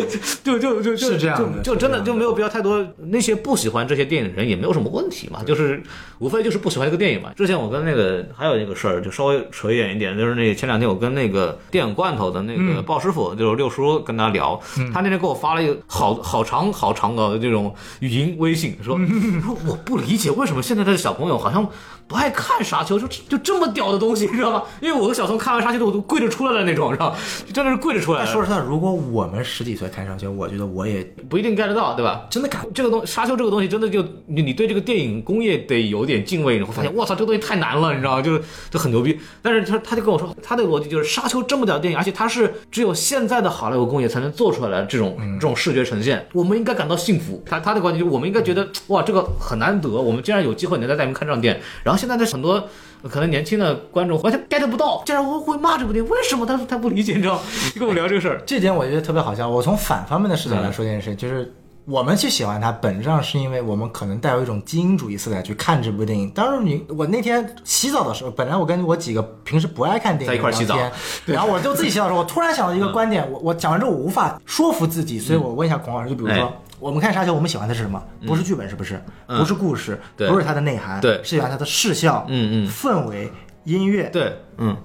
Speaker 2: 就就就就是
Speaker 1: 这样的
Speaker 2: 就是
Speaker 1: 这
Speaker 2: 真的
Speaker 1: 样
Speaker 2: 就没有必要太多。那些不喜欢这些电影的人也没有什么问题嘛，就是无非就是不喜欢这个电影嘛。之前我跟那个还有一个事儿，就稍微扯远一点，就是那前两天我跟那个电影罐头的那个鲍师傅，就是六叔跟他聊，他那天给我发了一个好好长好长的这种语音微信，说说我不理解为什么现在的小朋友好像。不爱看沙丘，就就这么屌的东西，你知道吗？因为我跟小松看完沙丘都我都跪着出来了那种，知道吗？就真的是跪着出来
Speaker 1: 但
Speaker 2: 了，
Speaker 1: 说实话，如果我们十几岁看上去，我觉得我也
Speaker 2: 不一定 get 得到，对吧？
Speaker 1: 真的感
Speaker 2: 这个东沙丘这个东西真的就你你对这个电影工业得有点敬畏，你会发现我操这个东西太难了，你知道吗？就就很牛逼。但是他他就跟我说，他的逻辑就是沙丘这么屌的电影，而且它是只有现在的好莱坞工业才能做出来的这种
Speaker 1: 嗯
Speaker 2: 这种视觉呈现，我们应该感到幸福。他他的观点就是我们应该觉得哇这个很难得，我们竟然有机会能在大荧幕看这样的电影。然后现在的很多。呃可能年轻的观众完全 get 不到，竟然会会骂这部电影，为什么他他不理解？你知道吗？就跟我聊这个事儿，
Speaker 1: 这点我觉得特别好笑。我从反方面的视角来说这件事情，就是我们去喜欢它，本质上是因为我们可能带有一种精英主义色彩去看这部电影。当然你，我那天洗澡的时候，本来我跟我几个平时不爱看电影
Speaker 2: 在一块儿洗澡
Speaker 1: 聊天，然后我就自己洗澡的时候，我突然想到一个观点，我我讲完之后我无法说服自己，所以我问一下孔老师，就比如说。
Speaker 2: 哎
Speaker 1: 我们看沙丘，我们喜欢的是什么？不是剧本，是不是？
Speaker 2: 嗯
Speaker 1: 不是故事，
Speaker 2: 对
Speaker 1: 不是它的内涵，
Speaker 2: 对
Speaker 1: 是喜欢它的视效、
Speaker 2: 嗯嗯
Speaker 1: 氛围、音乐，
Speaker 2: 对，嗯。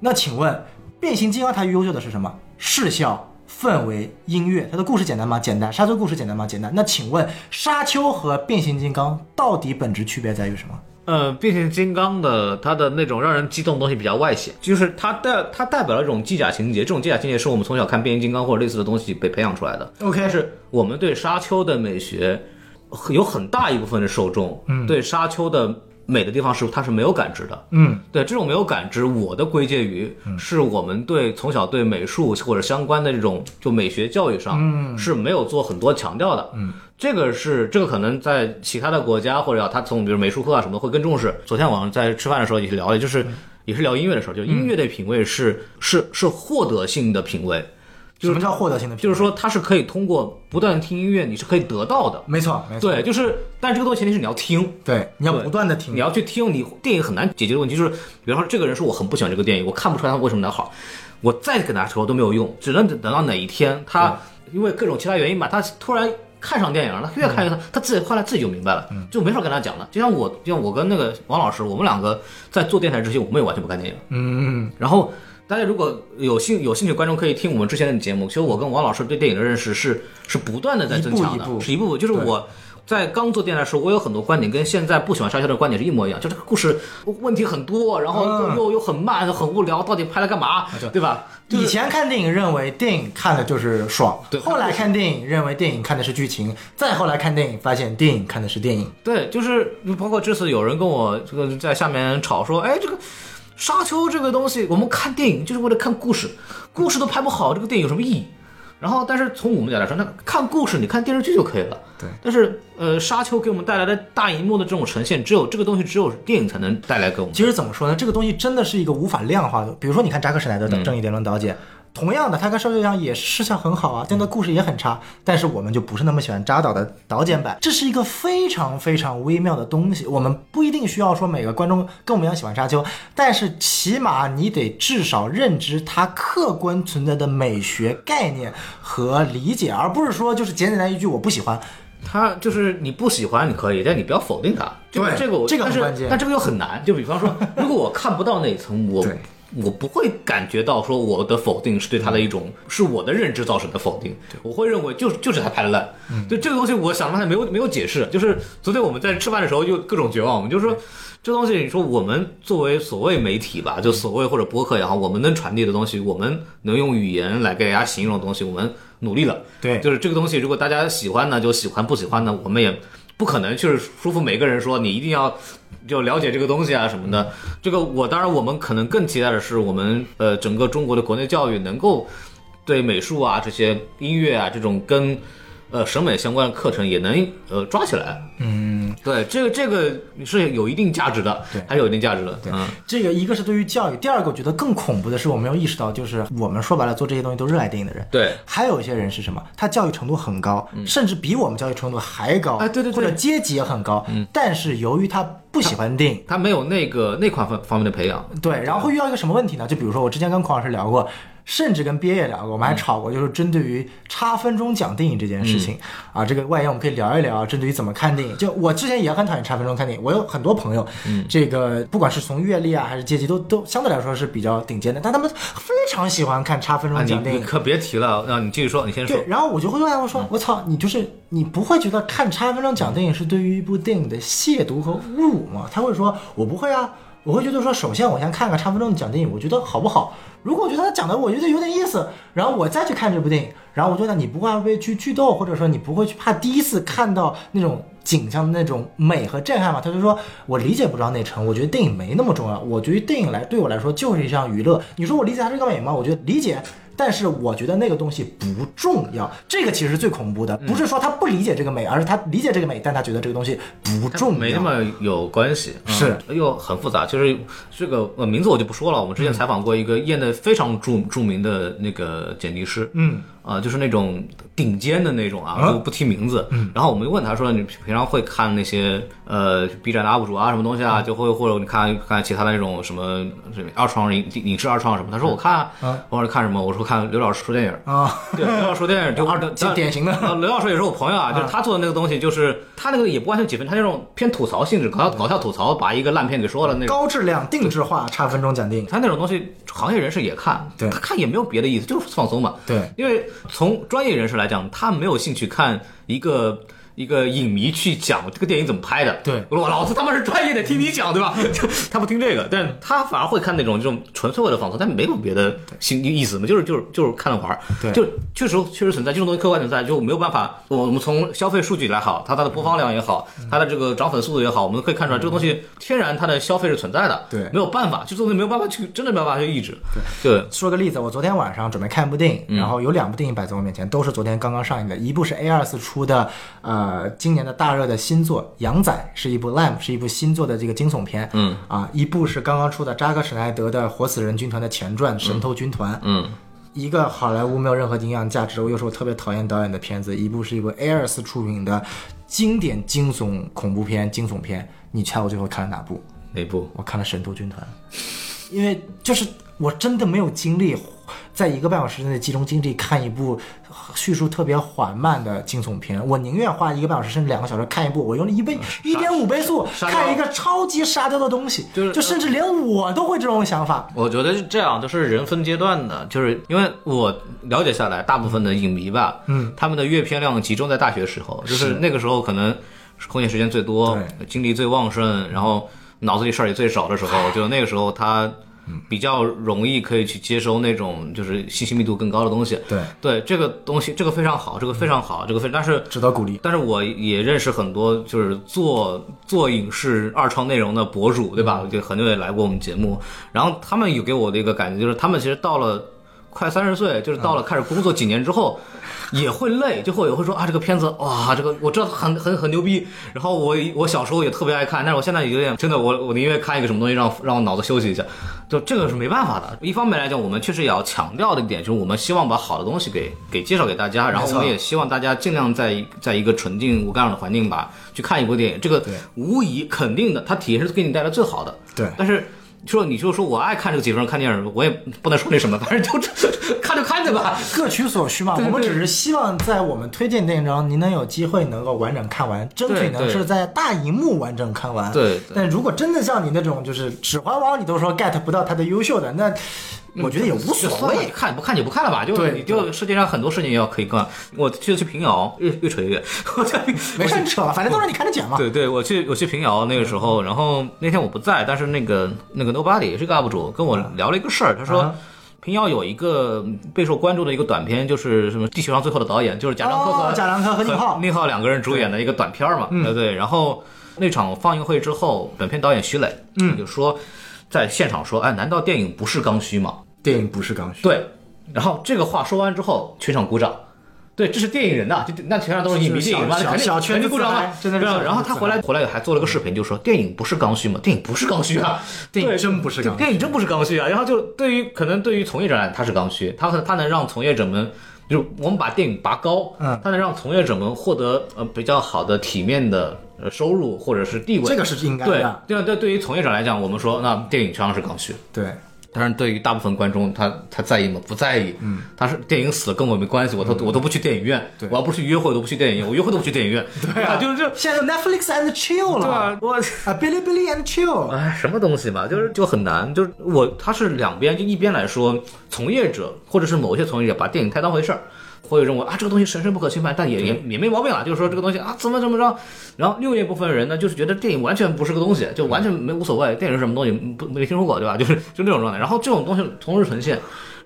Speaker 1: 那请问，变形金刚它优秀的是什么？视效、氛围、音乐。它的故事简单吗？简单。沙丘故事简单吗？简单。那请问，沙丘和变形金刚到底本质区别在于什么？
Speaker 2: 呃，变形金刚的它的那种让人激动的东西比较外显，就是它代它代表了一种机甲情节，这种机甲情节是我们从小看变形金刚或者类似的东西被培养出来的。
Speaker 1: OK
Speaker 2: 但是我们对沙丘的美学有很大一部分的受众，嗯，对沙丘的美的地方是它是没有感知的，
Speaker 1: 嗯，
Speaker 2: 对这种没有感知，我的归结于是我们对从小对美术或者相关的这种就美学教育上，是没有做很多强调的，嗯，这个是这个可能在其他的国家或者他从比如美术课啊什么的会更重视。昨天晚上在吃饭的时候也是聊的，嗯就是也是聊音乐的时候，就音乐的品味是是是获得性的品味。
Speaker 1: 什么叫获得性的评价？
Speaker 2: 就是说它是可以通过不断听音乐，你是可以得到的。
Speaker 1: 没错，没错，
Speaker 2: 对，就是，但这个东西前提是你要听，
Speaker 1: 对，你要
Speaker 2: 对
Speaker 1: 不断的听
Speaker 2: 你，要去听，你电影很难解决的问题就是，比方说这个人说我很不喜欢这个电影，我看不出来他为什么来好，我再给他说都没有用，只能等等到哪一天他因为各种其他原因吧，他突然。看上电影了，他越看越他，他自己后来自己就明白了，就没法跟他讲了。就像我，就像我跟那个王老师，我们两个在做电台之前，我们也完全不看电影。
Speaker 1: 嗯嗯
Speaker 2: 然后大家如果有兴有兴趣，观众可以听我们之前的节目。其实我跟王老师对电影的认识是是不断的在增强的，
Speaker 1: 一步一步
Speaker 2: 是一步步。就是
Speaker 1: 对
Speaker 2: 我在刚做电台的时候，我有很多观点跟现在不喜欢沙丘的观点是一模一样，就这个故事问题很多，然后又、
Speaker 1: 嗯
Speaker 2: 又又很慢，又很无聊，到底拍了干嘛？对吧？嗯
Speaker 1: 以前看电影认为电影看的就是爽，
Speaker 2: 对
Speaker 1: 后来看电影认为电影看的是剧情，再后来看电影发现电影看的是电影，
Speaker 2: 对，就是包括这次有人跟我这个在下面吵说，哎，这个沙丘这个东西，我们看电影就是为了看故事，故事都拍不好，这个电影有什么意义？然后，但是从我们家来说，那看故事，你看电视剧就可以了。
Speaker 1: 对
Speaker 2: 但是，呃，沙丘给我们带来的大荧幕的这种呈现，只有这个东西，只有电影才能带来给我们。
Speaker 1: 其实怎么说呢？这个东西真的是一个无法量化的。比如说，你看扎克施奈德的《正义联盟》导演，同样的，他跟《射雕》一样也是效很好啊，但他故事也很差。但是我们就不是那么喜欢扎导的导演版，这是一个非常非常微妙的东西。我们不一定需要说每个观众跟我们一样喜欢沙丘，但是起码你得至少认知它客观存在的美学概念和理解，而不是说就是简简单一句我不喜欢。
Speaker 2: 它就是你不喜欢你可以，但你不要否定它。这个
Speaker 1: 对
Speaker 2: 这个我
Speaker 1: 这个很
Speaker 2: 但是
Speaker 1: 关键
Speaker 2: 但这个又很难。就比 方说，如果我看不到那一层，我
Speaker 1: 对
Speaker 2: 我不会感觉到说我的否定是对它的一
Speaker 1: 嗯
Speaker 2: 种，是我的认知造成的否定。我会认为就是就是他拍的烂。
Speaker 1: 嗯
Speaker 2: 就这个东西，我想了半天没有没有解释。就是昨天我们在吃饭的时候就各种绝望，我们就说。这东西，你说我们作为所谓媒体吧，就所谓或者播客也好，我们能传递的东西，我们能用语言来给大家形容的东西，我们努力了。
Speaker 1: 对
Speaker 2: 就是这个东西，如果大家喜欢呢，就喜欢；不喜欢呢，我们也不可能就是说服每个人说你一定要就了解这个东西啊什么的。
Speaker 1: 嗯
Speaker 2: 这个我当然我们可能更期待的是，我们呃整个中国的国内教育能够对美术啊这些音乐啊这种跟呃审美相关的课程也能呃抓起来。嗯，对，这个这个是有一定价值的，
Speaker 1: 对
Speaker 2: 还有一定价值的。嗯，
Speaker 1: 这个一个是对于教育，第二个我觉得更恐怖的是我没有意识到，就是我们说白了做这些东西都热爱电影的人，
Speaker 2: 对。
Speaker 1: 还有一些人是什么？他教育程度很高，甚至比我们教育程度还高，
Speaker 2: 哎对对对嗯
Speaker 1: 或者阶级也很高，但是由于他不喜欢电影。
Speaker 2: 他没有那个那块方方面的培养，
Speaker 1: 对，然后会遇到一个什么问题呢？就比如说我之前跟孔老师聊过，甚至跟憋也聊过，我
Speaker 2: 嗯
Speaker 1: 们还吵过，就是针对于差分钟讲电影这件事情、
Speaker 2: 嗯
Speaker 1: 啊，这个外延我们可以聊一聊，针对于怎么看电影。就我之前也很讨厌差分钟看电影，我有很多朋友，
Speaker 2: 嗯
Speaker 1: 这个不管是从阅历啊还是阶级都，都相对来说是比较顶尖的，但他们非常喜欢看差分
Speaker 2: 啊，
Speaker 1: 钟
Speaker 2: 你
Speaker 1: 讲电
Speaker 2: 你
Speaker 1: 影。
Speaker 2: 可别提了，让你继续说，你先说
Speaker 1: 对，。然后我就会问他们说：“我操，你就是你不会觉得看插分钟讲电影是对于一部电影的亵渎和侮辱吗？”他会说：“我不会啊，我会觉得说，首先我先看看插分钟讲电影，我觉得好不好？如果我觉得他讲的我觉得有点意思，然后我再去看这部电影，然后我觉得你不会被去剧透，或者说你不会去怕第一次看到那种。”景象的那种美和震撼嘛，他就说，我理解不到内城，我觉得电影没那么重要，我觉得电影来对我来说就是一项娱乐。你说我理解它是个美吗？我觉得理解，但是我觉得那个东西不重要，这个其实是最恐怖
Speaker 2: 嗯
Speaker 1: 的，不是说他不理解这个美，而是他理解这个美，但他觉得这个东西不重要。
Speaker 2: 没那么有关系，嗯
Speaker 1: 是
Speaker 2: 又很复杂。就是这个呃名字我就不说了，我们之前采访过一个业内非常著著名的那个剪辑师，嗯，啊，就是那种顶尖的那种啊，就不提名字。然后我们就问他说，你平常会看那些呃 B 站的 UP 主啊，什么东西啊，就会或者你看看其他的那种什么呃什么二创影影视二创什么？他说我看啊，我说看什么？我说看刘老师说电影儿。
Speaker 1: 啊，
Speaker 2: 对，刘老师说电影就
Speaker 1: 二
Speaker 2: 当
Speaker 1: 啊典典型的
Speaker 2: 呃刘老师也是我朋友啊，就是他做的那个东西，就是他那个也不完全解分，他那种偏吐槽性质，搞笑搞笑吐槽，把一个烂片给说了那种。
Speaker 1: 高质量定制化差分钟讲电影，
Speaker 2: 他那种东西，行业人士也看，
Speaker 1: 对
Speaker 2: 他看也没有别的意思，就是放松嘛。
Speaker 1: 对，
Speaker 2: 因为从专业人士来讲，他没有兴趣看一个一个影迷去讲这个电影怎么拍的。
Speaker 1: 对
Speaker 2: 我老子他妈是专业的，听你讲对吧？ 就他不听这个，但是他反而会看那种这种纯粹为了放松，但没有别的心意思嘛，就是就是就是看着玩儿。
Speaker 1: 对
Speaker 2: 就确实确实存在这种东西，客观存在，就没有办法。我我们从消费数据来好，它它的播放量也好，
Speaker 1: 嗯
Speaker 2: 它的这个涨粉速度也好，我们可以看出来这个东西天然它的消费是存在的。
Speaker 1: 对
Speaker 2: 没有办法，这东西没有办法去，真的没有办法去抑制。对，
Speaker 1: 说个例子，我昨天晚上准备看一部电影，然后有两部电影摆在我面前，都是昨天刚刚上映的，一部是 A 二四出的，呃，今年的大热的新作《羊仔》，是一部 Lime，是一部新作的这个惊悚片，嗯，啊，一部是刚刚出的扎克施奈德的《活死人军团》的前传《神偷军团》，
Speaker 2: 嗯，
Speaker 1: 一个好莱坞没有任何营养价值，又是我特别讨厌导演的片子，一部是一部 A 二四出品的经典惊悚恐怖片、惊悚片，你猜我最后看了哪部？
Speaker 2: 哪部？
Speaker 1: 我看了《神都军团》，因为就是我真的没有精力，在一个半小时内集中精力看一部叙述特别缓慢的惊悚片，我宁愿花一个半小时甚至两个小时看一部，我用一倍一点五倍速
Speaker 2: 沙雕
Speaker 1: 看一个超级沙雕的东西，
Speaker 2: 就是
Speaker 1: 就甚至连我都会这种想法。
Speaker 2: 我觉得是这样，就是人分阶段的，就是因为我了解下来，大部分的影迷吧，嗯，他们的阅片量集中在大学时候，就是那个时候可能空闲时间最多，精力最旺盛，然后脑子里事儿也最少的时 候，就那个时候他比较容易可以去接收那种就是信息密度更高的东西。
Speaker 1: 对，
Speaker 2: 对，这个东西，这个非常好，这个非常好，这个非，但是
Speaker 1: 值得鼓励。
Speaker 2: 但是我也认识很多就是做做影视二创内容的博主，对
Speaker 1: 嗯
Speaker 2: 吧？就很久也来过我们节目，然后他们有给我的一个感觉就是，他们其实到了快三十岁，就是到了开始工作几年 之后。也会累，就会也会说啊，这个片子哇，这个我知道很很很牛逼。然后我我小时候也特别爱看，但是我现在有点真的，我我宁愿看一个什么东西让让我脑子休息一下。就这个是没办法的。一方面来讲，我们确实也要强调的一点就是，我们希望把好的东西给给介绍给大家，然后
Speaker 1: 没
Speaker 2: 我
Speaker 1: 错
Speaker 2: 们也希望大家尽量在在一个纯净无干扰的环境吧去看一部电影。这个无疑肯定的，它体验是给你带来最好的。
Speaker 1: 对
Speaker 2: 但是说你就说我爱看这个几分钟看电影，我也不能说那什么，反正就看就看去吧。
Speaker 1: 各取所需嘛，我们只是希望在我们推荐电影中，您能有机会能够完整看完，争取能
Speaker 2: 对
Speaker 1: 是在大荧幕完整看完。
Speaker 2: 对对
Speaker 1: 但如果真的像你那种，就是《指环王》，你都说 get 不到它的优秀的，那我觉得也无
Speaker 2: 嗯就
Speaker 1: 所
Speaker 2: 算了
Speaker 1: 谓，。
Speaker 2: 看不看就不看了吧，就
Speaker 1: 对
Speaker 2: 你就世界上很多事情也要可以干。我去去平遥，越越扯越远， 我去
Speaker 1: 没事，你扯吧，反正都让你看着剪嘛。
Speaker 2: 对对，我去我去平遥那个时候，然后那天我不在，但是那个那个 Nobody 也是个 UP 主跟我聊了一个事儿，他
Speaker 1: 啊
Speaker 2: 说。平遥有一个备受关注的一个短片，就是什么《地球上最后的导演》，就是贾樟柯和
Speaker 1: 哦贾樟柯和宁浩嗯
Speaker 2: 宁浩两个人主演的一个短片嘛，对对。然后那场放映会之后，本片导演徐磊，嗯，就说在现场说，哎，难道电影不是刚需吗？
Speaker 1: 电影不是刚需，
Speaker 2: 对，然后这个话说完之后，全场鼓掌。对，这是电影人呐，就那全场都是影迷
Speaker 1: 是
Speaker 2: 电影嘛，
Speaker 1: 小
Speaker 2: 肯定
Speaker 1: 小圈
Speaker 2: 肯定
Speaker 1: 子
Speaker 2: 鼓掌
Speaker 1: 自
Speaker 2: 嘛
Speaker 1: 嗨。真的是
Speaker 2: 对啊
Speaker 1: 小圈
Speaker 2: 然后
Speaker 1: 子
Speaker 2: 他
Speaker 1: 自
Speaker 2: 回来回来还做了个视频，就说电影不是刚需嘛，电影不是刚需啊，
Speaker 1: 电影
Speaker 2: 对
Speaker 1: 真不是刚需
Speaker 2: 电影真不是刚需啊。然后就对于可能对于从业者来，它是刚需，它它能让从业者们。就是我们把电影拔高，
Speaker 1: 嗯
Speaker 2: 它能让从业者们获得呃比较好的、体面的呃收入或者是地位，
Speaker 1: 这个是应该
Speaker 2: 对
Speaker 1: 的。
Speaker 2: 对对，对于从业者来讲，我们说那电影实际上是刚需，
Speaker 1: 对，
Speaker 2: 但是对于大部分观众，他他在意吗？不在意。嗯，他是电影死了跟我没关系，我都、我都不去电影院，
Speaker 1: 对
Speaker 2: 我要不是去约会，我都不去电影院，我约会都不去电影院。对 啊，就是这。
Speaker 1: 现在有 Netflix and chill
Speaker 2: 对
Speaker 1: 了，
Speaker 2: 啊，我
Speaker 1: 啊，Billy Billy and chill，
Speaker 2: 哎，什么东西嘛，就是就很难，就是我它是两边，就一边来说，从业者或者是某些从业者把电影太当回事儿，会认为啊这个东西神圣不可侵犯，但也也也没毛病了，就是说这个东西啊怎么怎么着，然后另一部分人呢，就是觉得电影完全不是个东西，就完全没无所谓，电影是什么东西不没听说过对吧？就是就那种状态，然后这种东西同时呈现。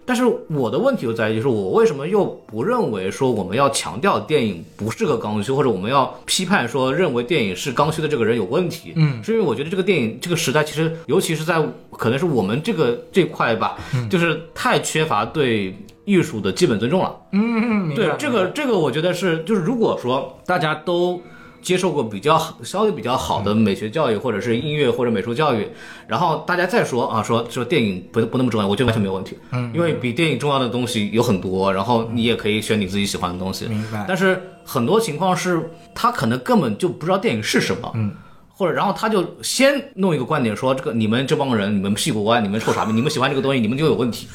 Speaker 2: 但是我的问题就在于，就是我为什么又不认为说我们要强调电影不是个刚需，或者我们要批判说认为电影是刚需的这个人有问题？嗯，是因为我觉得这个电影这个时代，其实尤其是在可能是我们这个这块吧，就是太缺乏对艺术的基本尊重了。
Speaker 1: 嗯，明白
Speaker 2: 对，这个这个我觉得是，就是如果说大家都接受过比较好稍微比较好的美学教育，或者是音乐或者美术教育，然后大家再说啊，说说电影不不那么重要，我觉得完全没有问题，嗯，因为比电影重要的东西有很多，然后你也可以选你自己喜欢的东西，
Speaker 1: 明白
Speaker 2: 但是很多情况是，他可能根本就不知道电影是什么，嗯。或者，然后他就先弄一个观点说，这个你们这帮人，你们屁股歪，你们臭傻逼，你们喜欢这个东西，你们就有问题。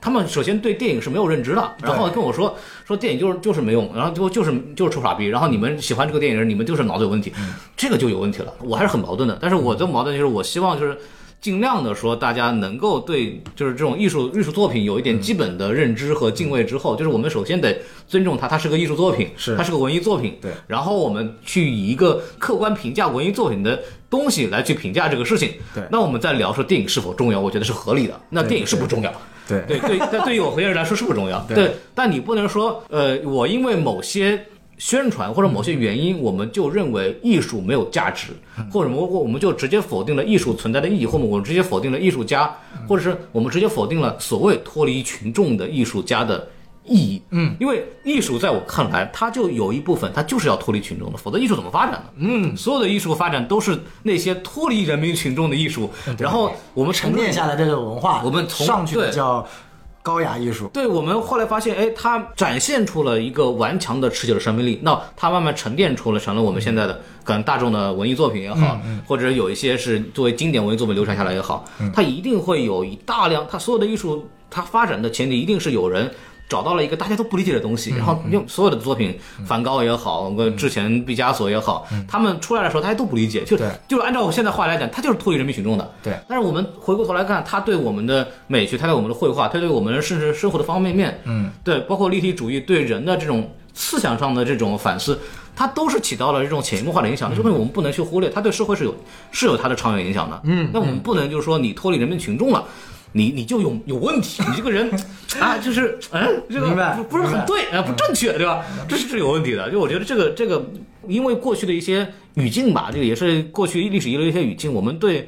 Speaker 2: 他们首先对电影是没有认知的，
Speaker 1: 哎
Speaker 2: 然后跟我说说电影就是就是没用，然后就就是就是臭傻逼，然后你们喜欢这个电影，你们就是脑子有问题，
Speaker 1: 嗯
Speaker 2: 这个就有问题了。我还是很矛盾的，但是我的矛盾就是我希望就是。尽量的说，大家能够对就是这种艺术艺术作品有一点基本的认知和敬畏之后，就是我们首先得尊重它，它是个艺术作品，
Speaker 1: 嗯是
Speaker 2: 它是个文艺作品，
Speaker 1: 对
Speaker 2: 然后我们去以一个客观评价文艺作品的东西来去评价这个事情，
Speaker 1: 对
Speaker 2: 那我们再聊说电影是否重要，我觉得是合理的。那
Speaker 1: 对
Speaker 2: 电影是不重要，
Speaker 1: 对
Speaker 2: 对对，但对于我和别人来说是不重要。
Speaker 1: 对
Speaker 2: 对，但你不能说，呃，我因为某些宣传或者某些原因，我们就认为艺术没有价值，或者我们我们就直接否定了艺术存在的意义，或者我们直接否定了艺术家，或者是我们直接否定了所谓脱离群众的艺术家的。意义，嗯，因为艺术在我看来，它就有一部分，它就是要脱离群众的，否则艺术怎么发展呢？嗯，所有的艺术发展都是那些脱离嗯人民群众的艺术，然后我们
Speaker 1: 沉淀下来这个文化，
Speaker 2: 我们从
Speaker 1: 上去
Speaker 2: 对
Speaker 1: 比较高雅艺术。
Speaker 2: 对我们后来发现，哎，它展现出了一个顽强的、持久的生命力。那它慢慢沉淀出了，成了我们现在的可能大众的文艺作品也好，或者有一些是作为经典文艺作品流传下来也好，它一定会有一大量，它所有的艺术它发展的前提一定是有人。找到了一个大家都不理解的东西，然后用所有的作品，梵高也好，呃之前毕加索也好，他们出来的时候大家都不理解，就
Speaker 1: 对
Speaker 2: 就是按照我现在话来讲，它就是脱离人民群众的。
Speaker 1: 对
Speaker 2: 但是我们回过头来看，它对我们的美学，它对我们的绘画，它对我们甚至生活的方方面面，嗯，对，包括立体主义对人的这种思想上的这种反思，它都是起到了这种潜移默化的影响。这东西我们不能去忽略，它对社会是有是有它的长远影响的。嗯，那我们不能就是说你脱离人民群众了。你你就有有问题，你这 个人啊，就是嗯，这个
Speaker 1: 明白
Speaker 2: 不不是
Speaker 1: 明
Speaker 2: 很
Speaker 1: 白
Speaker 2: 对，啊，不正确，对吧？这是是有问题的。就我觉得这个这个，因为过去的一些语境吧，这个也是过去历史遗留的一些语境，我们对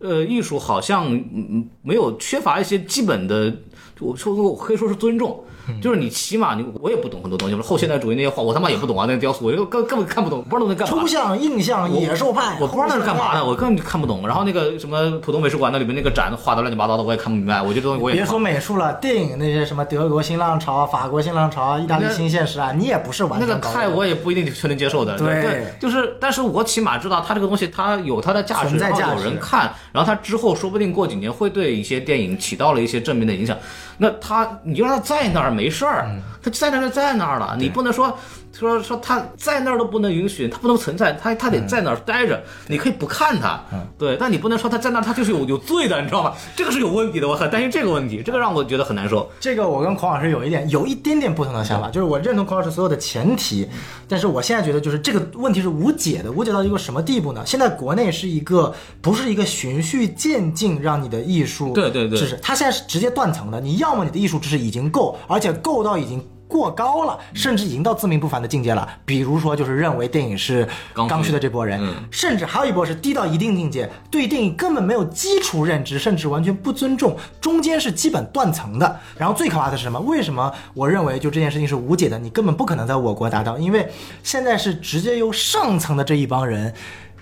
Speaker 2: 呃，艺术好像嗯嗯没有缺乏一些基本的，我说我可以说是尊重，
Speaker 1: 嗯
Speaker 2: 就是你起码你我也不懂很多东西，后现代主义那些画我他妈也不懂啊，那雕塑我就根根本看不懂，不知道那干嘛
Speaker 1: 抽。象、印象、
Speaker 2: 啊我
Speaker 1: 野兽派，
Speaker 2: 我不知道那是干嘛的，我根本就看不懂。然后那个什么浦东美术馆那里面那个展画的乱七八糟的，我也看不明白。我觉得这东西我也
Speaker 1: 别说美术了，电影那些什么德国新浪潮、法国新浪潮、意大利
Speaker 2: 那
Speaker 1: 新现实啊，你也不是完
Speaker 2: 那
Speaker 1: 全
Speaker 2: 个
Speaker 1: 搞
Speaker 2: 看
Speaker 1: 懂
Speaker 2: 我也不一定就能接受的。
Speaker 1: 对
Speaker 2: 就是，但是我起码知道它这个东西，它有它的价值，
Speaker 1: 存在
Speaker 2: 然后
Speaker 1: 价值
Speaker 2: 有人看，然后它之后说不定过几年会对一些电影起到了一些正面的影响。那它，你就让它在那儿没事儿，
Speaker 1: 嗯
Speaker 2: 它在那儿就在那儿了，你不能说。说说它在那儿都不能允许，它不能存在，它它得
Speaker 1: 嗯
Speaker 2: 在那儿待着。你可以不看它，对，但你不能说它在那儿，它就是有有罪的，你知道吧？这个是有问题的，我很担心这个问题，这个让我觉得很难受。
Speaker 1: 这个我跟孔老师有一点有一点点不同的想
Speaker 2: 嗯
Speaker 1: 法，就是我认同孔老师所有的前提，但是我现在觉得就是这个问题是无解的，无解到一个什么地步呢？现在国内是一个不是一个循序渐进让你的艺术
Speaker 2: 对对对
Speaker 1: 知识，它现在是直接断层的，你要么你的艺术知识已经够，而且够到已经。过高了，
Speaker 2: 嗯
Speaker 1: 甚至已经到自命不凡的境界了。比如说，就是认为电影是
Speaker 2: 刚需
Speaker 1: 刚需的这波人，甚至还有一波是低到一定境界，对电影根本没有基础认知，甚至完全不尊重，中间是基本断层的。然后最可怕的是什么？为什么我认为就这件事情是无解的？你根本不可能在我国达到，因为现在是直接由上层的这一帮人。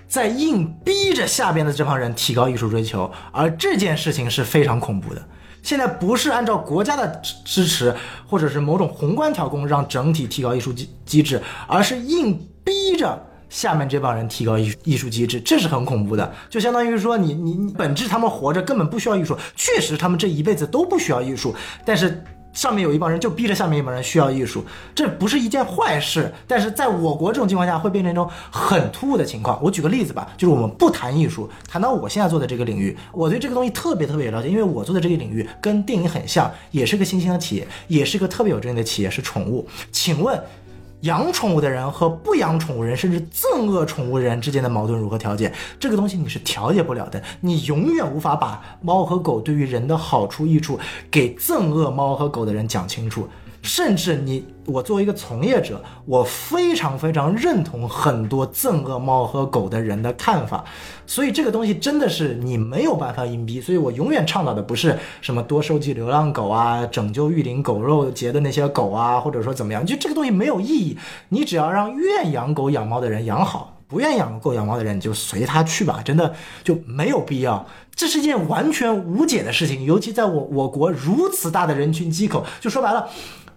Speaker 1: 在硬逼着下边的这帮人提高艺术追求，而这件事情是非常恐怖的。现在不是按照国家的支支持，或者是某种宏观调控让整体提高艺术机机制，而是硬逼着下面这帮人提高艺术艺术机制，这是很恐怖的。就相当于说你你你本质他们活着根本不需要艺术，确实他们这一辈子都不需要艺术，但是。上面有一帮人就逼着下面一帮人需要艺术，这不是一件坏事，但是在我国这种情况下会变成一种很突兀的情况。我举个例子吧，就是我们不谈艺术，谈到我现在做的这个领域，我对这个东西特别特别了解，因为我做的这个领域跟电影很像，也是个新兴的企业，也是个特别有争议的企业，是宠物。请问养宠物的人和不养宠物人，甚至憎恶宠物人之间的矛盾如何调解？这个东西你是调解不了的，你永远无法把猫和狗对于人的好处益处给憎恶猫和狗的人讲清楚。甚至你，我作为一个从业者，我非常非常认同很多憎恶猫和狗的人的看法，所以这个东西真的是你没有办法硬逼。所以我永远倡导的不是什么多收集流浪狗啊，拯救玉林狗肉节的那些狗啊，或者说怎么样，就这个东西没有意义。你只要让愿养狗养猫的人养好，不愿养狗养猫的人你就随他去吧，真的就没有必要。这是一件完全无解的事情，尤其在我我国如此大的人群基口，就说白了，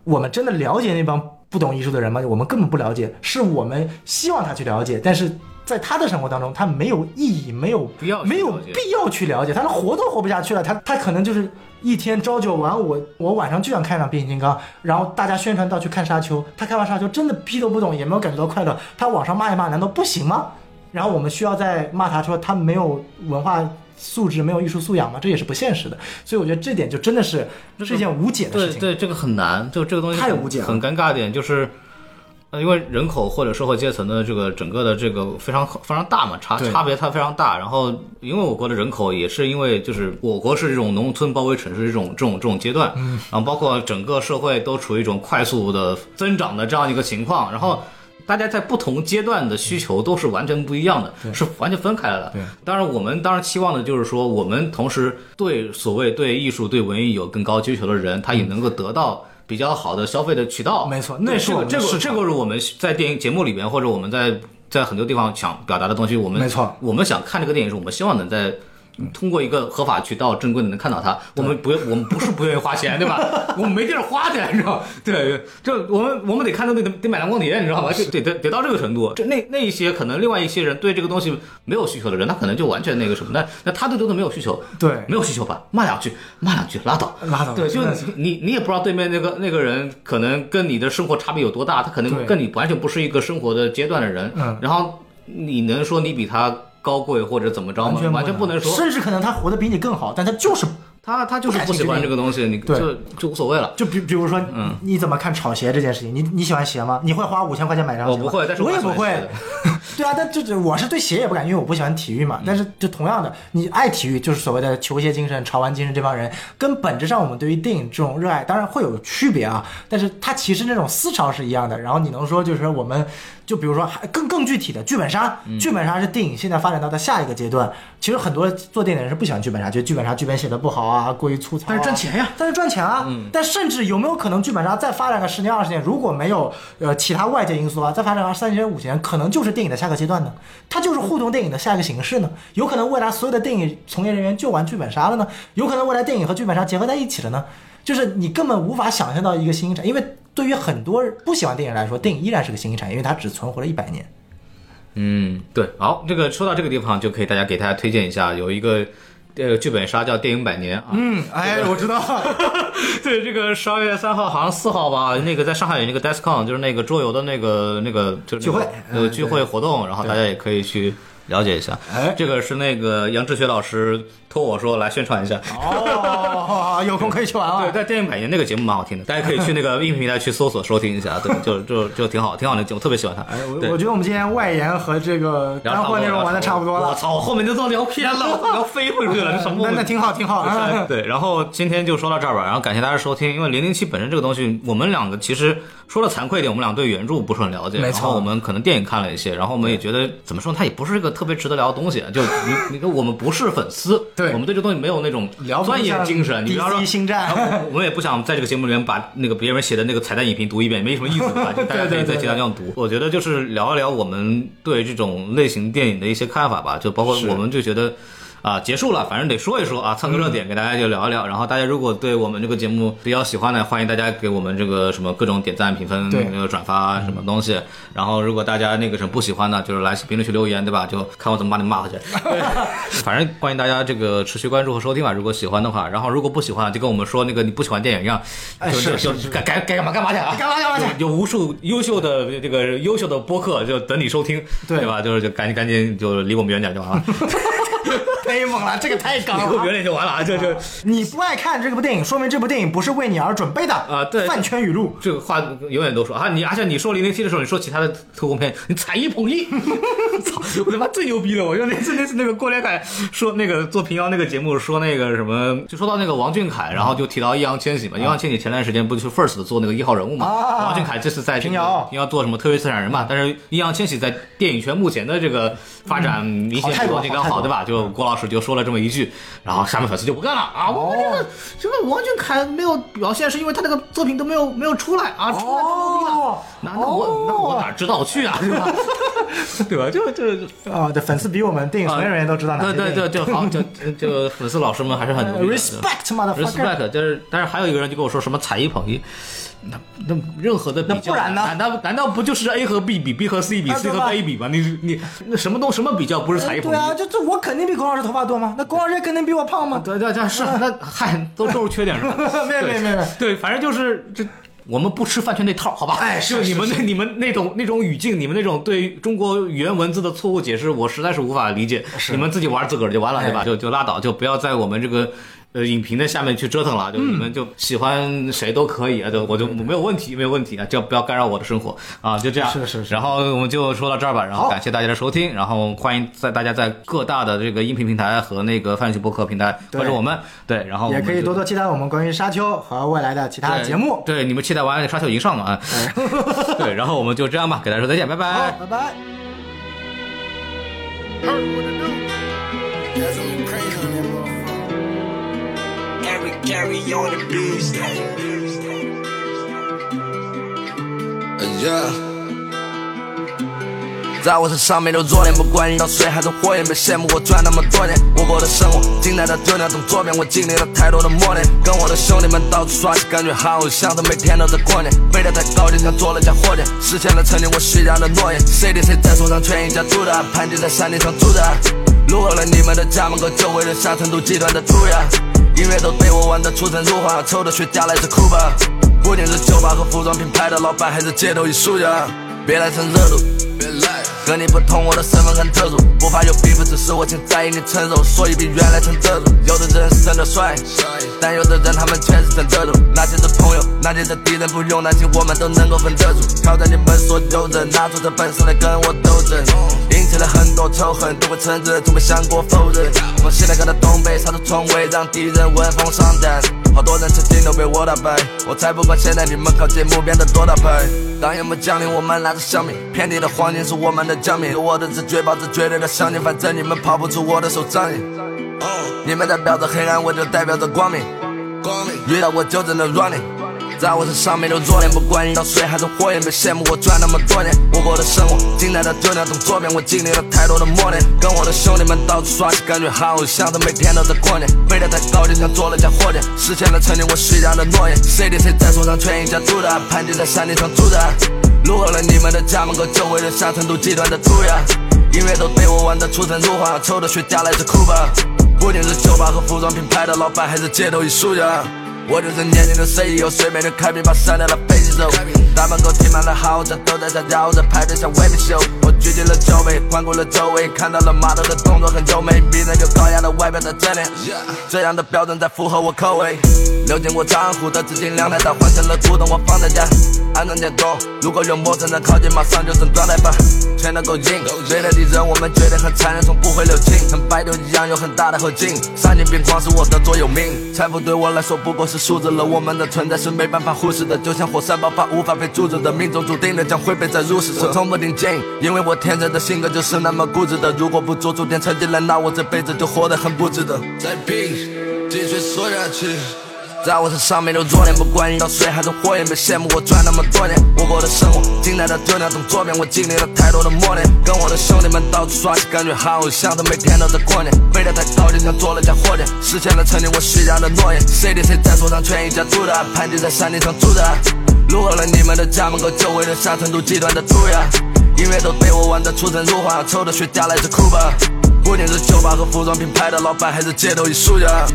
Speaker 1: 我们真的了解那帮不懂艺术的人吗？我们根本不了解，是我们希望他去了解，但是在他的生活当中，他没有意义，没有
Speaker 2: 不要去
Speaker 1: 没有
Speaker 2: 了解
Speaker 1: 必要去了解，他连活都活不下去了，他他可能就是一天朝九晚五，我晚上就想看场变形金刚，然后大家宣传到去看沙丘，他看完沙丘真的屁都不懂，也没有感觉到快乐，他网上骂一骂难道不行吗？然后我们需要再骂他说他没有文化素质、没有艺术素养吗？这也是不现实的，所以我觉得这点就真的是是一件无解的事
Speaker 2: 对
Speaker 1: 情。
Speaker 2: 对，这个很难，就这个东西
Speaker 1: 太
Speaker 2: 很
Speaker 1: 无解了
Speaker 2: 很尴尬的点就是，呃，因为人口或者社会阶层的这个整个的这个非常非常大嘛，差
Speaker 1: 对
Speaker 2: 差别它非常大。然后，因为我国的人口也是因为就是我国是这种农村包围城市这种这种这种阶段，嗯，然后包括整个社会都处于一种快速的增长的这样一个情况，然后。大家在不同阶段的需求都是完全不一样的，是完全分开来的
Speaker 1: 对。
Speaker 2: 当然，我们当然期望的就是说，我们同时对所谓对艺术、对文艺有更高追求的人，他也能够得到比较好的消费的渠道。
Speaker 1: 嗯没错
Speaker 2: 对
Speaker 1: 那是
Speaker 2: 这
Speaker 1: 我
Speaker 2: 个
Speaker 1: 们
Speaker 2: 这
Speaker 1: 的
Speaker 2: 个
Speaker 1: 市
Speaker 2: 这
Speaker 1: 场
Speaker 2: 个是我们在电影节目里面，或者我们在在很多地方想表达的东西。我们
Speaker 1: 没错嗯
Speaker 2: 我们想看这个电影时，我们希望能在通过一个合法渠道正规的能看到它，我们不用，我们不是不愿意花钱，对吧？ 我们没地儿花去，你知道吗？对，这我们我们得看到得得买蓝光碟，你知道吗？就得得得到这个程度。这那那一些可能另外一些人对这个东西没有需求的人，他可能就完全那个什么，那那他对这个没有需求，
Speaker 1: 对
Speaker 2: 没有需求吧？骂两句，骂两句拉倒，
Speaker 1: 拉倒
Speaker 2: 对，就
Speaker 1: 真的
Speaker 2: 你你你也不知道对面那个那个人可能跟你的生活差别有多大，他可
Speaker 1: 对
Speaker 2: 能跟你完全不是一个生活的阶段的人，
Speaker 1: 嗯
Speaker 2: 然后你能说你比他高贵或者怎么着吗？完全不能说。
Speaker 1: 甚至可能他活得比你更好，但他就是
Speaker 2: 他他就是不喜欢这个东西，你
Speaker 1: 对
Speaker 2: 就就无所谓了。嗯
Speaker 1: 就比比如说，你怎么看炒鞋这件事情？你你喜欢鞋吗？你会花五千块钱买双鞋吗？
Speaker 2: 啊我不会但是我
Speaker 1: 我也
Speaker 2: 还是
Speaker 1: 不
Speaker 2: 喜
Speaker 1: 会
Speaker 2: 欢鞋。
Speaker 1: 对啊，但这这我是对鞋也不感，因为我不喜欢体育嘛。
Speaker 2: 嗯
Speaker 1: 但是就同样的，你爱体育，就是所谓的球鞋精神、潮玩精神，这帮人跟本质上我们对于电影这种热爱，当然会有区别啊。但是它其实那种思潮是一样的。然后你能说就是说我们，就比如说还更更具体的剧本杀，
Speaker 2: 嗯
Speaker 1: 剧本杀是电影现在发展到的下一个阶段。其实很多做电影的人是不喜欢剧本杀，觉得剧本杀剧本写的不好啊，过于粗糙啊、
Speaker 2: 但是赚钱呀
Speaker 1: 但是赚钱啊，但甚至有没有可能剧本杀再发展个十年二十年，如果没有呃其他外界因素啊，再发展个三十年五十年，可能就是电影的下个阶段呢？它就是互动电影的下一个形式呢？有可能未来所有的电影从业人员就玩剧本杀了呢？有可能未来电影和剧本杀结合在一起了呢？就是你根本无法想象到一个新兴产，因为对于很多不喜欢电影来说，电影依然是个新兴产业，因为它只存活了一百年。
Speaker 2: 嗯，对。好，这个说到这个地方，就可以大家给大家推荐一下，有一个呃剧本杀叫《电影百年》啊。
Speaker 1: 嗯，哎，我知道，
Speaker 2: 对，这个十二月三号好像四号吧，那个在上海有那个 DESCON，就是那个桌游的那个那个就是那个
Speaker 1: 聚会
Speaker 2: 呃
Speaker 1: 嗯
Speaker 2: 聚会活动，然后大家也可以去了解一下。
Speaker 1: 哎
Speaker 2: 这个是那个杨志学老师托我说来宣传一下。
Speaker 1: 哦，有空可以去玩
Speaker 2: 对，
Speaker 1: 玩。
Speaker 2: 在电影百年那个节目蛮好听的，大家可以去那个音频平台去搜索收听一下， 对，就就就挺好，挺好的节目，特别喜欢它。
Speaker 1: 哎，我
Speaker 2: 对
Speaker 1: 我觉得我们今天外延和这个
Speaker 2: 然后
Speaker 1: 干货内容玩的差不多
Speaker 2: 我
Speaker 1: 了，
Speaker 2: 操，我后面就都聊偏了，我要飞回去了，这什么？
Speaker 1: 那那挺好，挺 好。啊
Speaker 2: 对，然后今天就说到这儿吧，然后感谢大家收听。因为零零七本身这个东西，我们两个其实说了惭愧一点，我们俩对原著不是很了解，
Speaker 1: 没
Speaker 2: 然
Speaker 1: 错
Speaker 2: 后我们可能电影看了一些，然后我们也觉得怎么说呢，它也不是一个特别值得聊的东西。啊就你你跟我们不是粉丝，
Speaker 1: 对
Speaker 2: 我们对这东西没有那种
Speaker 1: 聊不
Speaker 2: 钻研
Speaker 1: 像
Speaker 2: 精神。你比方说
Speaker 1: DC 星战
Speaker 2: 然后我我们也不想在这个节目里面把那个别人写的那个彩蛋影评读一遍，没什么意思，对吧？就大家可以在其他地方读。我觉得就是聊一聊我们对这种类型电影的一些看法吧，就包括我们就觉得。啊，结束了，反正得说一说啊，蹭个热点给大家就聊一聊。然后大家如果对我们这个节目比较喜欢的，欢迎大家给我们这个什么各种点赞、评分、
Speaker 1: 对
Speaker 2: 那个转发什么东西。然后如果大家那个什么不喜欢的，就是来评论区留言，对吧？就看我怎么把你骂 回去。对反正欢迎大家这个持续关注和收听啊吧，如果喜欢的话。然后如果不喜欢，就跟我们说那个你不喜欢电影一样，
Speaker 1: 哎
Speaker 2: 就是就该该该干嘛干嘛去啊，
Speaker 1: 干嘛干嘛去
Speaker 2: 有有无数优秀的这个优秀的播客就等你收听，
Speaker 1: 对
Speaker 2: 吧？就是就赶紧赶紧就离我们远点就 完了。
Speaker 1: 太猛了，这个太
Speaker 2: 以
Speaker 1: 刚
Speaker 2: 后
Speaker 1: 了
Speaker 2: 原。理就完了啊！就就
Speaker 1: 你不爱看这部电影，说明这部电影不是为你而准备的啊
Speaker 2: 对
Speaker 1: 饭圈语录。
Speaker 2: 这个话永远都说啊，你而且你说零零七的时候，你说其他的特工片，你踩一捧一， 操，我他妈最牛逼了！我觉得那次那次那个郭连凯说那个做平遥那个节目说那个什么，就说到那个王俊凯，然后就提到易烊千玺嘛，易烊千玺前段时间不是 First 做那个一号人物嘛，
Speaker 1: 啊
Speaker 2: 王俊凯这次在这个
Speaker 1: 平遥
Speaker 2: 平遥做什么特约策展人嘛，但是易烊千玺在电影圈目前的这个发展明显比王俊
Speaker 1: 嗯
Speaker 2: 凯
Speaker 1: 好太多
Speaker 2: 好，对吧？就郭老师就说了这么一句，然后下面粉丝就不干了啊，我们这个什么王俊凯没有表现，是因为他那个作品都没有没有出来啊，出来就牛逼了
Speaker 1: 哦。
Speaker 2: 那那我那我哪知道去啊，对吧？ 对吧？就 就
Speaker 1: 啊，对，粉丝比我们电影从业人员都知道哪些
Speaker 2: 对
Speaker 1: 电
Speaker 2: 啊对
Speaker 1: 影。
Speaker 2: 对，就好就就就粉丝老师们还是很牛逼
Speaker 1: 呃
Speaker 2: 的。
Speaker 1: ，respect motherfucker。
Speaker 2: respect，就是，但是还有一个人就跟我说什么踩一捧一，那那任何的比较，
Speaker 1: 那不然呢
Speaker 2: 难道难道不就是 A 和 B 比，B 和 C 比
Speaker 1: 啊
Speaker 2: ，C
Speaker 1: 对吧
Speaker 2: 和 A 比吗？你你那什么东什么比较不是踩一捧
Speaker 1: 对啊，
Speaker 2: 一？
Speaker 1: 就这我肯定比孔老师头发多吗？那孔老师也肯定比我胖吗？
Speaker 2: 对对对，是 那嗨，都都是缺点是吧？
Speaker 1: 没有没有没有没有
Speaker 2: 对，反正就是这。我们不吃饭圈那套，好吧？
Speaker 1: 哎是
Speaker 2: 就是你们那、你们那种那种语境，你们那种对中国原文字的错误解释，我实在是无法理解。你们自己玩自个儿就完了，对吧？
Speaker 1: 哎
Speaker 2: 就就拉倒，就不要在我们这个呃影评的下面去折腾了。就
Speaker 1: 嗯
Speaker 2: 你们就喜欢谁都可以啊，就我就没有问题，没有问题啊，就不要干扰我的生活啊，就这样。
Speaker 1: 是是是
Speaker 2: 然后我们就说到这儿吧，然后
Speaker 1: 好
Speaker 2: 感谢大家的收听，然后欢迎在大家在各大的这个音频平台和那个范旭播客平台关注我们。对，然后我
Speaker 1: 也
Speaker 2: 们
Speaker 1: 可以
Speaker 2: 就
Speaker 1: 多多期待我们关于沙丘和未来的其他
Speaker 2: 对
Speaker 1: 节目。哎
Speaker 2: 对，你们期待完沙丘已经上了啊。 对，然后我们就这样吧，给大家说再见，拜
Speaker 1: 好
Speaker 2: 拜，。
Speaker 1: 拜拜。
Speaker 3: Heard what it do.
Speaker 4: That's a little crazy in that motherfucker. Gary, Gary, on the beast.
Speaker 3: Uh, yeah. 在我身上没留弱点，不管遇到谁还是火焰，别羡慕我赚那么多年。我过的生活精彩到丢那种作品，我经历了太多的磨练。跟我的兄弟们到处耍起，感觉好像是每天都在过年。飞得太高，就像做了假货店，实现了曾经我许下的诺言。谁的谁在手上全一家住的，盘踞在山顶上住的。路过了你们的家门口，就会留下成都集团的猪呀。音乐都被我玩得出神入化，抽的雪茄来自库巴。不仅是酒吧和服装品牌的老板，还是街头艺术家。别来蹭热度，别来。和你不同，我的身份很特殊，不怕有 beef，只是我现在已经成熟，所以比原来成这种。有的人是真的帅，但有的人他们全是真这种。那些是朋友，那些是敌人，不用担心，我们都能够分得出。挑战你们所有人，拿出这本事来跟我斗争。引起了很多仇恨，都会承认，从未想过否认。我现在看到东北杀出重围，让敌人闻风丧胆。好多人曾经都被我打败，我才不管现在你们靠近目变得多大牌。当夜幕降临，我们拿着香米，遍地的黄金是我们的奖品。有我的直觉，保持绝对的相信，反正你们跑不出我的手掌心。你们代表着黑暗，我就代表着光明。遇到我就只能 running。在我身上没留弱点，不管遇到谁还是火焰，别羡慕我赚那么多年。我过的生活精彩到丢那种作品，我经历了太多的磨练。跟我的兄弟们到处耍起，感觉好像是每天都在过年。飞得太高，就像做了假货店，实现了曾经我许下的诺言。谁的谁在手上全一家住的，盘踞在山顶上住的。路过了你们的家门口，就会留下成都集团的猪呀。音乐都被我玩得出神入化，抽的雪茄来自库巴。不仅是酒吧和服装品牌的老板，还是街头艺术家。我就是年轻的 CEO，随便就开瓶把删掉了背景走。大门口停满了豪宅，都在这绕着排队像 Wavy Show。我举起了酒杯，环顾了周围，看到了马头的动作很优美，逼人有高雅的外表在这里。这样的标准才符合我口味。流经过账户的资金量太大，换成了主动我放在家。安装监控，如果有陌生人靠近，马上就整状态吧，全都够硬。对待敌人，我们绝对很残忍，从不会留情。跟白牛一样有很大的后劲，丧尽病狂是我的座右铭。财富对我来说不过是数字了，我们的存在是没办法忽视的，就像火山爆发无法被阻止的，命中注定的将会被再入室。我从不顶进，因为我天生的性格就是那么固执的，如果不做出点成绩来，那我这辈子就活得很不值得。再拼，继续说下去。在我身上没留弱点，不管遇到谁还是火焰，别羡慕我赚那么多年。我过的生活精彩到丢那种作品，我经历了太多的磨练。跟我的兄弟们到处耍起，感觉好像是每天都在过年。飞得太高，就像做了假货店，实现了曾经我许下的诺言。谁的谁在手上全一家住的，盘踞在山顶上住的。路过了你们的家门口，就会留下成都集团的猪呀。音乐都被我玩得出神入化，抽的雪茄来自库巴。不仅是酒吧和服装品牌的老板，还是街头艺术家。